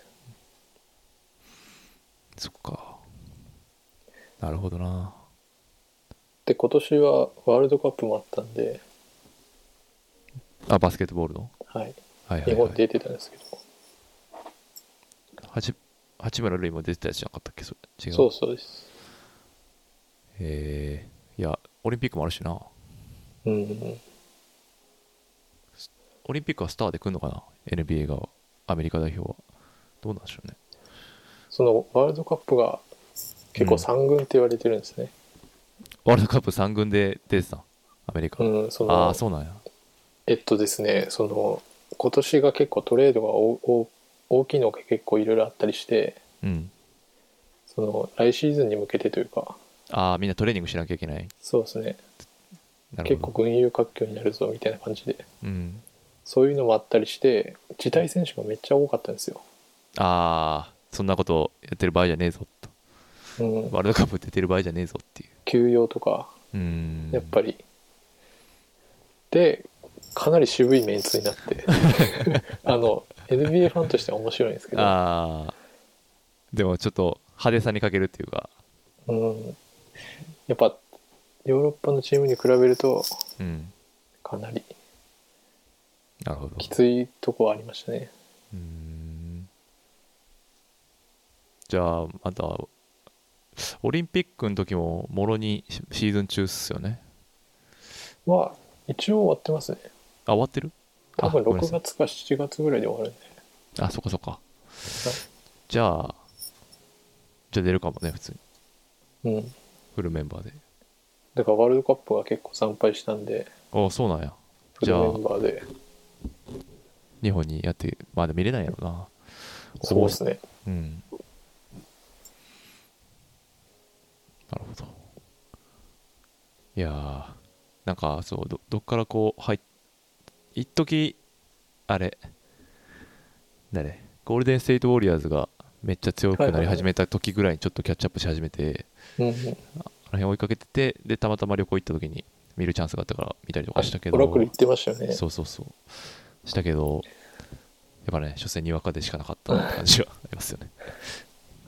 Speaker 2: そっかなるほどな
Speaker 3: で今年はワールドカップもあったんで、
Speaker 2: あバスケットボールの
Speaker 3: はい、
Speaker 2: はいは
Speaker 3: 日
Speaker 2: い、は
Speaker 3: 本
Speaker 2: い、
Speaker 3: 出てたんですけど、
Speaker 2: 八八村塁も出てたやつじゃなかったっけそれ違う
Speaker 3: そうそうです、
Speaker 2: えーいやオリンピックもあるしな
Speaker 3: うん、
Speaker 2: オリンピックはスターで来るのかな NBA がアメリカ代表はどうなんでしょうね
Speaker 3: そのワールドカップが結構3軍って言われてるんですね、
Speaker 2: ワールドカップ3軍で出てたんアメリカ、
Speaker 3: うんそ
Speaker 2: あ
Speaker 3: の
Speaker 2: あそうなんや
Speaker 3: えっとですねその今年が結構トレードがおお大きいのが結構いろいろあったりして
Speaker 2: うん
Speaker 3: その来シーズンに向けてというか
Speaker 2: ああみんなトレーニングしなきゃいけない
Speaker 3: そうですね
Speaker 2: なる
Speaker 3: 結
Speaker 2: ほど
Speaker 3: 構群雄割拠になるぞみたいな感じで
Speaker 2: うん
Speaker 3: そういうのもあったりして辞退選手がめっちゃ多かったんですよ、
Speaker 2: ああそんなことやってる場合じゃねえぞと
Speaker 3: うん、
Speaker 2: ワールドカップ出てる場合じゃねえぞっていう
Speaker 3: 休養とか
Speaker 2: うん
Speaker 3: やっぱり、でかなり渋いメンツになって あの NBA ファンとしては面白いんですけど、
Speaker 2: ああでもちょっと派手さに欠けるっていうか
Speaker 3: うん、やっぱヨーロッパのチームに比べると
Speaker 2: うん
Speaker 3: かなり
Speaker 2: なるほど
Speaker 3: きついとこはありましたね
Speaker 2: うーんじゃあまたオリンピックの時ももろにシシーズン中っすよね
Speaker 3: は一応終わってますね
Speaker 2: あ終わってる
Speaker 3: 多分
Speaker 2: あごめんな
Speaker 3: 6
Speaker 2: さい
Speaker 3: 月か7月ぐらいで終わるんで
Speaker 2: あそっかそっかじゃあじゃあ出るかもね普通に
Speaker 3: うん
Speaker 2: フルメンバーで
Speaker 3: だからワールドカップは結構参拝したんで
Speaker 2: ああそうなんや
Speaker 3: フ
Speaker 2: じ
Speaker 3: ル
Speaker 2: ゃあ
Speaker 3: メンバーで
Speaker 2: 日本にやってまあでも見れないやろな
Speaker 3: そうですね
Speaker 2: うん。なるほど。いやー、なんかそう、どどっからこう、はい、一時あれ、誰、ゴールデン・ステイト・ウォリアーズがめっちゃ強くなり始めた時ぐらいにちょっとキャッチアップし始めて、
Speaker 3: うんうん
Speaker 2: あの辺追いかけてて、で、たまたま旅行行った時に見るチャンスがあったから見たりとかしたけど、
Speaker 3: オラクル行ってましたよね
Speaker 2: そうそうそう、したけど、やっぱね、所詮にわかでしかなかったなって感じはありますよね。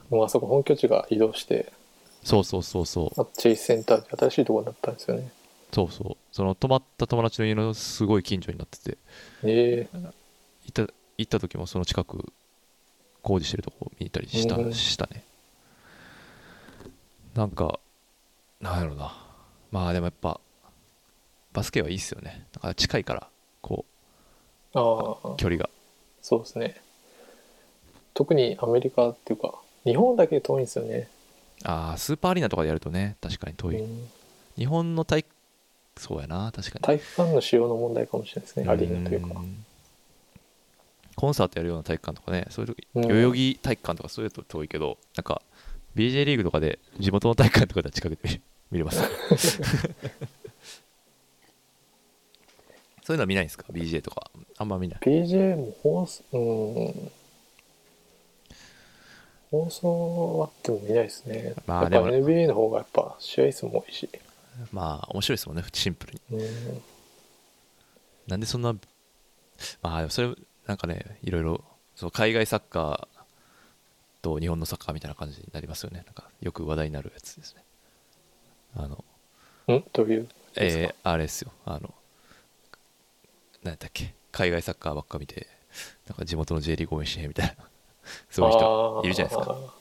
Speaker 3: もうあそこ本拠地が移動して
Speaker 2: そうそうそうそう。
Speaker 3: あチェイスセンターって新しいところになったんですよね
Speaker 2: そうそうその泊まった友達の家のすごい近所になってて
Speaker 3: え
Speaker 2: 行った行った時もその近く工事してるとこ見たりした,、
Speaker 3: うん
Speaker 2: したねなんかなんやろうなまあでもやっぱバスケはいいっすよねだから近いからこ
Speaker 3: えああ
Speaker 2: う距離が
Speaker 3: そうですね特にアメリカっていうか日本だけ遠いんですよね、
Speaker 2: ああスーパーアリーナとかでやるとね確かに遠い、
Speaker 3: うん
Speaker 2: 日本の体そうやな確かに
Speaker 3: 体育館の使用の問題かもしれないですねアリーナというか
Speaker 2: んコンサートやるような体育館とかねそういう時
Speaker 3: うん
Speaker 2: 代々木体育館とかそういうと遠いけどなんか BJ リーグとかで地元の体育館とかでは近くで 見見れますそういうのは見ないんですか BJ とかあんま見ない
Speaker 3: PJ も放送うん放送あっても見ないですね、
Speaker 2: まあ
Speaker 3: やっぱ
Speaker 2: でも
Speaker 3: NBA の方がやっぱ試合数も多いし、
Speaker 2: まあ面白いですもんねシンプルに
Speaker 3: うん、
Speaker 2: なんでそんなまあでもそれなんかねいろいろそう海外サッカーと日本のサッカーみたいな感じになりますよねなんかよく話題になるやつですねあの
Speaker 3: うんというですか
Speaker 2: えーあれですよあの何だっけ海外サッカーばっか見てなんか地元の J リーグ応援しねえみたいな そういう人いるじゃないです
Speaker 3: あ
Speaker 2: か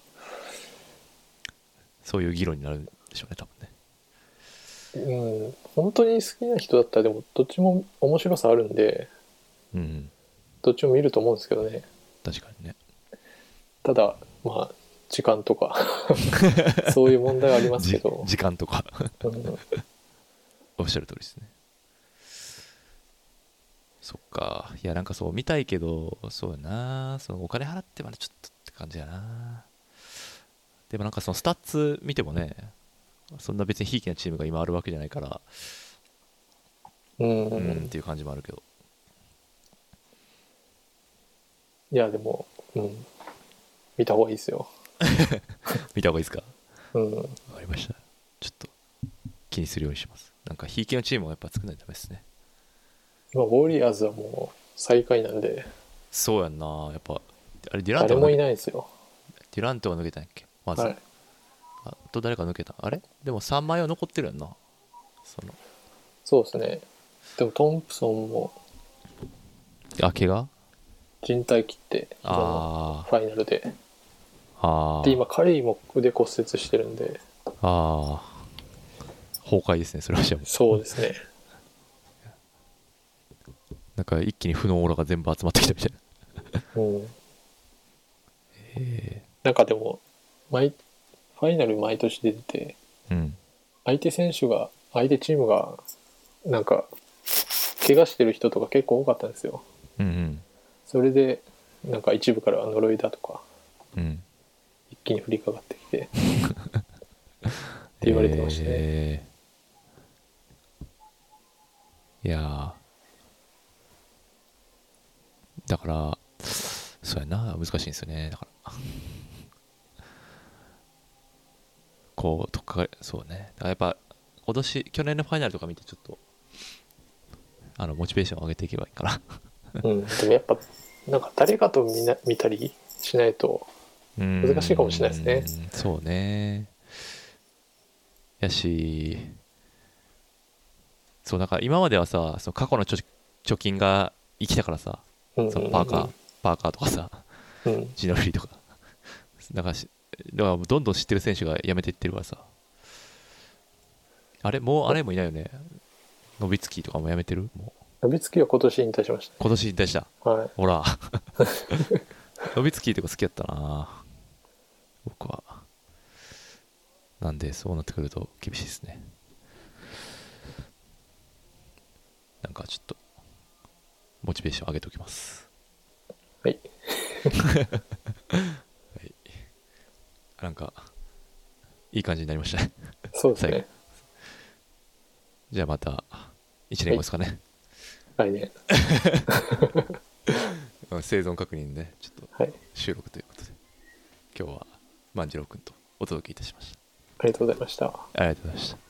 Speaker 2: そういう議論になるんでしょうね多分ね
Speaker 3: ーうん本当に好きな人だったらでもどっちも面白さあるんで
Speaker 2: うん
Speaker 3: どっちも見ると思うんですけどね
Speaker 2: 確かにね
Speaker 3: ただまあ時間 とかそういう問題はありますけ
Speaker 2: じ
Speaker 3: ど、
Speaker 2: 時間とか
Speaker 3: うん
Speaker 2: おっしゃる通りですねそっかいやなんかそう見たいけどそうやなそのお金払ってまでちょっとって感じやなでもなんかそのスタッツ見てもねそんな別にひいきなチームが今あるわけじゃないから
Speaker 3: うん
Speaker 2: うんっていう感じもあるけど
Speaker 3: いやでも、うん、見た方がいいですよ、
Speaker 2: 見た方がいいですか
Speaker 3: うん、
Speaker 2: わかりましたちょっと気にするようにしますなんかひいきのチームはやっぱ作らないとダメですね
Speaker 3: 今ウォリアーズはもう最下位なんで
Speaker 2: そうやんなやっぱあれデュラント
Speaker 3: 誰も
Speaker 2: が
Speaker 3: い
Speaker 2: デ
Speaker 3: ないんですよ
Speaker 2: ュラントが抜けたんやっけまず、
Speaker 3: はい、
Speaker 2: あと誰か抜けたあれでも3枚は残ってるやんなその
Speaker 3: そうですねでもトンプソンも
Speaker 2: あ怪我
Speaker 3: 人体切ってその
Speaker 2: あ
Speaker 3: ファイナルで
Speaker 2: ああ
Speaker 3: で
Speaker 2: ー
Speaker 3: 今カリーも腕骨折してるんで
Speaker 2: あー崩壊ですねそれはじゃあもう
Speaker 3: そうで すね
Speaker 2: なんか一気に負のオーラが全部集まってきたみたいな
Speaker 3: うん
Speaker 2: え
Speaker 3: なんかでも毎ファイナル毎年出てて
Speaker 2: えうん
Speaker 3: 相手選手が相手チームがなんか怪我してる人とか結構多かったんですよ
Speaker 2: うんうん
Speaker 3: それでなんか一部からは呪いだとか
Speaker 2: うん
Speaker 3: 一気に降りかかってきてって言われてましたね、
Speaker 2: えーいやーだからそうやな難しいんですよねだから こうとっかかりそうねだからやっぱ今年去年のファイナルとか見てちょっとあのモチベーションを上げていけばいいかな
Speaker 3: うん、でもやっぱなんか誰かと見な見たりしないと
Speaker 2: 難
Speaker 3: しいかもしれないです
Speaker 2: ねそうねやしそうなんか今まではさその過去の貯貯金が生きたからさ
Speaker 3: うん
Speaker 2: そのパーカー、パーカーとかさ
Speaker 3: うんうん
Speaker 2: ジノフリーとかなんかしだからどんどん知ってる選手が辞めていってるからさあれもうあれもいないよねノビツキーとかも辞めてるもう
Speaker 3: 伸びつきは今年引退しまし
Speaker 2: 今年引退した
Speaker 3: たはい
Speaker 2: ほら。ノビツキーとか好きやったな僕は。なんで、そうなってくると厳しいですね。なんかちょっと、モチベーション上げておきます。
Speaker 3: はい
Speaker 2: なんか、いい感じになりましたね。
Speaker 3: そうですね
Speaker 2: じゃあまた、1年後ですかね。
Speaker 3: 来年
Speaker 2: うん生存確認ね、ちょっと
Speaker 3: はい
Speaker 2: 収録ということで、今日は万次郎君とお届けいたしました。
Speaker 3: ありがとうございました
Speaker 2: ありがとうございました。